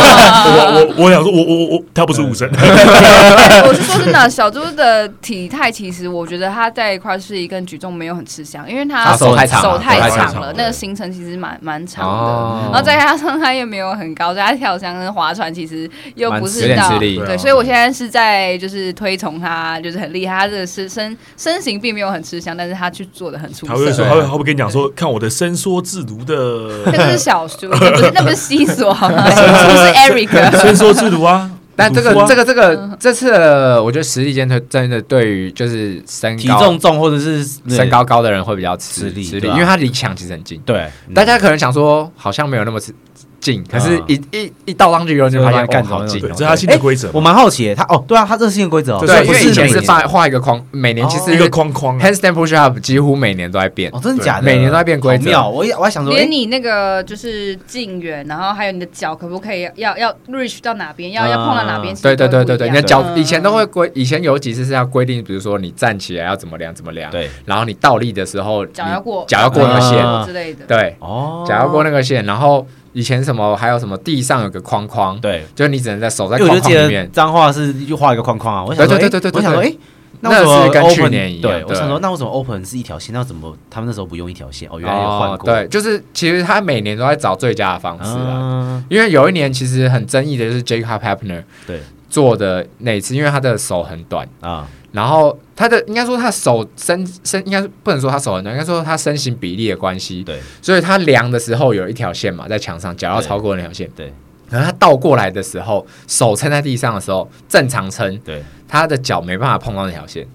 [SPEAKER 2] 我我想说，我我我他不是五声，
[SPEAKER 1] 我是说真的，小猪的体态其实我觉得他在 CrossFit 跟举重没有很吃香，因为
[SPEAKER 3] 他
[SPEAKER 1] 他
[SPEAKER 3] 手太长了
[SPEAKER 1] 手太
[SPEAKER 2] 手太
[SPEAKER 1] 长
[SPEAKER 2] 长了
[SPEAKER 1] 了，那个行程其实蛮蛮长
[SPEAKER 3] 哦
[SPEAKER 1] 的，然后再加上他也没有很高，所以他跳箱跟划船其实又不
[SPEAKER 3] 有
[SPEAKER 1] 是
[SPEAKER 3] 点
[SPEAKER 1] 到
[SPEAKER 3] 吃。力哦
[SPEAKER 2] 对啊。
[SPEAKER 1] 对，所以我现在是在就是推崇他，就是很厉害。他这个是身身形并没有很吃香，但是他去做的很出
[SPEAKER 2] 他会
[SPEAKER 1] 色
[SPEAKER 2] 说，
[SPEAKER 3] 对。
[SPEAKER 2] 他会他会跟你讲说，看我的伸缩自如的
[SPEAKER 1] [LAUGHS] 那
[SPEAKER 3] [LAUGHS]
[SPEAKER 1] 个是小猪，那不是那不是西索 [LAUGHS] 好吗？小猪是
[SPEAKER 3] [LAUGHS]
[SPEAKER 1] Eric。 [LAUGHS]
[SPEAKER 2] 伸缩自如啊。
[SPEAKER 3] 但这个
[SPEAKER 2] 乳夫啊
[SPEAKER 3] 这个这
[SPEAKER 1] 嗯
[SPEAKER 3] 个这次的，我觉得实力肩推真的对于就是身
[SPEAKER 4] 体
[SPEAKER 3] 高
[SPEAKER 4] 重重或者是
[SPEAKER 3] 身高高的人会比较吃
[SPEAKER 4] 吃力
[SPEAKER 3] 吃力，
[SPEAKER 4] 对啊嗯
[SPEAKER 3] 因为他离墙其实很近。
[SPEAKER 4] 对，
[SPEAKER 3] 大家可能想说，好像没有那么吃近，可是一一一到上去以后，就发现
[SPEAKER 4] 嗯就发现
[SPEAKER 3] 干好近
[SPEAKER 2] 对，
[SPEAKER 3] 哦。
[SPEAKER 2] 这是他新的规则嘛，
[SPEAKER 4] 我蛮好奇的，他哦，对啊，他这是新的规则哦，
[SPEAKER 2] 对
[SPEAKER 3] 对，因
[SPEAKER 4] 不
[SPEAKER 3] 为以前
[SPEAKER 4] 每
[SPEAKER 3] 是
[SPEAKER 4] 年
[SPEAKER 3] 画画一个框，每年其
[SPEAKER 4] 哦
[SPEAKER 3] 实
[SPEAKER 2] 一个框框啊，
[SPEAKER 3] handstand push up 几乎每年都在变
[SPEAKER 4] 哦，。真的假的？
[SPEAKER 3] 每年都在变规则
[SPEAKER 4] 好妙，哦我也我还想说，
[SPEAKER 1] 连
[SPEAKER 4] 诶
[SPEAKER 1] 你那个就是近远，然后还有你的脚可不可以要要 reach 到哪边，要
[SPEAKER 4] 嗯
[SPEAKER 1] 要碰到哪边？
[SPEAKER 3] 啊对对对对对，你
[SPEAKER 1] 你
[SPEAKER 3] 的
[SPEAKER 1] 的嗯
[SPEAKER 3] 脚以前都会规，以前有几次是要规定，比如说你站起来要怎么量怎么量，
[SPEAKER 4] 对
[SPEAKER 3] 然后你倒立的时候
[SPEAKER 1] 脚
[SPEAKER 3] 你
[SPEAKER 1] 要过嗯
[SPEAKER 3] 脚要过那个线，
[SPEAKER 4] 啊
[SPEAKER 1] 之类的。
[SPEAKER 3] [LAUGHS] 对，
[SPEAKER 4] 哦，
[SPEAKER 3] 脚要过那个线，然后以前什么还有什么地上有个框框，，
[SPEAKER 4] 对，
[SPEAKER 3] 就是你只能在手在
[SPEAKER 4] 因为我
[SPEAKER 3] 框
[SPEAKER 4] 就
[SPEAKER 3] 框
[SPEAKER 4] 记
[SPEAKER 3] 里
[SPEAKER 4] 得
[SPEAKER 3] 面，
[SPEAKER 4] 脏话是就画一个框框啊，我想说，
[SPEAKER 3] 对
[SPEAKER 4] 诶
[SPEAKER 3] 对对对对
[SPEAKER 4] 我想说，
[SPEAKER 3] 对
[SPEAKER 4] 哎，那为什么
[SPEAKER 3] 那是跟
[SPEAKER 4] open-
[SPEAKER 3] 去年一样
[SPEAKER 4] 对，
[SPEAKER 3] 对
[SPEAKER 4] 我想说，那为什么 open 是一条线？那怎么他们那时候不用一条线？哦，原来有换过，
[SPEAKER 3] 对，就是其实他每年都在找最佳的方式啦。
[SPEAKER 4] 啊，
[SPEAKER 3] 因为有一年其实很争议的就是 Jacob Hapner
[SPEAKER 4] 对
[SPEAKER 3] 做的那一次，因为他的手很短，
[SPEAKER 4] 啊，
[SPEAKER 3] 然后他的应该说他手身身应该不能说他手很短，应该说他身形比例的关系，
[SPEAKER 4] 对
[SPEAKER 3] 所以他量的时候有一条线嘛在墙上，脚要超过那条线。
[SPEAKER 4] 对
[SPEAKER 3] 然后他倒过来的时候，手撑在地上的时候，正常撑，
[SPEAKER 4] 对，
[SPEAKER 3] 他的脚没办法碰到那条线，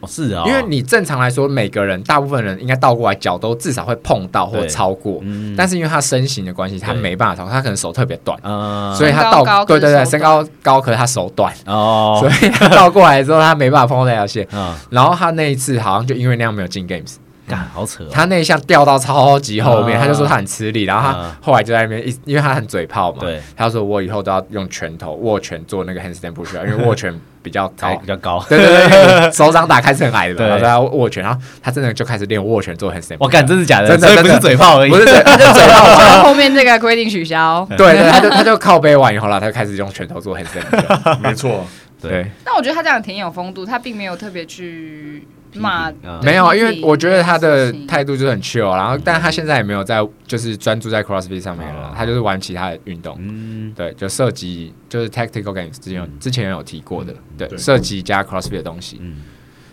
[SPEAKER 4] 哦是啊，
[SPEAKER 3] 因为你正常来说，每个人大部分人应该倒过来，脚都至少会碰到或
[SPEAKER 4] 对
[SPEAKER 3] 超过，
[SPEAKER 4] 嗯，
[SPEAKER 3] 但是因为他身形的关系，他
[SPEAKER 4] 对
[SPEAKER 3] 没办法超过，他可能手特别短，
[SPEAKER 4] 呃，
[SPEAKER 3] 所以他
[SPEAKER 1] 身高
[SPEAKER 3] 倒
[SPEAKER 1] 高
[SPEAKER 3] 对对对，
[SPEAKER 1] 可是手
[SPEAKER 3] 身高高，可是他手短，
[SPEAKER 4] 哦，
[SPEAKER 3] 所以他倒过来之后，他没办法碰到那条线。
[SPEAKER 4] 啊，
[SPEAKER 3] 然后他那一次好像就因为那样没有进 games，
[SPEAKER 4] 干好扯哦，
[SPEAKER 3] 他那一项掉到超级后面，
[SPEAKER 4] 啊
[SPEAKER 3] 他就说他很吃力，然后他
[SPEAKER 4] 啊
[SPEAKER 3] 后来就在那边一，因为他很嘴炮嘛，
[SPEAKER 4] 对，
[SPEAKER 3] 他说我以后都要用拳头握拳做那个 handstand push up，因为握拳比较
[SPEAKER 4] 高 [LAUGHS]
[SPEAKER 3] 高
[SPEAKER 4] 比，较高，
[SPEAKER 3] 对对对对，手掌打开是很矮的嘛，
[SPEAKER 4] 对
[SPEAKER 3] 然后他握拳，然后他真的就开始练握拳做 handstand，
[SPEAKER 4] 我干，真的假的？
[SPEAKER 3] 真的
[SPEAKER 4] 所以
[SPEAKER 3] 真
[SPEAKER 4] 不
[SPEAKER 3] 的
[SPEAKER 4] 是嘴炮而已，
[SPEAKER 3] 不是对，他就嘴炮嘛，
[SPEAKER 1] 然后后面这个规定取消。
[SPEAKER 3] [LAUGHS] 对对，他就他就靠背完以后啦，他就开始用拳头做 handstand，push
[SPEAKER 4] [LAUGHS]
[SPEAKER 3] up，
[SPEAKER 2] 没错，
[SPEAKER 3] 对，
[SPEAKER 1] 但我觉得他这样挺有风度，他并没有特别去
[SPEAKER 3] [LAUGHS]
[SPEAKER 1] 骂
[SPEAKER 4] 批评嗯。
[SPEAKER 3] 没有啊，因为我觉得他的态
[SPEAKER 1] 度，
[SPEAKER 3] 度就是很 chill，然后啊但他现在也没有在就是专注在 CrossFit 上面了
[SPEAKER 4] 哦，
[SPEAKER 3] 他就是玩其他的运动。
[SPEAKER 4] 嗯，
[SPEAKER 3] 对，就射击，就是 tactical games 之前有之前有提过的，对，
[SPEAKER 2] 对
[SPEAKER 3] 射击加 crossfit 的东西，
[SPEAKER 4] 嗯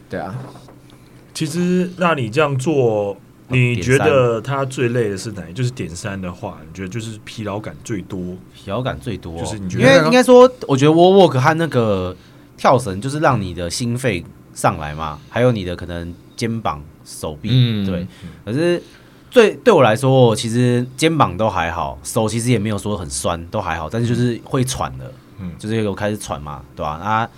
[SPEAKER 3] 对啊，
[SPEAKER 2] 其实那你这样做，你
[SPEAKER 4] 哦点
[SPEAKER 2] 觉
[SPEAKER 4] 三
[SPEAKER 2] 得他最累的是哪一？就是点三的话，你觉得就是疲劳感最多，
[SPEAKER 4] 疲劳感最多哦，
[SPEAKER 2] 就是你觉
[SPEAKER 4] 因
[SPEAKER 2] 得
[SPEAKER 4] 为应该说，我觉得 wall walk 和那个跳绳就是让你的心肺上来嘛，还有你的可能肩膀、手臂，
[SPEAKER 3] 嗯
[SPEAKER 4] 对。可是最对我来说，我其实肩膀都还好，手其实也没有说很酸，都还好，但是就是会喘了，
[SPEAKER 2] 嗯
[SPEAKER 4] 就是有开始喘嘛，对吧、啊，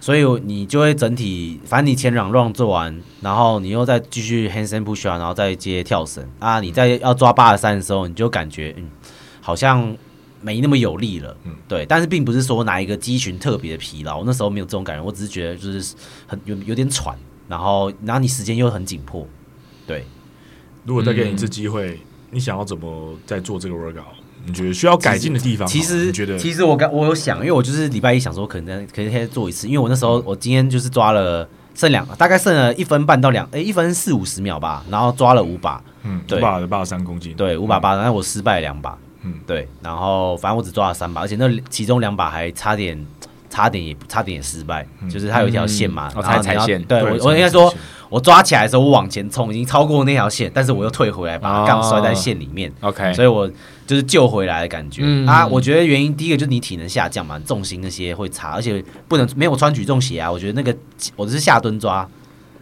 [SPEAKER 4] 所以你就会整体，反正你前两 round 做完，然后你又再继续 handstand push 啊，然后再接跳绳
[SPEAKER 2] 嗯
[SPEAKER 4] 啊，你在要抓八十三的时候，你就感觉嗯，好像没那么有力了，
[SPEAKER 2] 嗯
[SPEAKER 4] 对，但是并不是说哪一个肌群特别的疲劳，我那时候没有这种感觉，我只是觉得就是很有有点喘，然后然后你时间又很紧迫，对，
[SPEAKER 2] 如果再给你一次机
[SPEAKER 4] 嗯
[SPEAKER 2] 会，你想要怎么再做这个 workout？你觉得需要改进的地方吗？
[SPEAKER 4] 其实
[SPEAKER 2] 你觉得
[SPEAKER 4] 其实我刚我有想，因为我就是礼拜一想说可能可能可以做一次，因为我那时
[SPEAKER 2] 嗯
[SPEAKER 4] 候我今天就是抓了剩两，大概剩了一分半到两，诶，一分四五十秒吧，然后抓了五把，
[SPEAKER 2] 嗯，
[SPEAKER 4] 对
[SPEAKER 2] 五把的八十三公斤，
[SPEAKER 4] 对，五把八，然后我失败了两把，
[SPEAKER 2] 嗯
[SPEAKER 4] 嗯，对，然后反正我只抓了三把，而且那其中两把还差点。差点也差点也失败，
[SPEAKER 2] 嗯
[SPEAKER 4] 就是它有一条线嘛，
[SPEAKER 3] 嗯哦
[SPEAKER 4] 然后
[SPEAKER 3] 踩
[SPEAKER 4] 你要
[SPEAKER 3] 踩线
[SPEAKER 4] 对
[SPEAKER 2] 对
[SPEAKER 4] 我，我应该
[SPEAKER 2] 踩
[SPEAKER 4] 说
[SPEAKER 2] 线，
[SPEAKER 4] 我抓起来的时候，我往前冲，已经超过那条线，但是我又退回来，把
[SPEAKER 2] 啊
[SPEAKER 4] 它杠摔在线里面。
[SPEAKER 3] OK，
[SPEAKER 2] 哎
[SPEAKER 4] 所以我就是救回来的感觉、
[SPEAKER 3] 嗯
[SPEAKER 4] 啊。我觉得原因第一个就是你体能下降嘛，重心那些会差，而且不能没有穿举重鞋啊。我觉得那个我是下蹲抓，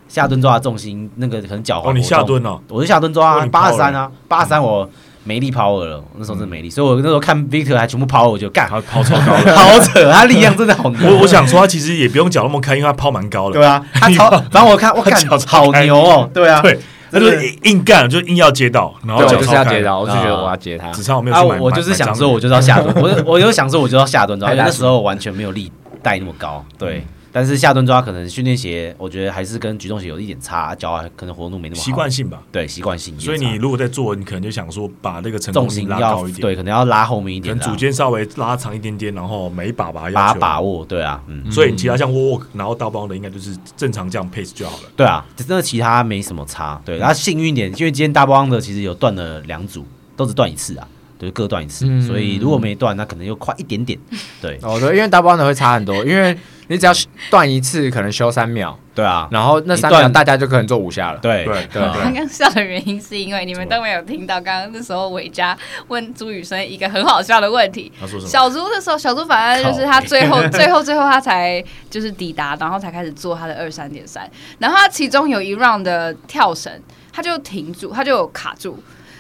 [SPEAKER 4] 下蹲抓的重心那个可能脚踝活
[SPEAKER 2] 哦，
[SPEAKER 4] 动
[SPEAKER 2] 你下，蹲哦，
[SPEAKER 4] 我是下蹲
[SPEAKER 2] 哦
[SPEAKER 4] 抓
[SPEAKER 2] 你
[SPEAKER 4] 八十
[SPEAKER 2] power
[SPEAKER 4] 三啊，八十三我没力 power 了，那时候真的
[SPEAKER 2] 嗯
[SPEAKER 4] 没力，所以我那时候看 Victor 还全部 power，我就干 [LAUGHS]
[SPEAKER 2] 他抛超高了。
[SPEAKER 4] 好扯，他力量真的好牛。
[SPEAKER 2] 我我想说，他其实也不用脚那么开，因为他抛蛮高的。
[SPEAKER 4] 对啊，他超，然后我看
[SPEAKER 2] [LAUGHS]
[SPEAKER 4] 我看
[SPEAKER 2] 他脚超
[SPEAKER 4] 好
[SPEAKER 2] 开
[SPEAKER 4] 牛哦，对啊，
[SPEAKER 2] 对，那就是硬硬干，就硬要接到，然后
[SPEAKER 3] 对，我
[SPEAKER 2] 脚
[SPEAKER 3] 就是
[SPEAKER 2] 超
[SPEAKER 3] 要
[SPEAKER 2] 开
[SPEAKER 3] 接到，我就觉得
[SPEAKER 4] 啊
[SPEAKER 3] 我要接他，
[SPEAKER 2] 只差我没有
[SPEAKER 4] 啊，
[SPEAKER 2] 去
[SPEAKER 4] 我
[SPEAKER 2] 买。
[SPEAKER 4] 我就是想说，我就是要下
[SPEAKER 2] [LAUGHS]
[SPEAKER 4] 蹲，我就我就想说，我就要下蹲抓，因为那时候完全没有力带那么高，
[SPEAKER 2] 嗯
[SPEAKER 4] 对。但是下蹲抓可能训练鞋，我觉得还是跟举重鞋有一点差，脚啊可能活动度没那么好
[SPEAKER 2] 习惯，性吧。
[SPEAKER 4] 对习惯性也差，
[SPEAKER 2] 所以你如果在做，你可能就想说把那个成功
[SPEAKER 4] 重
[SPEAKER 2] 性
[SPEAKER 4] 心
[SPEAKER 2] 拉
[SPEAKER 4] 要
[SPEAKER 2] 高一点，
[SPEAKER 4] 对，可能要拉后面一
[SPEAKER 2] 可
[SPEAKER 4] 点
[SPEAKER 2] 能
[SPEAKER 4] 啦，
[SPEAKER 2] 组间稍微拉长一点点，然后每一把把它
[SPEAKER 4] 把
[SPEAKER 2] 要
[SPEAKER 4] 它
[SPEAKER 2] 求
[SPEAKER 4] 把握，对啊，嗯，
[SPEAKER 2] 所以你其他像 w a l 然后大包的，应该就是正常这样 pace 就好了。
[SPEAKER 4] 对啊，真的其他没什么差，
[SPEAKER 2] 嗯
[SPEAKER 4] 对。然后幸运一点，因为今天大包的其实有断了两组，都只断一次啊，对，各断一次，
[SPEAKER 3] 嗯
[SPEAKER 4] 所以如果没断，那可能又快一
[SPEAKER 2] [LAUGHS]
[SPEAKER 4] 点点，对，
[SPEAKER 3] 哦，对，因为 double under 会差很多，因为你只要断一次，可能休三秒，
[SPEAKER 4] 对啊，
[SPEAKER 3] 然后那
[SPEAKER 4] 一
[SPEAKER 3] 三秒
[SPEAKER 4] 段
[SPEAKER 3] 大家就可能做五下了。
[SPEAKER 4] 对
[SPEAKER 2] 对
[SPEAKER 4] 对啊
[SPEAKER 2] 对
[SPEAKER 1] 刚刚笑的原因是因为你们都没有听到，刚刚那时候伟嘉问朱雨生一个很好笑的问题。
[SPEAKER 2] 他说什么？
[SPEAKER 1] 小猪的时候，小猪反正就是他最后、最后、最后他才就是抵达，然后才开始做他的二三点三。然后他其中有一 round 的跳绳，他就停住，他就卡住。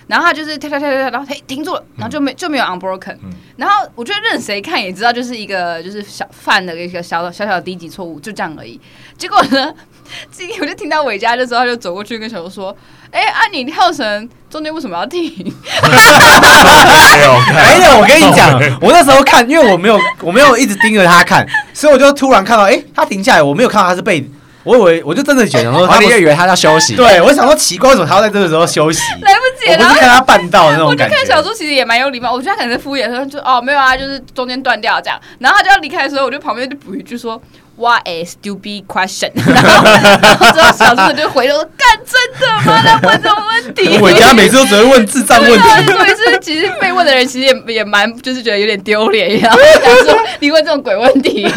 [SPEAKER 1] 然后他就是跳跳跳跳跳，然后嘿停住了，然后就没就没有 unbroken，、
[SPEAKER 2] 嗯
[SPEAKER 1] 然后我觉得任谁看也知道，就是一个就是小犯了一个小小小的低级错误，就这样而已。结果呢，今天我就听到伟嘉的时候，他就走过去跟小周说：“哎、啊，你跳绳中间为什么要停？
[SPEAKER 2] 哎
[SPEAKER 4] [LAUGHS]
[SPEAKER 2] 呦，
[SPEAKER 4] 哎呀，我跟你讲
[SPEAKER 2] OK，
[SPEAKER 4] 我那时候看，因为我没有我没有一直盯着他看，所以我就突然看到，哎、他停下来，我没有看到他是被，我以为我就真的觉得说
[SPEAKER 3] 然后
[SPEAKER 4] 他
[SPEAKER 3] 你
[SPEAKER 4] 不
[SPEAKER 3] 就以
[SPEAKER 4] 是，
[SPEAKER 3] 为他要休息，
[SPEAKER 4] 对我想说奇怪，为什么他要在这个时候休息？
[SPEAKER 1] 来不及
[SPEAKER 4] 我
[SPEAKER 1] 了。”
[SPEAKER 4] 不
[SPEAKER 1] 然
[SPEAKER 4] 是
[SPEAKER 1] 后
[SPEAKER 4] 看他绊到的那
[SPEAKER 1] 啊我
[SPEAKER 4] 种
[SPEAKER 1] 就
[SPEAKER 4] 感觉。
[SPEAKER 1] 看。小猪其实也蛮有礼貌，我觉得他可能是敷衍，他就哦没有啊，就是中间断掉这样。然后他就要离开的时候，我就旁边就补一句说 What a stupid question？然 [LAUGHS] 后然后之后小猪就回头说干真的吗？他问这种问题
[SPEAKER 4] 伟嘉每次都只会问智障问题，
[SPEAKER 1] 对啊，就是其实被问的人其实也也蛮，就是觉得有点丢脸，然后想说你问这种鬼问题，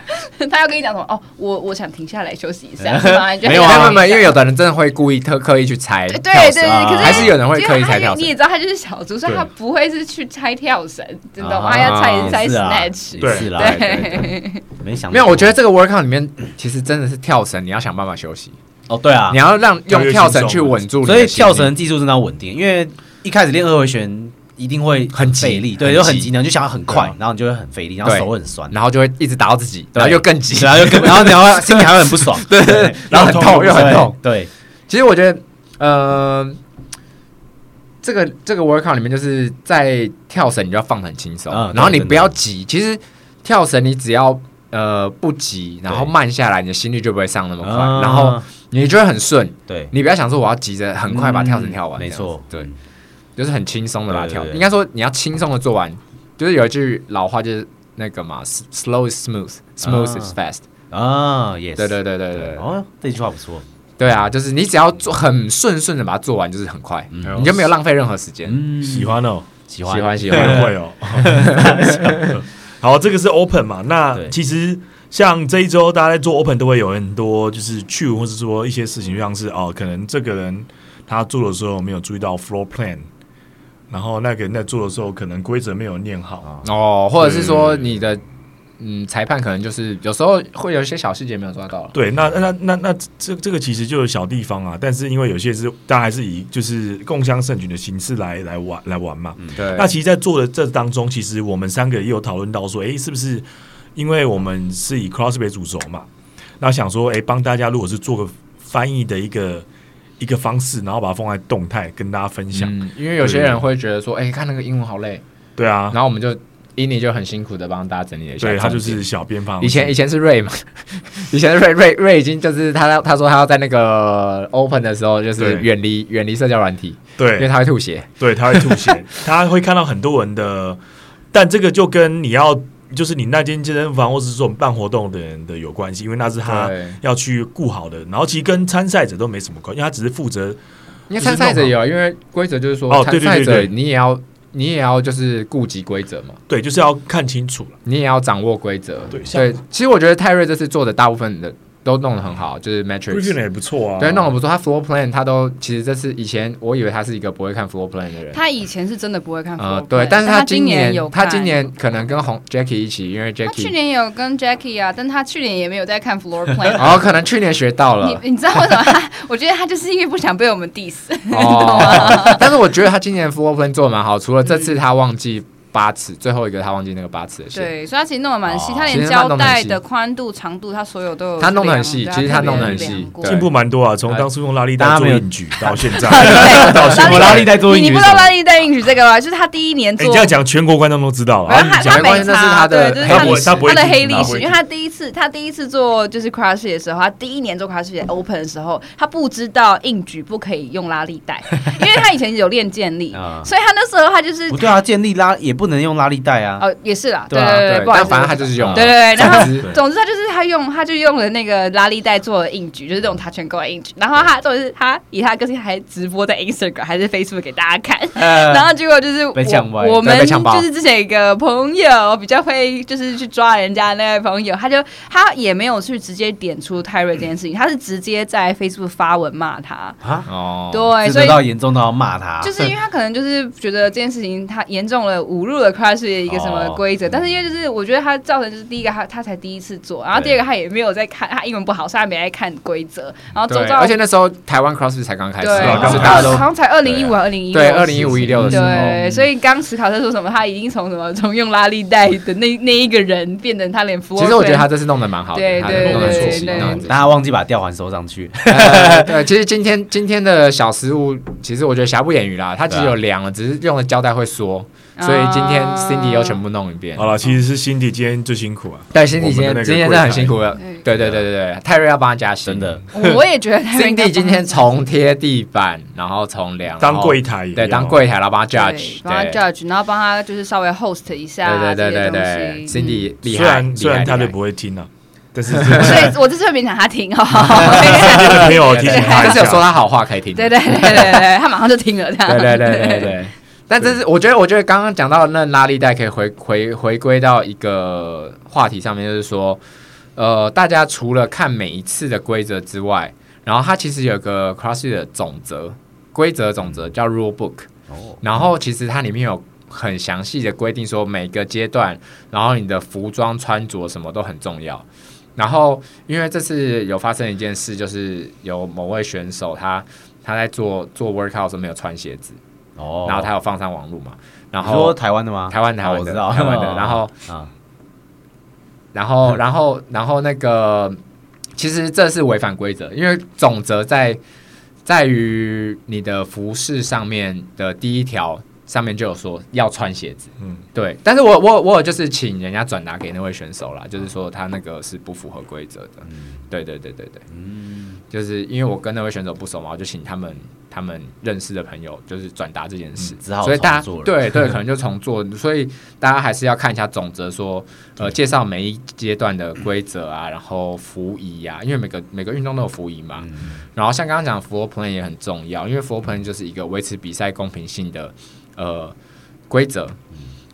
[SPEAKER 1] [LAUGHS] 他要跟你讲什么？哦，我我想停下来休息一
[SPEAKER 4] [LAUGHS]
[SPEAKER 1] 下，是吗？你就
[SPEAKER 3] 没有啊，
[SPEAKER 1] 想停
[SPEAKER 3] 没有
[SPEAKER 1] 一下
[SPEAKER 3] 没有，因为有的人真的会故意特刻意去猜
[SPEAKER 1] 对
[SPEAKER 3] 哎跳绳，啊
[SPEAKER 1] 对对，
[SPEAKER 4] 绳
[SPEAKER 1] 可是
[SPEAKER 3] 还是有人会
[SPEAKER 1] 因为
[SPEAKER 3] 刻意
[SPEAKER 1] 他
[SPEAKER 3] 猜跳
[SPEAKER 1] 你
[SPEAKER 3] 绳
[SPEAKER 1] 也。知道他就是小猪，所以他不会是去猜跳绳，你懂吗？
[SPEAKER 3] 啊
[SPEAKER 1] 他要猜猜
[SPEAKER 4] 是啊
[SPEAKER 1] snatch，
[SPEAKER 2] 对
[SPEAKER 4] 是啦，
[SPEAKER 3] 对对
[SPEAKER 4] 没想到
[SPEAKER 3] 没有，我觉得这个 workout 里面其实真的是跳绳，你要想办法休息，
[SPEAKER 4] 哦，对啊
[SPEAKER 3] 你，要让
[SPEAKER 2] 跳
[SPEAKER 3] 用
[SPEAKER 2] 跃
[SPEAKER 3] 跳
[SPEAKER 2] 轻
[SPEAKER 3] 绳
[SPEAKER 2] 松
[SPEAKER 3] 去
[SPEAKER 2] 嘛
[SPEAKER 3] 稳住你的
[SPEAKER 4] 所以
[SPEAKER 3] 心
[SPEAKER 4] 跳
[SPEAKER 3] 率
[SPEAKER 4] 绳技术真的要稳定，因为一开始练二回旋一定会
[SPEAKER 3] 很急
[SPEAKER 4] 费力，对，
[SPEAKER 3] 很
[SPEAKER 4] 就很
[SPEAKER 3] 急
[SPEAKER 4] 急，然后就想要很
[SPEAKER 3] 对
[SPEAKER 4] 快
[SPEAKER 3] 啊，
[SPEAKER 4] 然后你就会很费力，然后
[SPEAKER 3] 对
[SPEAKER 4] 手会很酸，
[SPEAKER 3] 然后就会一直打到自己，然后
[SPEAKER 4] 对
[SPEAKER 3] 又更急，
[SPEAKER 4] 然后就根本，然后然后心里还会很不爽，
[SPEAKER 3] [LAUGHS] 对对对，然后很痛
[SPEAKER 2] 对
[SPEAKER 3] 又很痛。
[SPEAKER 4] 对，
[SPEAKER 3] 其实我觉得，呃，这个这个 workout 里面就是在跳绳，你就要放得很轻松，
[SPEAKER 4] 嗯
[SPEAKER 3] 然后你
[SPEAKER 4] 对
[SPEAKER 3] 不要急。其实跳绳你只要呃不急，然后
[SPEAKER 4] 对
[SPEAKER 3] 慢下来，你的心率就不会上那么快，
[SPEAKER 4] 啊
[SPEAKER 3] 然后你就会很顺。
[SPEAKER 4] 对，
[SPEAKER 3] 你不要想说我要急着很快把跳绳跳完，
[SPEAKER 4] 嗯没错，
[SPEAKER 3] 这样子，对，就是很轻松的把它
[SPEAKER 4] 对
[SPEAKER 3] 跳
[SPEAKER 4] 对，对
[SPEAKER 3] 应该说你要轻松的做完。就是有一句老话，就是那个嘛，s-，slow is smooth，smooth is
[SPEAKER 4] 啊
[SPEAKER 3] fast。
[SPEAKER 4] 啊，yes，
[SPEAKER 3] 对对对对对。
[SPEAKER 4] 哦，这句话不错，
[SPEAKER 3] 对啊，就是你只要做很顺顺的把它做完，就是很快，
[SPEAKER 2] 嗯
[SPEAKER 3] 你就没有浪费任何时间。
[SPEAKER 4] 嗯，
[SPEAKER 2] 喜欢哦，
[SPEAKER 4] 喜
[SPEAKER 3] 哎喜欢喜
[SPEAKER 2] 会
[SPEAKER 3] 欢，
[SPEAKER 2] 会哦。 [LAUGHS] 好，这个是 open 嘛？那
[SPEAKER 4] 对
[SPEAKER 2] 其实像这一周大家在做 open 都会有很多就是趣闻，或者说一些事情，就像是哦，可能这个人他做的时候没有注意到 floor plan，然后那个人在做的时候可能规则没有念
[SPEAKER 4] 啊
[SPEAKER 2] 好，
[SPEAKER 3] [LAUGHS] 哦，或者是说你的嗯裁判可能就是有时候会有一些小细节没有抓到了。
[SPEAKER 2] 对，那那那那这这个其实就是小地方啊，但是因为有些是大家还是以就是共襄盛举的形式来来玩来玩嘛，
[SPEAKER 3] 对，
[SPEAKER 2] 嗯那其实，在做的这当中，其实我们三个也有讨论到说，诶，是不是因为我们是以 CrossFit 主轴嘛？那想说，诶，帮大家如果是做个翻译的一个一个方式，然后把它放在动态跟大家分享。
[SPEAKER 3] 嗯，因为有些人会觉得说，哎，看那个英文好累，
[SPEAKER 2] 对啊
[SPEAKER 3] 然，后我们就伊尼就很辛苦的帮大家整理了一下重
[SPEAKER 2] 对
[SPEAKER 3] 点。
[SPEAKER 2] 他就是小编方。
[SPEAKER 3] 以前以前是瑞嘛， [LAUGHS] 以前瑞瑞瑞已经就是他他说他要在那个 open 的时候就是
[SPEAKER 2] 对
[SPEAKER 3] 远离远离社交软体，因为
[SPEAKER 2] 对
[SPEAKER 3] 他会吐血。
[SPEAKER 2] 对，他会吐
[SPEAKER 3] [LAUGHS]
[SPEAKER 2] 血，他会看到很多人的，但这个就跟你要就是你那间健身房或是说我们办活动的人的有关系，因为那是他
[SPEAKER 3] 对
[SPEAKER 2] 要去顾好的，然后其实跟参赛者都没什么关系，因为他只是负责
[SPEAKER 3] 因为参赛者也有，因为规则就是说，
[SPEAKER 2] 哦
[SPEAKER 3] 参
[SPEAKER 2] 对对
[SPEAKER 3] 赛者
[SPEAKER 2] 对对
[SPEAKER 3] 你也要你也要就是顾及规则嘛，
[SPEAKER 2] 对，就是要看清楚了。
[SPEAKER 3] 你也要掌握规则。
[SPEAKER 2] 对像
[SPEAKER 3] 对，其实我觉得泰瑞这次做的大部分的都弄得很好，就是
[SPEAKER 2] Griffin
[SPEAKER 3] Matrix。
[SPEAKER 2] 也不错啊，
[SPEAKER 3] 对，弄得不错。他 floor plan 他都其实这次以前我以为他是一个不会看 floor plan 的
[SPEAKER 1] [LAUGHS]
[SPEAKER 3] 人，
[SPEAKER 1] 他以前是真的不会看 floor
[SPEAKER 3] 呃，
[SPEAKER 1] plan，
[SPEAKER 3] 对，但是
[SPEAKER 1] 他
[SPEAKER 3] 今
[SPEAKER 1] 年
[SPEAKER 3] 年
[SPEAKER 1] 有
[SPEAKER 3] 他
[SPEAKER 1] 看，
[SPEAKER 3] 今年可能跟红 Jackie 一起，因为
[SPEAKER 1] 他去
[SPEAKER 3] Jackie
[SPEAKER 1] 年有跟 Jackie 啊，但他去年也没有在看 floor plan。
[SPEAKER 3] [LAUGHS] 哦，可能去年学到了
[SPEAKER 1] 你你知道为什么他？我觉得他就是因为不想被我们
[SPEAKER 3] [LAUGHS]
[SPEAKER 1] diss， [LAUGHS]
[SPEAKER 3] 哦，但是我觉得他今年 floor plan 做的蛮好，除了这
[SPEAKER 1] 嗯
[SPEAKER 3] 次他忘记八尺，最后一个他忘记那个八尺的线，
[SPEAKER 1] 对，所以他其实弄得蛮细，
[SPEAKER 4] 哦
[SPEAKER 1] 他
[SPEAKER 3] 其
[SPEAKER 1] 连
[SPEAKER 3] 实他弄得
[SPEAKER 1] 胶
[SPEAKER 3] 很
[SPEAKER 1] 带
[SPEAKER 3] 细
[SPEAKER 1] 的宽度、长度，他所有都有量。
[SPEAKER 3] 他弄得很细
[SPEAKER 1] 对啊
[SPEAKER 3] 其实他
[SPEAKER 1] 特别
[SPEAKER 3] 弄得很
[SPEAKER 1] 量
[SPEAKER 3] 细
[SPEAKER 1] 过
[SPEAKER 3] 对
[SPEAKER 1] [LAUGHS]
[SPEAKER 3] [LAUGHS]
[SPEAKER 2] 进步蛮多啊，从当初用拉力带
[SPEAKER 4] 大家
[SPEAKER 2] 做
[SPEAKER 4] 没有
[SPEAKER 2] 硬举到现在。
[SPEAKER 1] 对
[SPEAKER 2] 到现在
[SPEAKER 4] 我拉力带做英
[SPEAKER 1] 你
[SPEAKER 4] 语
[SPEAKER 1] 你不
[SPEAKER 4] 是
[SPEAKER 1] 知
[SPEAKER 4] 什
[SPEAKER 1] 道
[SPEAKER 4] 么，
[SPEAKER 1] 拉力带运举这个吗？就是他第一年
[SPEAKER 2] 哎，
[SPEAKER 1] 做，
[SPEAKER 2] 你这样讲，全国观众都知道了。
[SPEAKER 1] 然后
[SPEAKER 2] 啊
[SPEAKER 1] 他
[SPEAKER 2] 你讲
[SPEAKER 1] 他
[SPEAKER 3] 哦没关
[SPEAKER 1] 没
[SPEAKER 3] 系那是他
[SPEAKER 1] 差，
[SPEAKER 3] 的
[SPEAKER 1] 对，就是
[SPEAKER 2] 他
[SPEAKER 1] 他
[SPEAKER 2] 不会他不会
[SPEAKER 1] 他的
[SPEAKER 2] 停
[SPEAKER 1] 黑
[SPEAKER 2] 他
[SPEAKER 1] 历
[SPEAKER 2] 不
[SPEAKER 1] 史，
[SPEAKER 2] 会
[SPEAKER 1] 因为
[SPEAKER 2] 停
[SPEAKER 1] 他第一次他第一次做就是 CrossFit 的时候，他第一年做 CrossFit Open 的时候，他不知道硬举不可以用拉力带， [LAUGHS] 因为他以前有练健
[SPEAKER 3] [LAUGHS]
[SPEAKER 1] 力
[SPEAKER 4] 啊，
[SPEAKER 1] 所以他那时候他就是
[SPEAKER 4] 不对啊，建立拉也不能用拉力带啊，
[SPEAKER 1] 哦也是啦，
[SPEAKER 3] 对
[SPEAKER 1] 对
[SPEAKER 3] 啊
[SPEAKER 1] 对
[SPEAKER 3] 对
[SPEAKER 1] 不好意
[SPEAKER 3] 但
[SPEAKER 1] 思，
[SPEAKER 3] 反正他就是用了，
[SPEAKER 1] 对对对，然后
[SPEAKER 3] 总之
[SPEAKER 1] 总之他就是他用他就用了那个拉力带做的硬举，就是这种跆拳道的硬举。然后他就是他以他个性还直播在 Instagram 还是 Facebook 给大家看，然
[SPEAKER 4] 呃，
[SPEAKER 1] 后结果就是
[SPEAKER 4] 被呛歪
[SPEAKER 1] 我我
[SPEAKER 3] 对
[SPEAKER 1] 们
[SPEAKER 3] 嗯被呛爆
[SPEAKER 1] 就是之前有一个朋友比较会就是去抓人家的那位朋友，他就他也没有去直接点出泰瑞这件事情，他是直接在 Facebook 发文骂他，
[SPEAKER 4] 啊，
[SPEAKER 3] 哦，
[SPEAKER 1] 对，
[SPEAKER 4] 这
[SPEAKER 1] 所
[SPEAKER 4] 得
[SPEAKER 1] 以
[SPEAKER 4] 到严重到要骂他，
[SPEAKER 1] 就是
[SPEAKER 4] [LAUGHS]
[SPEAKER 1] 因为他可能就是觉得这件事情他严重
[SPEAKER 3] [LAUGHS] 嗯
[SPEAKER 1] 了侮辱了 Crash 的一个什么规则，但是因为就是我觉得他造成就是第一个他他才第一次做，然后第二个他也没有在看，他英文不好，所以他没在看规则。然后周
[SPEAKER 3] 对，
[SPEAKER 1] 遭
[SPEAKER 3] 而且那时候台湾 CrossFit 才刚开始，
[SPEAKER 1] 对，
[SPEAKER 2] 啊
[SPEAKER 3] 就
[SPEAKER 1] 好
[SPEAKER 3] 是
[SPEAKER 1] 像好
[SPEAKER 3] 大家都
[SPEAKER 1] 像才二零一五、二零一
[SPEAKER 3] 对二零一五一六的时候，
[SPEAKER 1] 对，所以刚史考特说什么，他已经从什么从用拉力带的那那一个人变成他连 floor
[SPEAKER 3] 其实我觉得他这次弄得蛮好的，
[SPEAKER 1] 对
[SPEAKER 3] 他
[SPEAKER 1] 对
[SPEAKER 3] 弄得很
[SPEAKER 1] 对
[SPEAKER 3] 出息，
[SPEAKER 1] 对
[SPEAKER 3] 弄得很
[SPEAKER 4] 大家忘记把吊环收
[SPEAKER 3] [LAUGHS]
[SPEAKER 4] 上去，
[SPEAKER 3] 呃 [LAUGHS] 对，其实今天今天的小失误，其实我觉得瑕不掩瑜啦，它其实有量了，只是用的胶带会缩，所以今天
[SPEAKER 1] 啊
[SPEAKER 3] Cindy 又全部弄一遍
[SPEAKER 2] 好。了，其实是辛迪今天最辛苦啊。
[SPEAKER 3] 对，Cindy 今
[SPEAKER 2] 我们的那个
[SPEAKER 3] 天今天真的很辛苦了
[SPEAKER 1] 柜台，
[SPEAKER 3] 对对对对对，泰瑞要帮他加薪
[SPEAKER 4] 真的。
[SPEAKER 1] 我我也觉得
[SPEAKER 3] Cindy 今天从贴地板，然后从量，
[SPEAKER 2] 当
[SPEAKER 3] 然后
[SPEAKER 2] 柜台也哦要
[SPEAKER 3] 哦
[SPEAKER 2] 啊
[SPEAKER 3] 对，当柜台，然后帮他 judge，
[SPEAKER 1] 对帮他
[SPEAKER 3] 对
[SPEAKER 1] judge，然后帮他就是稍微 host 一下
[SPEAKER 3] 对对对对对
[SPEAKER 1] 这些东西。
[SPEAKER 3] ，Cindy 厉
[SPEAKER 2] 虽
[SPEAKER 3] 害，
[SPEAKER 2] 然虽然他
[SPEAKER 3] 厉
[SPEAKER 2] 都
[SPEAKER 3] 害
[SPEAKER 2] 不会听啊，但
[SPEAKER 3] [LAUGHS]
[SPEAKER 2] 是
[SPEAKER 1] 嗯所以我这次会勉强他听哦。
[SPEAKER 2] 真的没有提
[SPEAKER 3] 对
[SPEAKER 2] 醒
[SPEAKER 3] 对
[SPEAKER 2] 他一
[SPEAKER 3] 但是有说
[SPEAKER 2] 下。
[SPEAKER 3] 他好话可以听，
[SPEAKER 1] 对对对对对对，他马上就听了这样。
[SPEAKER 3] 对 [LAUGHS] 对对对对。但这是我觉得，我觉得刚刚讲到的那拉力带可以回回回归到一个话题上面，就是说，呃，大家除了看每一次的规则之外，然后它其实有个 CrossFit 的总则规则总则叫 Rule Book，
[SPEAKER 4] 哦，
[SPEAKER 3] 然后其实它里面有很详细的规定，说每个阶段，然后你的服装穿着什么都很重要。然后因为这次有发生一件事，就是有某位选手他他在做做 workout 的时候没有穿鞋子，
[SPEAKER 4] 哦，
[SPEAKER 3] 然后他有放上网络嘛，然
[SPEAKER 4] 你说
[SPEAKER 3] 后
[SPEAKER 4] 台湾的吗？
[SPEAKER 3] 台湾台湾的
[SPEAKER 4] 哦我知道
[SPEAKER 3] 台湾的然后
[SPEAKER 4] 啊，
[SPEAKER 3] 然后然后然后那个其实这是违反规则，因为总则在在于你的服饰上面的第一条上面就有说要穿鞋子，
[SPEAKER 2] 嗯，
[SPEAKER 3] 对，但是我我我有就是请人家转达给那位选手啦，就是说他那个是不符合规则的，
[SPEAKER 4] 嗯
[SPEAKER 3] 对对对对对，就是因为我跟那位选手不熟嘛，我就请他们他们认识的朋友就是转达这件事，
[SPEAKER 4] 嗯只好
[SPEAKER 3] 所以大家
[SPEAKER 4] 重做了
[SPEAKER 3] 对对，可能就重做，所以大家还是要看一下总则说，
[SPEAKER 4] 嗯
[SPEAKER 3] 呃，介绍每一阶段的规则啊，然后服仪啊，因为每个每个运动都有服仪
[SPEAKER 4] 嗯
[SPEAKER 3] 嘛，然后像刚刚讲 floor plan 也很重要，因为 floor plan 就是一个维持比赛公平性的呃规则。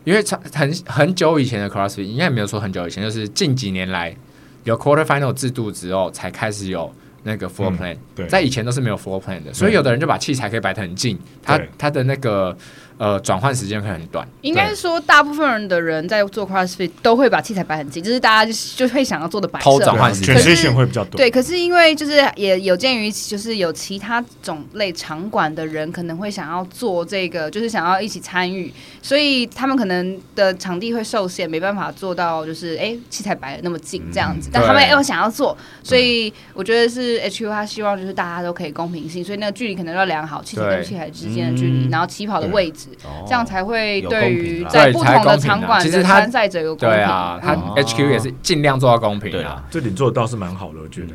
[SPEAKER 3] 因为长很很久以前的 CrossFit 应该也没有说很久以前，就是近几年来有 Quarter Final 制度之后，才开始有那个 Floor
[SPEAKER 2] 嗯
[SPEAKER 3] Plan、
[SPEAKER 2] 对
[SPEAKER 3] 在以前都是没有 Floor Plan 的，所以有的人就把器材可以摆得很近，他
[SPEAKER 2] 对
[SPEAKER 3] 他的那个呃转换时间可以很短。
[SPEAKER 1] [LAUGHS] 应该是说，大部分人的人在做 CrossFit 都会把器材摆很近，就是大家就就会想要做的摆设
[SPEAKER 3] 偷
[SPEAKER 2] 对
[SPEAKER 3] 转
[SPEAKER 2] 啊
[SPEAKER 3] 换时间
[SPEAKER 2] 全身线会比较多。
[SPEAKER 1] 对，可是因为就是也有鉴于就是有其他种类场馆的人可能会想要做这个，就是想要一起参与，所以他们可能的场地会受限，没办法做到就是哎、器材摆的那么近这样子，但他们
[SPEAKER 3] 对
[SPEAKER 1] 又想要做，所以我觉得是 H U 他希望就是大家都可以公平性，所以那个距离可能要量好，器材跟
[SPEAKER 3] 对
[SPEAKER 1] 器材之间的距离，
[SPEAKER 4] 嗯
[SPEAKER 1] 然后起跑的
[SPEAKER 2] 对
[SPEAKER 1] 位置，
[SPEAKER 4] 哦
[SPEAKER 1] 这样才会
[SPEAKER 4] 有
[SPEAKER 1] 对
[SPEAKER 4] 公
[SPEAKER 1] 于
[SPEAKER 4] 平啦
[SPEAKER 1] 在
[SPEAKER 3] 对
[SPEAKER 1] 不
[SPEAKER 3] 才
[SPEAKER 1] 同的
[SPEAKER 3] 公平
[SPEAKER 1] 场
[SPEAKER 3] 啊
[SPEAKER 1] 馆
[SPEAKER 3] 其
[SPEAKER 1] 的
[SPEAKER 3] 实他
[SPEAKER 1] 参赛者有公
[SPEAKER 3] 对
[SPEAKER 1] 平
[SPEAKER 3] 啊，他
[SPEAKER 1] 嗯
[SPEAKER 4] 哦
[SPEAKER 3] HQ 也是尽量做到公平
[SPEAKER 4] 对
[SPEAKER 3] 啊
[SPEAKER 4] 啦。
[SPEAKER 2] 这点做得倒是蛮好的，我觉得。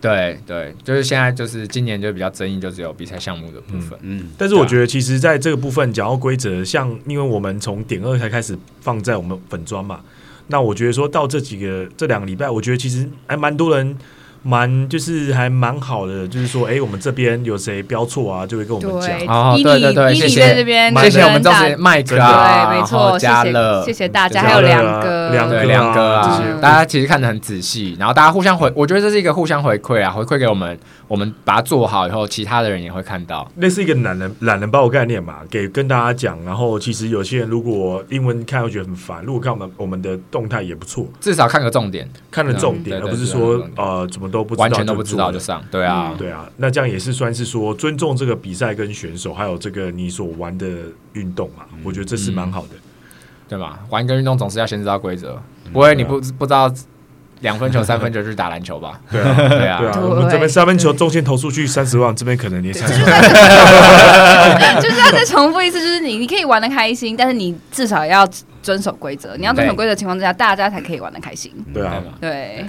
[SPEAKER 3] 对对，就是现在就是今年就比较争议，就只有比赛项目的部分。
[SPEAKER 4] 嗯，
[SPEAKER 2] 但是我觉得，其实在这个部分讲到规则，像因为我们从点二才开始放在我们粉砖嘛，那我觉得说到这几个这两个礼拜，我觉得其实还蛮多人。蛮就是还蛮好的，就是说，哎、我们这边有谁标错啊，就会跟我们讲
[SPEAKER 1] 对，。
[SPEAKER 3] 哦
[SPEAKER 1] 伊
[SPEAKER 3] 对
[SPEAKER 1] 利
[SPEAKER 3] 对对
[SPEAKER 1] 伊
[SPEAKER 3] 谢
[SPEAKER 1] 利
[SPEAKER 3] 谢
[SPEAKER 1] 在这边，
[SPEAKER 3] 谢谢我们
[SPEAKER 1] 大
[SPEAKER 3] 当时麦克啊，
[SPEAKER 1] 对，没
[SPEAKER 3] 然
[SPEAKER 1] 错，
[SPEAKER 3] 后
[SPEAKER 1] 谢
[SPEAKER 3] 加乐，
[SPEAKER 1] 谢谢谢大家，
[SPEAKER 3] 加
[SPEAKER 1] 还有
[SPEAKER 2] 乐
[SPEAKER 1] 梁
[SPEAKER 2] 啊
[SPEAKER 1] 哥，
[SPEAKER 2] 梁
[SPEAKER 3] 对，
[SPEAKER 2] 哥
[SPEAKER 3] 两个
[SPEAKER 2] 啊
[SPEAKER 1] 这
[SPEAKER 3] 啊
[SPEAKER 1] 些，
[SPEAKER 3] 大家其实看得很仔细，然后大家互相回，我觉得这是一个互相回馈啊，回馈给我们，我们把它做好以后，其他的人也会看到。
[SPEAKER 2] 类似一个懒人懒人包的概念嘛，给跟大家讲。然后其实有些人如果英文看会觉得很烦，如果看我们我们的动态也不错，
[SPEAKER 3] 至少看个重点，
[SPEAKER 2] 看了重点，而
[SPEAKER 3] 嗯对
[SPEAKER 2] 不是
[SPEAKER 3] 对
[SPEAKER 2] 说
[SPEAKER 3] 对
[SPEAKER 2] 呃怎么都不知道
[SPEAKER 3] 完全都不知道
[SPEAKER 2] 就
[SPEAKER 3] 就
[SPEAKER 2] 做了
[SPEAKER 3] 上，对啊
[SPEAKER 1] 嗯，
[SPEAKER 2] 对啊，那这样也是算是说尊重这个比赛跟选手，还有这个你所玩的运动嘛，我觉得这是
[SPEAKER 3] 嗯
[SPEAKER 2] 蛮好的。
[SPEAKER 3] 对嘛，玩一个运动总是要先知道规则，不会你不不知道两分球、三分球去打篮球吧？对 [LAUGHS] 啊，对
[SPEAKER 2] 对
[SPEAKER 3] 啊，
[SPEAKER 2] 啊，
[SPEAKER 1] 对
[SPEAKER 2] 我们这边三分球中线投出去三十万，这边可能连
[SPEAKER 1] [LAUGHS]
[SPEAKER 2] 三十万。
[SPEAKER 1] 就是要再重复一次，就是你你可以玩的开心，但是你至少要遵守规则。你要遵守
[SPEAKER 3] 对
[SPEAKER 1] 规则的情况之下，大家才可以玩的开心。
[SPEAKER 2] 对
[SPEAKER 3] 对
[SPEAKER 2] 啊，
[SPEAKER 3] 嘛，
[SPEAKER 1] 对，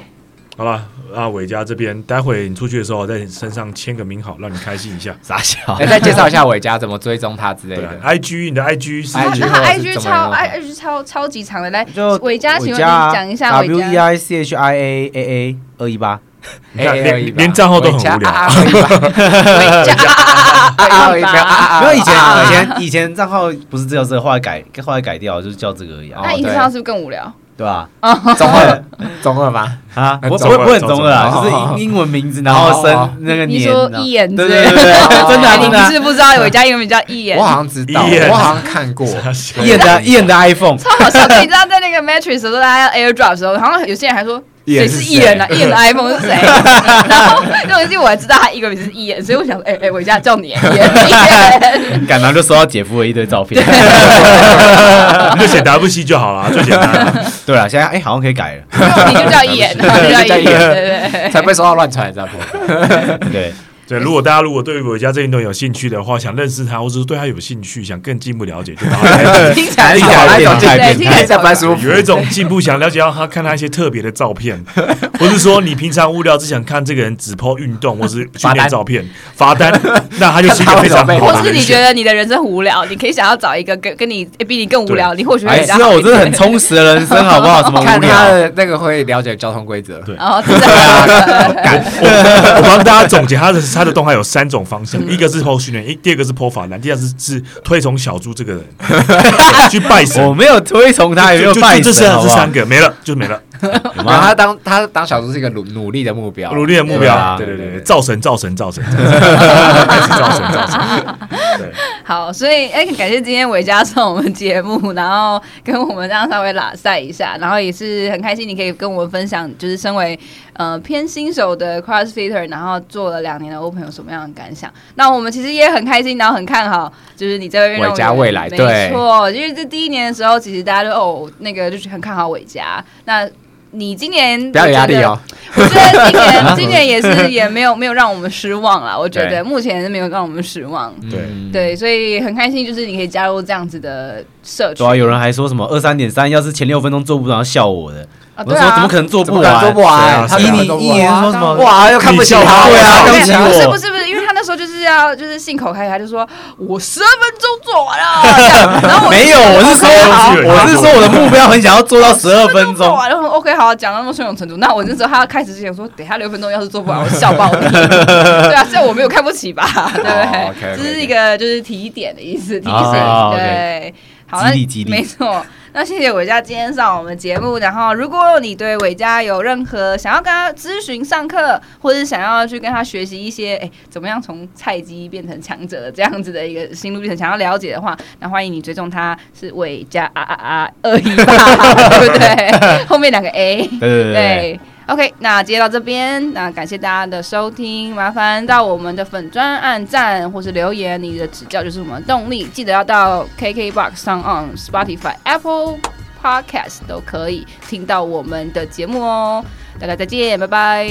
[SPEAKER 2] 好了，那伟嘉这边，待会你出去的时候在你身上签个名好，让你开心一下。
[SPEAKER 4] 傻
[SPEAKER 3] [LAUGHS]
[SPEAKER 4] 笑
[SPEAKER 3] 哎，，再介绍一下伟嘉怎么追踪他之类
[SPEAKER 2] 对啊
[SPEAKER 3] 的。
[SPEAKER 2] ，IG 你的 IG 是
[SPEAKER 3] IG
[SPEAKER 1] 那
[SPEAKER 3] 或
[SPEAKER 1] 他
[SPEAKER 3] 者是
[SPEAKER 1] IG
[SPEAKER 3] 怎么
[SPEAKER 1] 超
[SPEAKER 3] 样
[SPEAKER 1] IG 超超级长的，来
[SPEAKER 4] 就，
[SPEAKER 1] 伟嘉，请问你
[SPEAKER 4] 啊
[SPEAKER 1] 讲一下伟
[SPEAKER 4] W E
[SPEAKER 1] 嘉。
[SPEAKER 4] I C H I A A A 二一八，
[SPEAKER 2] 你看
[SPEAKER 3] A
[SPEAKER 2] 连
[SPEAKER 3] A 吧
[SPEAKER 2] 连账号都很
[SPEAKER 3] 伟嘉
[SPEAKER 2] 无聊
[SPEAKER 3] 啊啊伟嘉
[SPEAKER 1] 伟嘉啊
[SPEAKER 3] 啊啊
[SPEAKER 1] 啊
[SPEAKER 3] 伟
[SPEAKER 1] 啊
[SPEAKER 3] 嘉啊
[SPEAKER 1] 啊！
[SPEAKER 3] 啊
[SPEAKER 4] 因为以前
[SPEAKER 3] 啊啊
[SPEAKER 4] 以前以前账号不是只有这个，后来改后来改掉，就是叫这个而已啊
[SPEAKER 1] 那，
[SPEAKER 3] 哦
[SPEAKER 1] 影像是不是更无聊？
[SPEAKER 4] 对吧？
[SPEAKER 3] 中二中二吧，
[SPEAKER 4] 啊，
[SPEAKER 3] 很
[SPEAKER 4] 我不
[SPEAKER 3] 中
[SPEAKER 4] 会
[SPEAKER 2] 二
[SPEAKER 4] 不会很中二
[SPEAKER 3] 中
[SPEAKER 4] 啊，
[SPEAKER 3] 二
[SPEAKER 4] 就是
[SPEAKER 3] 好好好
[SPEAKER 4] 英英文名字，然后
[SPEAKER 3] 好好好
[SPEAKER 4] 生那个
[SPEAKER 1] 你
[SPEAKER 4] 年，
[SPEAKER 1] 说
[SPEAKER 4] 然后
[SPEAKER 1] 一眼之
[SPEAKER 4] 对
[SPEAKER 1] 类的
[SPEAKER 4] 对对，对真的啊
[SPEAKER 1] 哎你
[SPEAKER 4] 真的
[SPEAKER 1] 你
[SPEAKER 4] 啊
[SPEAKER 1] 是，不是知道伟嘉英文名叫一眼
[SPEAKER 3] 我，好像知道，
[SPEAKER 2] Yeah
[SPEAKER 3] 我好像
[SPEAKER 2] [LAUGHS]
[SPEAKER 3] 看过，
[SPEAKER 2] 啊
[SPEAKER 4] 一眼的一眼的 iPhone，
[SPEAKER 1] 超好笑！你知道在那个 Matrix 的时候，大家要 AirDrop 的时候，然后有些人还说谁是艺人啊？艺人的 iPhone 是谁？ [LAUGHS] 然后那种事我还知道他一个名字是艺人，所以我想说，哎、哎，我一下叫你艺人，艺人
[SPEAKER 4] 敢然后就收到姐夫的一堆照片。
[SPEAKER 2] 你就写 W C 就好了，最简单啊了。
[SPEAKER 4] 对了，现在哎、好像可以改了。
[SPEAKER 1] 你就叫艺人，你就叫艺人，对对
[SPEAKER 3] [LAUGHS]
[SPEAKER 1] 对。
[SPEAKER 3] 才不会收到乱传，知道不？
[SPEAKER 4] 对，
[SPEAKER 2] 对，如果大家如果对伟嘉这运动有兴趣的话，想认识他，或者是对他有兴趣，想更进一步了解，就到他
[SPEAKER 4] [LAUGHS]
[SPEAKER 2] 的
[SPEAKER 1] 听起来
[SPEAKER 4] 听起来
[SPEAKER 1] 好
[SPEAKER 4] 有点
[SPEAKER 1] 对，
[SPEAKER 4] 太变态
[SPEAKER 1] 听起来
[SPEAKER 3] 下班舒服。
[SPEAKER 2] 有一种进步，想了解到他看他一些特别的照
[SPEAKER 4] [LAUGHS]
[SPEAKER 2] 片，不是说你平常无聊只想看这个人只 po 运动或是训练照片罚单，那他就是一个非常好
[SPEAKER 1] 或
[SPEAKER 2] 的
[SPEAKER 1] 是 [LAUGHS]
[SPEAKER 2] 人
[SPEAKER 1] 你觉
[SPEAKER 2] 选。
[SPEAKER 1] 得你的人生很无聊，你可以想要找一个跟跟你诶比你更无聊，你或许会
[SPEAKER 4] 哎，
[SPEAKER 1] 比
[SPEAKER 4] 是
[SPEAKER 1] 较
[SPEAKER 4] 啊，
[SPEAKER 1] 好
[SPEAKER 4] 我
[SPEAKER 1] 一
[SPEAKER 4] 真的
[SPEAKER 1] 点。
[SPEAKER 4] 很充实的人生，好不好？什么无
[SPEAKER 3] 看他
[SPEAKER 4] 聊？
[SPEAKER 3] 的那个会了解交通规则，
[SPEAKER 2] 对
[SPEAKER 1] [LAUGHS] 哦，真的，
[SPEAKER 2] 我我帮大家总结他的他的动态有三种方
[SPEAKER 4] [LAUGHS]
[SPEAKER 2] 向，一个是 po 训练，一第二个是 po 罚单，第二是是推崇小猪这个
[SPEAKER 4] [LAUGHS]
[SPEAKER 2] 人去拜神
[SPEAKER 4] 我，没有推崇他，也没
[SPEAKER 2] 就
[SPEAKER 4] 有
[SPEAKER 2] 就
[SPEAKER 4] 拜
[SPEAKER 2] 就这
[SPEAKER 4] 神，
[SPEAKER 2] 三
[SPEAKER 4] 好
[SPEAKER 2] 这
[SPEAKER 4] 不好
[SPEAKER 2] 三？个没了就没了，
[SPEAKER 4] 有
[SPEAKER 3] 然后
[SPEAKER 4] 吗
[SPEAKER 3] 他？当他当小猪是一个努努力的目标，
[SPEAKER 2] 努力的目
[SPEAKER 4] 对
[SPEAKER 2] 标，
[SPEAKER 4] 啊
[SPEAKER 2] 对对对，
[SPEAKER 3] 对
[SPEAKER 2] 对
[SPEAKER 3] 对
[SPEAKER 2] 造神造神 [LAUGHS] 造神，造神还是造神造神，
[SPEAKER 1] 好，所以哎、感谢今天伟嘉上我们节目，然后跟我们这样稍微拉赛一下，然后也是很开心，你可以跟我们分享，就是身为呃偏新手的 CrossFitter，然后做了两年的 Open 有什么样的感想？那我们其实也很开心，然后很看好，就是你这位运动
[SPEAKER 3] 伟嘉
[SPEAKER 1] 员
[SPEAKER 3] 未来
[SPEAKER 1] 没
[SPEAKER 3] 对
[SPEAKER 1] 错，因为这第一年的时候，其实大家就哦那个就是很看好伟嘉，那。你今年
[SPEAKER 3] 不要有
[SPEAKER 1] 我觉
[SPEAKER 3] 压
[SPEAKER 1] 得
[SPEAKER 3] 力哦。
[SPEAKER 1] 我觉得今年今年也
[SPEAKER 3] [LAUGHS]
[SPEAKER 1] 是也没有没有让我们失望啦，我觉得
[SPEAKER 3] 对
[SPEAKER 1] 目前是没有让我们失望。
[SPEAKER 2] 对
[SPEAKER 3] 嗯，
[SPEAKER 1] 对，所以很开心，就是你可以加入这样子的社群
[SPEAKER 4] 对啊，有人还说什么二三点三，要是前六分钟做不到，要笑我的。
[SPEAKER 1] 啊，
[SPEAKER 4] 我
[SPEAKER 1] 对
[SPEAKER 4] 说怎
[SPEAKER 1] 啊
[SPEAKER 4] 么，可能做
[SPEAKER 3] 怎
[SPEAKER 4] 不
[SPEAKER 3] 么可能
[SPEAKER 4] 完？
[SPEAKER 3] 做不
[SPEAKER 2] 对啊
[SPEAKER 3] 完？他
[SPEAKER 2] 一
[SPEAKER 3] 怎么
[SPEAKER 4] 年
[SPEAKER 3] 做不
[SPEAKER 4] 一年
[SPEAKER 3] 完
[SPEAKER 4] 说什么
[SPEAKER 3] 哇，又看不起
[SPEAKER 2] 你笑
[SPEAKER 3] 他，
[SPEAKER 2] 话
[SPEAKER 3] 对啊，
[SPEAKER 4] 我
[SPEAKER 3] 看
[SPEAKER 4] 对
[SPEAKER 3] 不起
[SPEAKER 4] 啊
[SPEAKER 1] 不
[SPEAKER 3] 我。
[SPEAKER 1] 是不是不是，因为他那时候就是要就是信口开河，他就说我十二分钟做完了，这样然后我就哦
[SPEAKER 4] 没有，我是说，我是说我的目标很想要做到十二分
[SPEAKER 1] 做
[SPEAKER 4] 钟。
[SPEAKER 1] 完了然后 OK，好，讲到那么汹涌程度，那我那时候他要开始之前说，等一下六分钟要是做不完，我笑爆
[SPEAKER 4] [LAUGHS]
[SPEAKER 1] 你。对啊，这我没有看不起吧？对
[SPEAKER 3] 哦
[SPEAKER 1] 不对？
[SPEAKER 3] ，OK，OK，OK
[SPEAKER 1] 这是一个就是提点的意思，提醒。
[SPEAKER 4] 哦，OK
[SPEAKER 1] 对，好，
[SPEAKER 4] 激励
[SPEAKER 1] 那
[SPEAKER 4] 激励
[SPEAKER 1] 没错。那谢谢伟嘉今天上我们节目，然后如果你对伟嘉有任何想要跟他咨询上课，或者想要去跟他学习一些哎怎么样从菜鸡变成强者的这样子的一个心路历程，想要了解的话，那欢迎你追踪他是伟嘉啊啊啊二一八，对不
[SPEAKER 4] [LAUGHS]
[SPEAKER 1] 对？后面两个 A。
[SPEAKER 4] 对对对对。
[SPEAKER 1] 对，OK，那今天到这边，那感谢大家的收听，麻烦到我们的粉专按赞或是留言，你的指教就是我们的动力。记得要到 KKBox 上 on Spotify、Apple Podcast 都可以听到我们的节目哦。大家再见，拜拜。